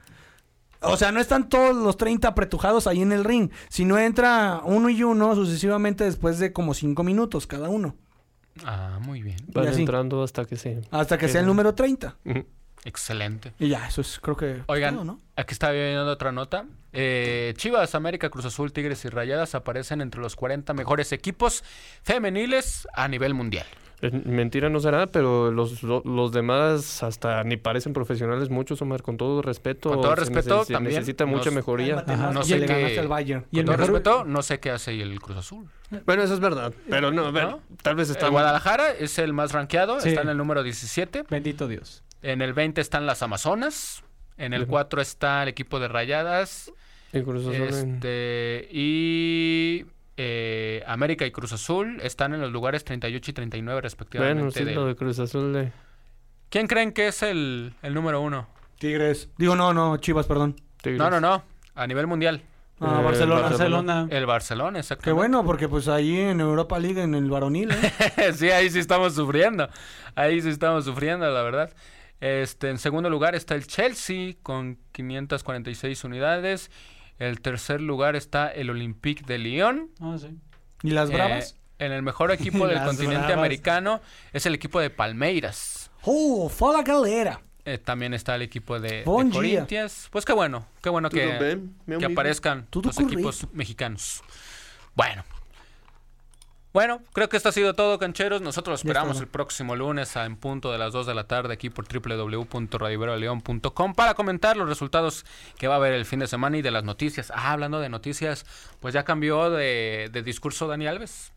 O sea, no están todos los 30 apretujados ahí en el ring, sino entra uno y uno sucesivamente después de como 5 minutos cada uno,
Ah, muy bien.
Van
Y así.
entrando hasta que se...
hasta que sea el número 30.
Excelente.
Y ya, eso es, creo que...
Oigan,
todo, ¿no?
aquí estaba viendo otra nota. Eh, Chivas, América, Cruz Azul, Tigres y Rayadas aparecen entre los 40 mejores equipos femeniles a nivel mundial.
Eh, Mentira no será, pero los, lo- los demás hasta ni parecen profesionales muchos, Omar, con todo respeto.
Con todo
se
respeto,
necesi-
también
necesita mucha
nos-
mejoría.
Además,
no
que
sé
le
qué-
ganaste al Bayern.
Y el
Con todo
mejor-
respeto, no sé qué hace ahí el Cruz Azul.
Bueno, eso es verdad, pero no, a ver,
¿No?
tal vez está...
El Guadalajara es el más rankeado,
Sí.
está en el número 17.
Bendito Dios.
En el 20 están las Amazonas. En el 4 está el equipo de Rayadas.
Incluso son en-
Este, y eh, América y Cruz Azul están en los lugares 38 y 39 respectivamente.
Bueno, sí,
de-
lo de Cruz Azul de...
¿Quién creen que es el, el número uno?
Tigres. Digo, no, no, Chivas, perdón.
Tigres.
No, no, no. A nivel mundial.
Ah,
Eh,
Barcelona.
Barcelona.
El Barcelona, exactamente.
Qué bueno, porque pues ahí en Europa League, en el varonil, ¿eh?
sí, ahí sí estamos sufriendo. Ahí sí estamos sufriendo, la verdad. Este, en segundo lugar está el Chelsea con 546 unidades. El tercer lugar está el Olympique de Lyon.
Ah, sí.
y las
Eh,
bravas.
en el mejor equipo del
Las
continente
Bravas.
americano es el equipo de Palmeiras.
¡Oh, fue la galera!
Eh, también está el equipo de, de
Bom dia.
Corinthians. Pues qué bueno, qué bueno que, que aparezcan
Tudo
los
correcto.
equipos mexicanos. Bueno. Bueno, creo que esto ha sido todo, cancheros. Nosotros los
Ya
esperamos
está, ¿no?
el próximo lunes a en punto de las 2 de la tarde aquí por www.radiveroleón.com para comentar los resultados que va a haber el fin de semana y de las noticias. Ah, hablando de noticias, pues ya cambió de, de discurso Dani Alves.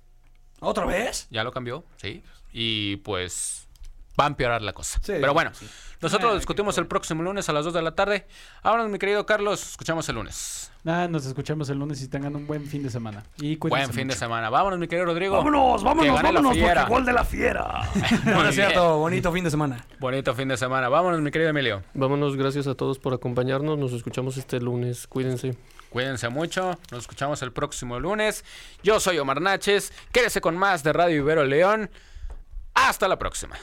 ¿Otra vez?
Ya lo cambió, sí. Y pues va a empeorar la cosa.
Sí,
Pero bueno, nosotros lo discutimos el próximo lunes a las 2 de la tarde. Ahora, mi querido Carlos, escuchamos el lunes.
Nada, Ah, nos escuchamos el lunes y tengan un buen fin de semana. Y cuídense
Buen fin de
mucho.
semana. Vámonos, mi querido Rodrigo.
¡Vámonos,
Que
vámonos,
gane la
vámonos! Porque
fiera.
gol de la fiera.
Muy
No, no
bien.
es cierto, bonito fin de semana.
Bonito fin de semana. Vámonos, mi querido Emilio.
Vámonos, gracias a todos por acompañarnos. Nos escuchamos este lunes. Cuídense.
Cuídense mucho. Nos escuchamos el próximo lunes. Yo soy Omar Naches. Quédese con más de Radio Ibero León. Hasta la próxima.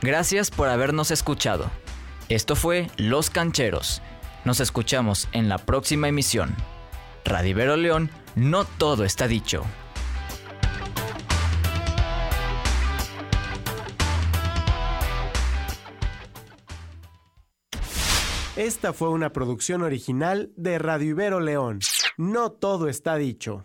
Gracias por habernos escuchado. Esto fue Los Cancheros. Nos escuchamos en la próxima emisión. Radivero León, no todo está dicho.
Esta fue una producción original de Radio Ibero León. No todo está dicho.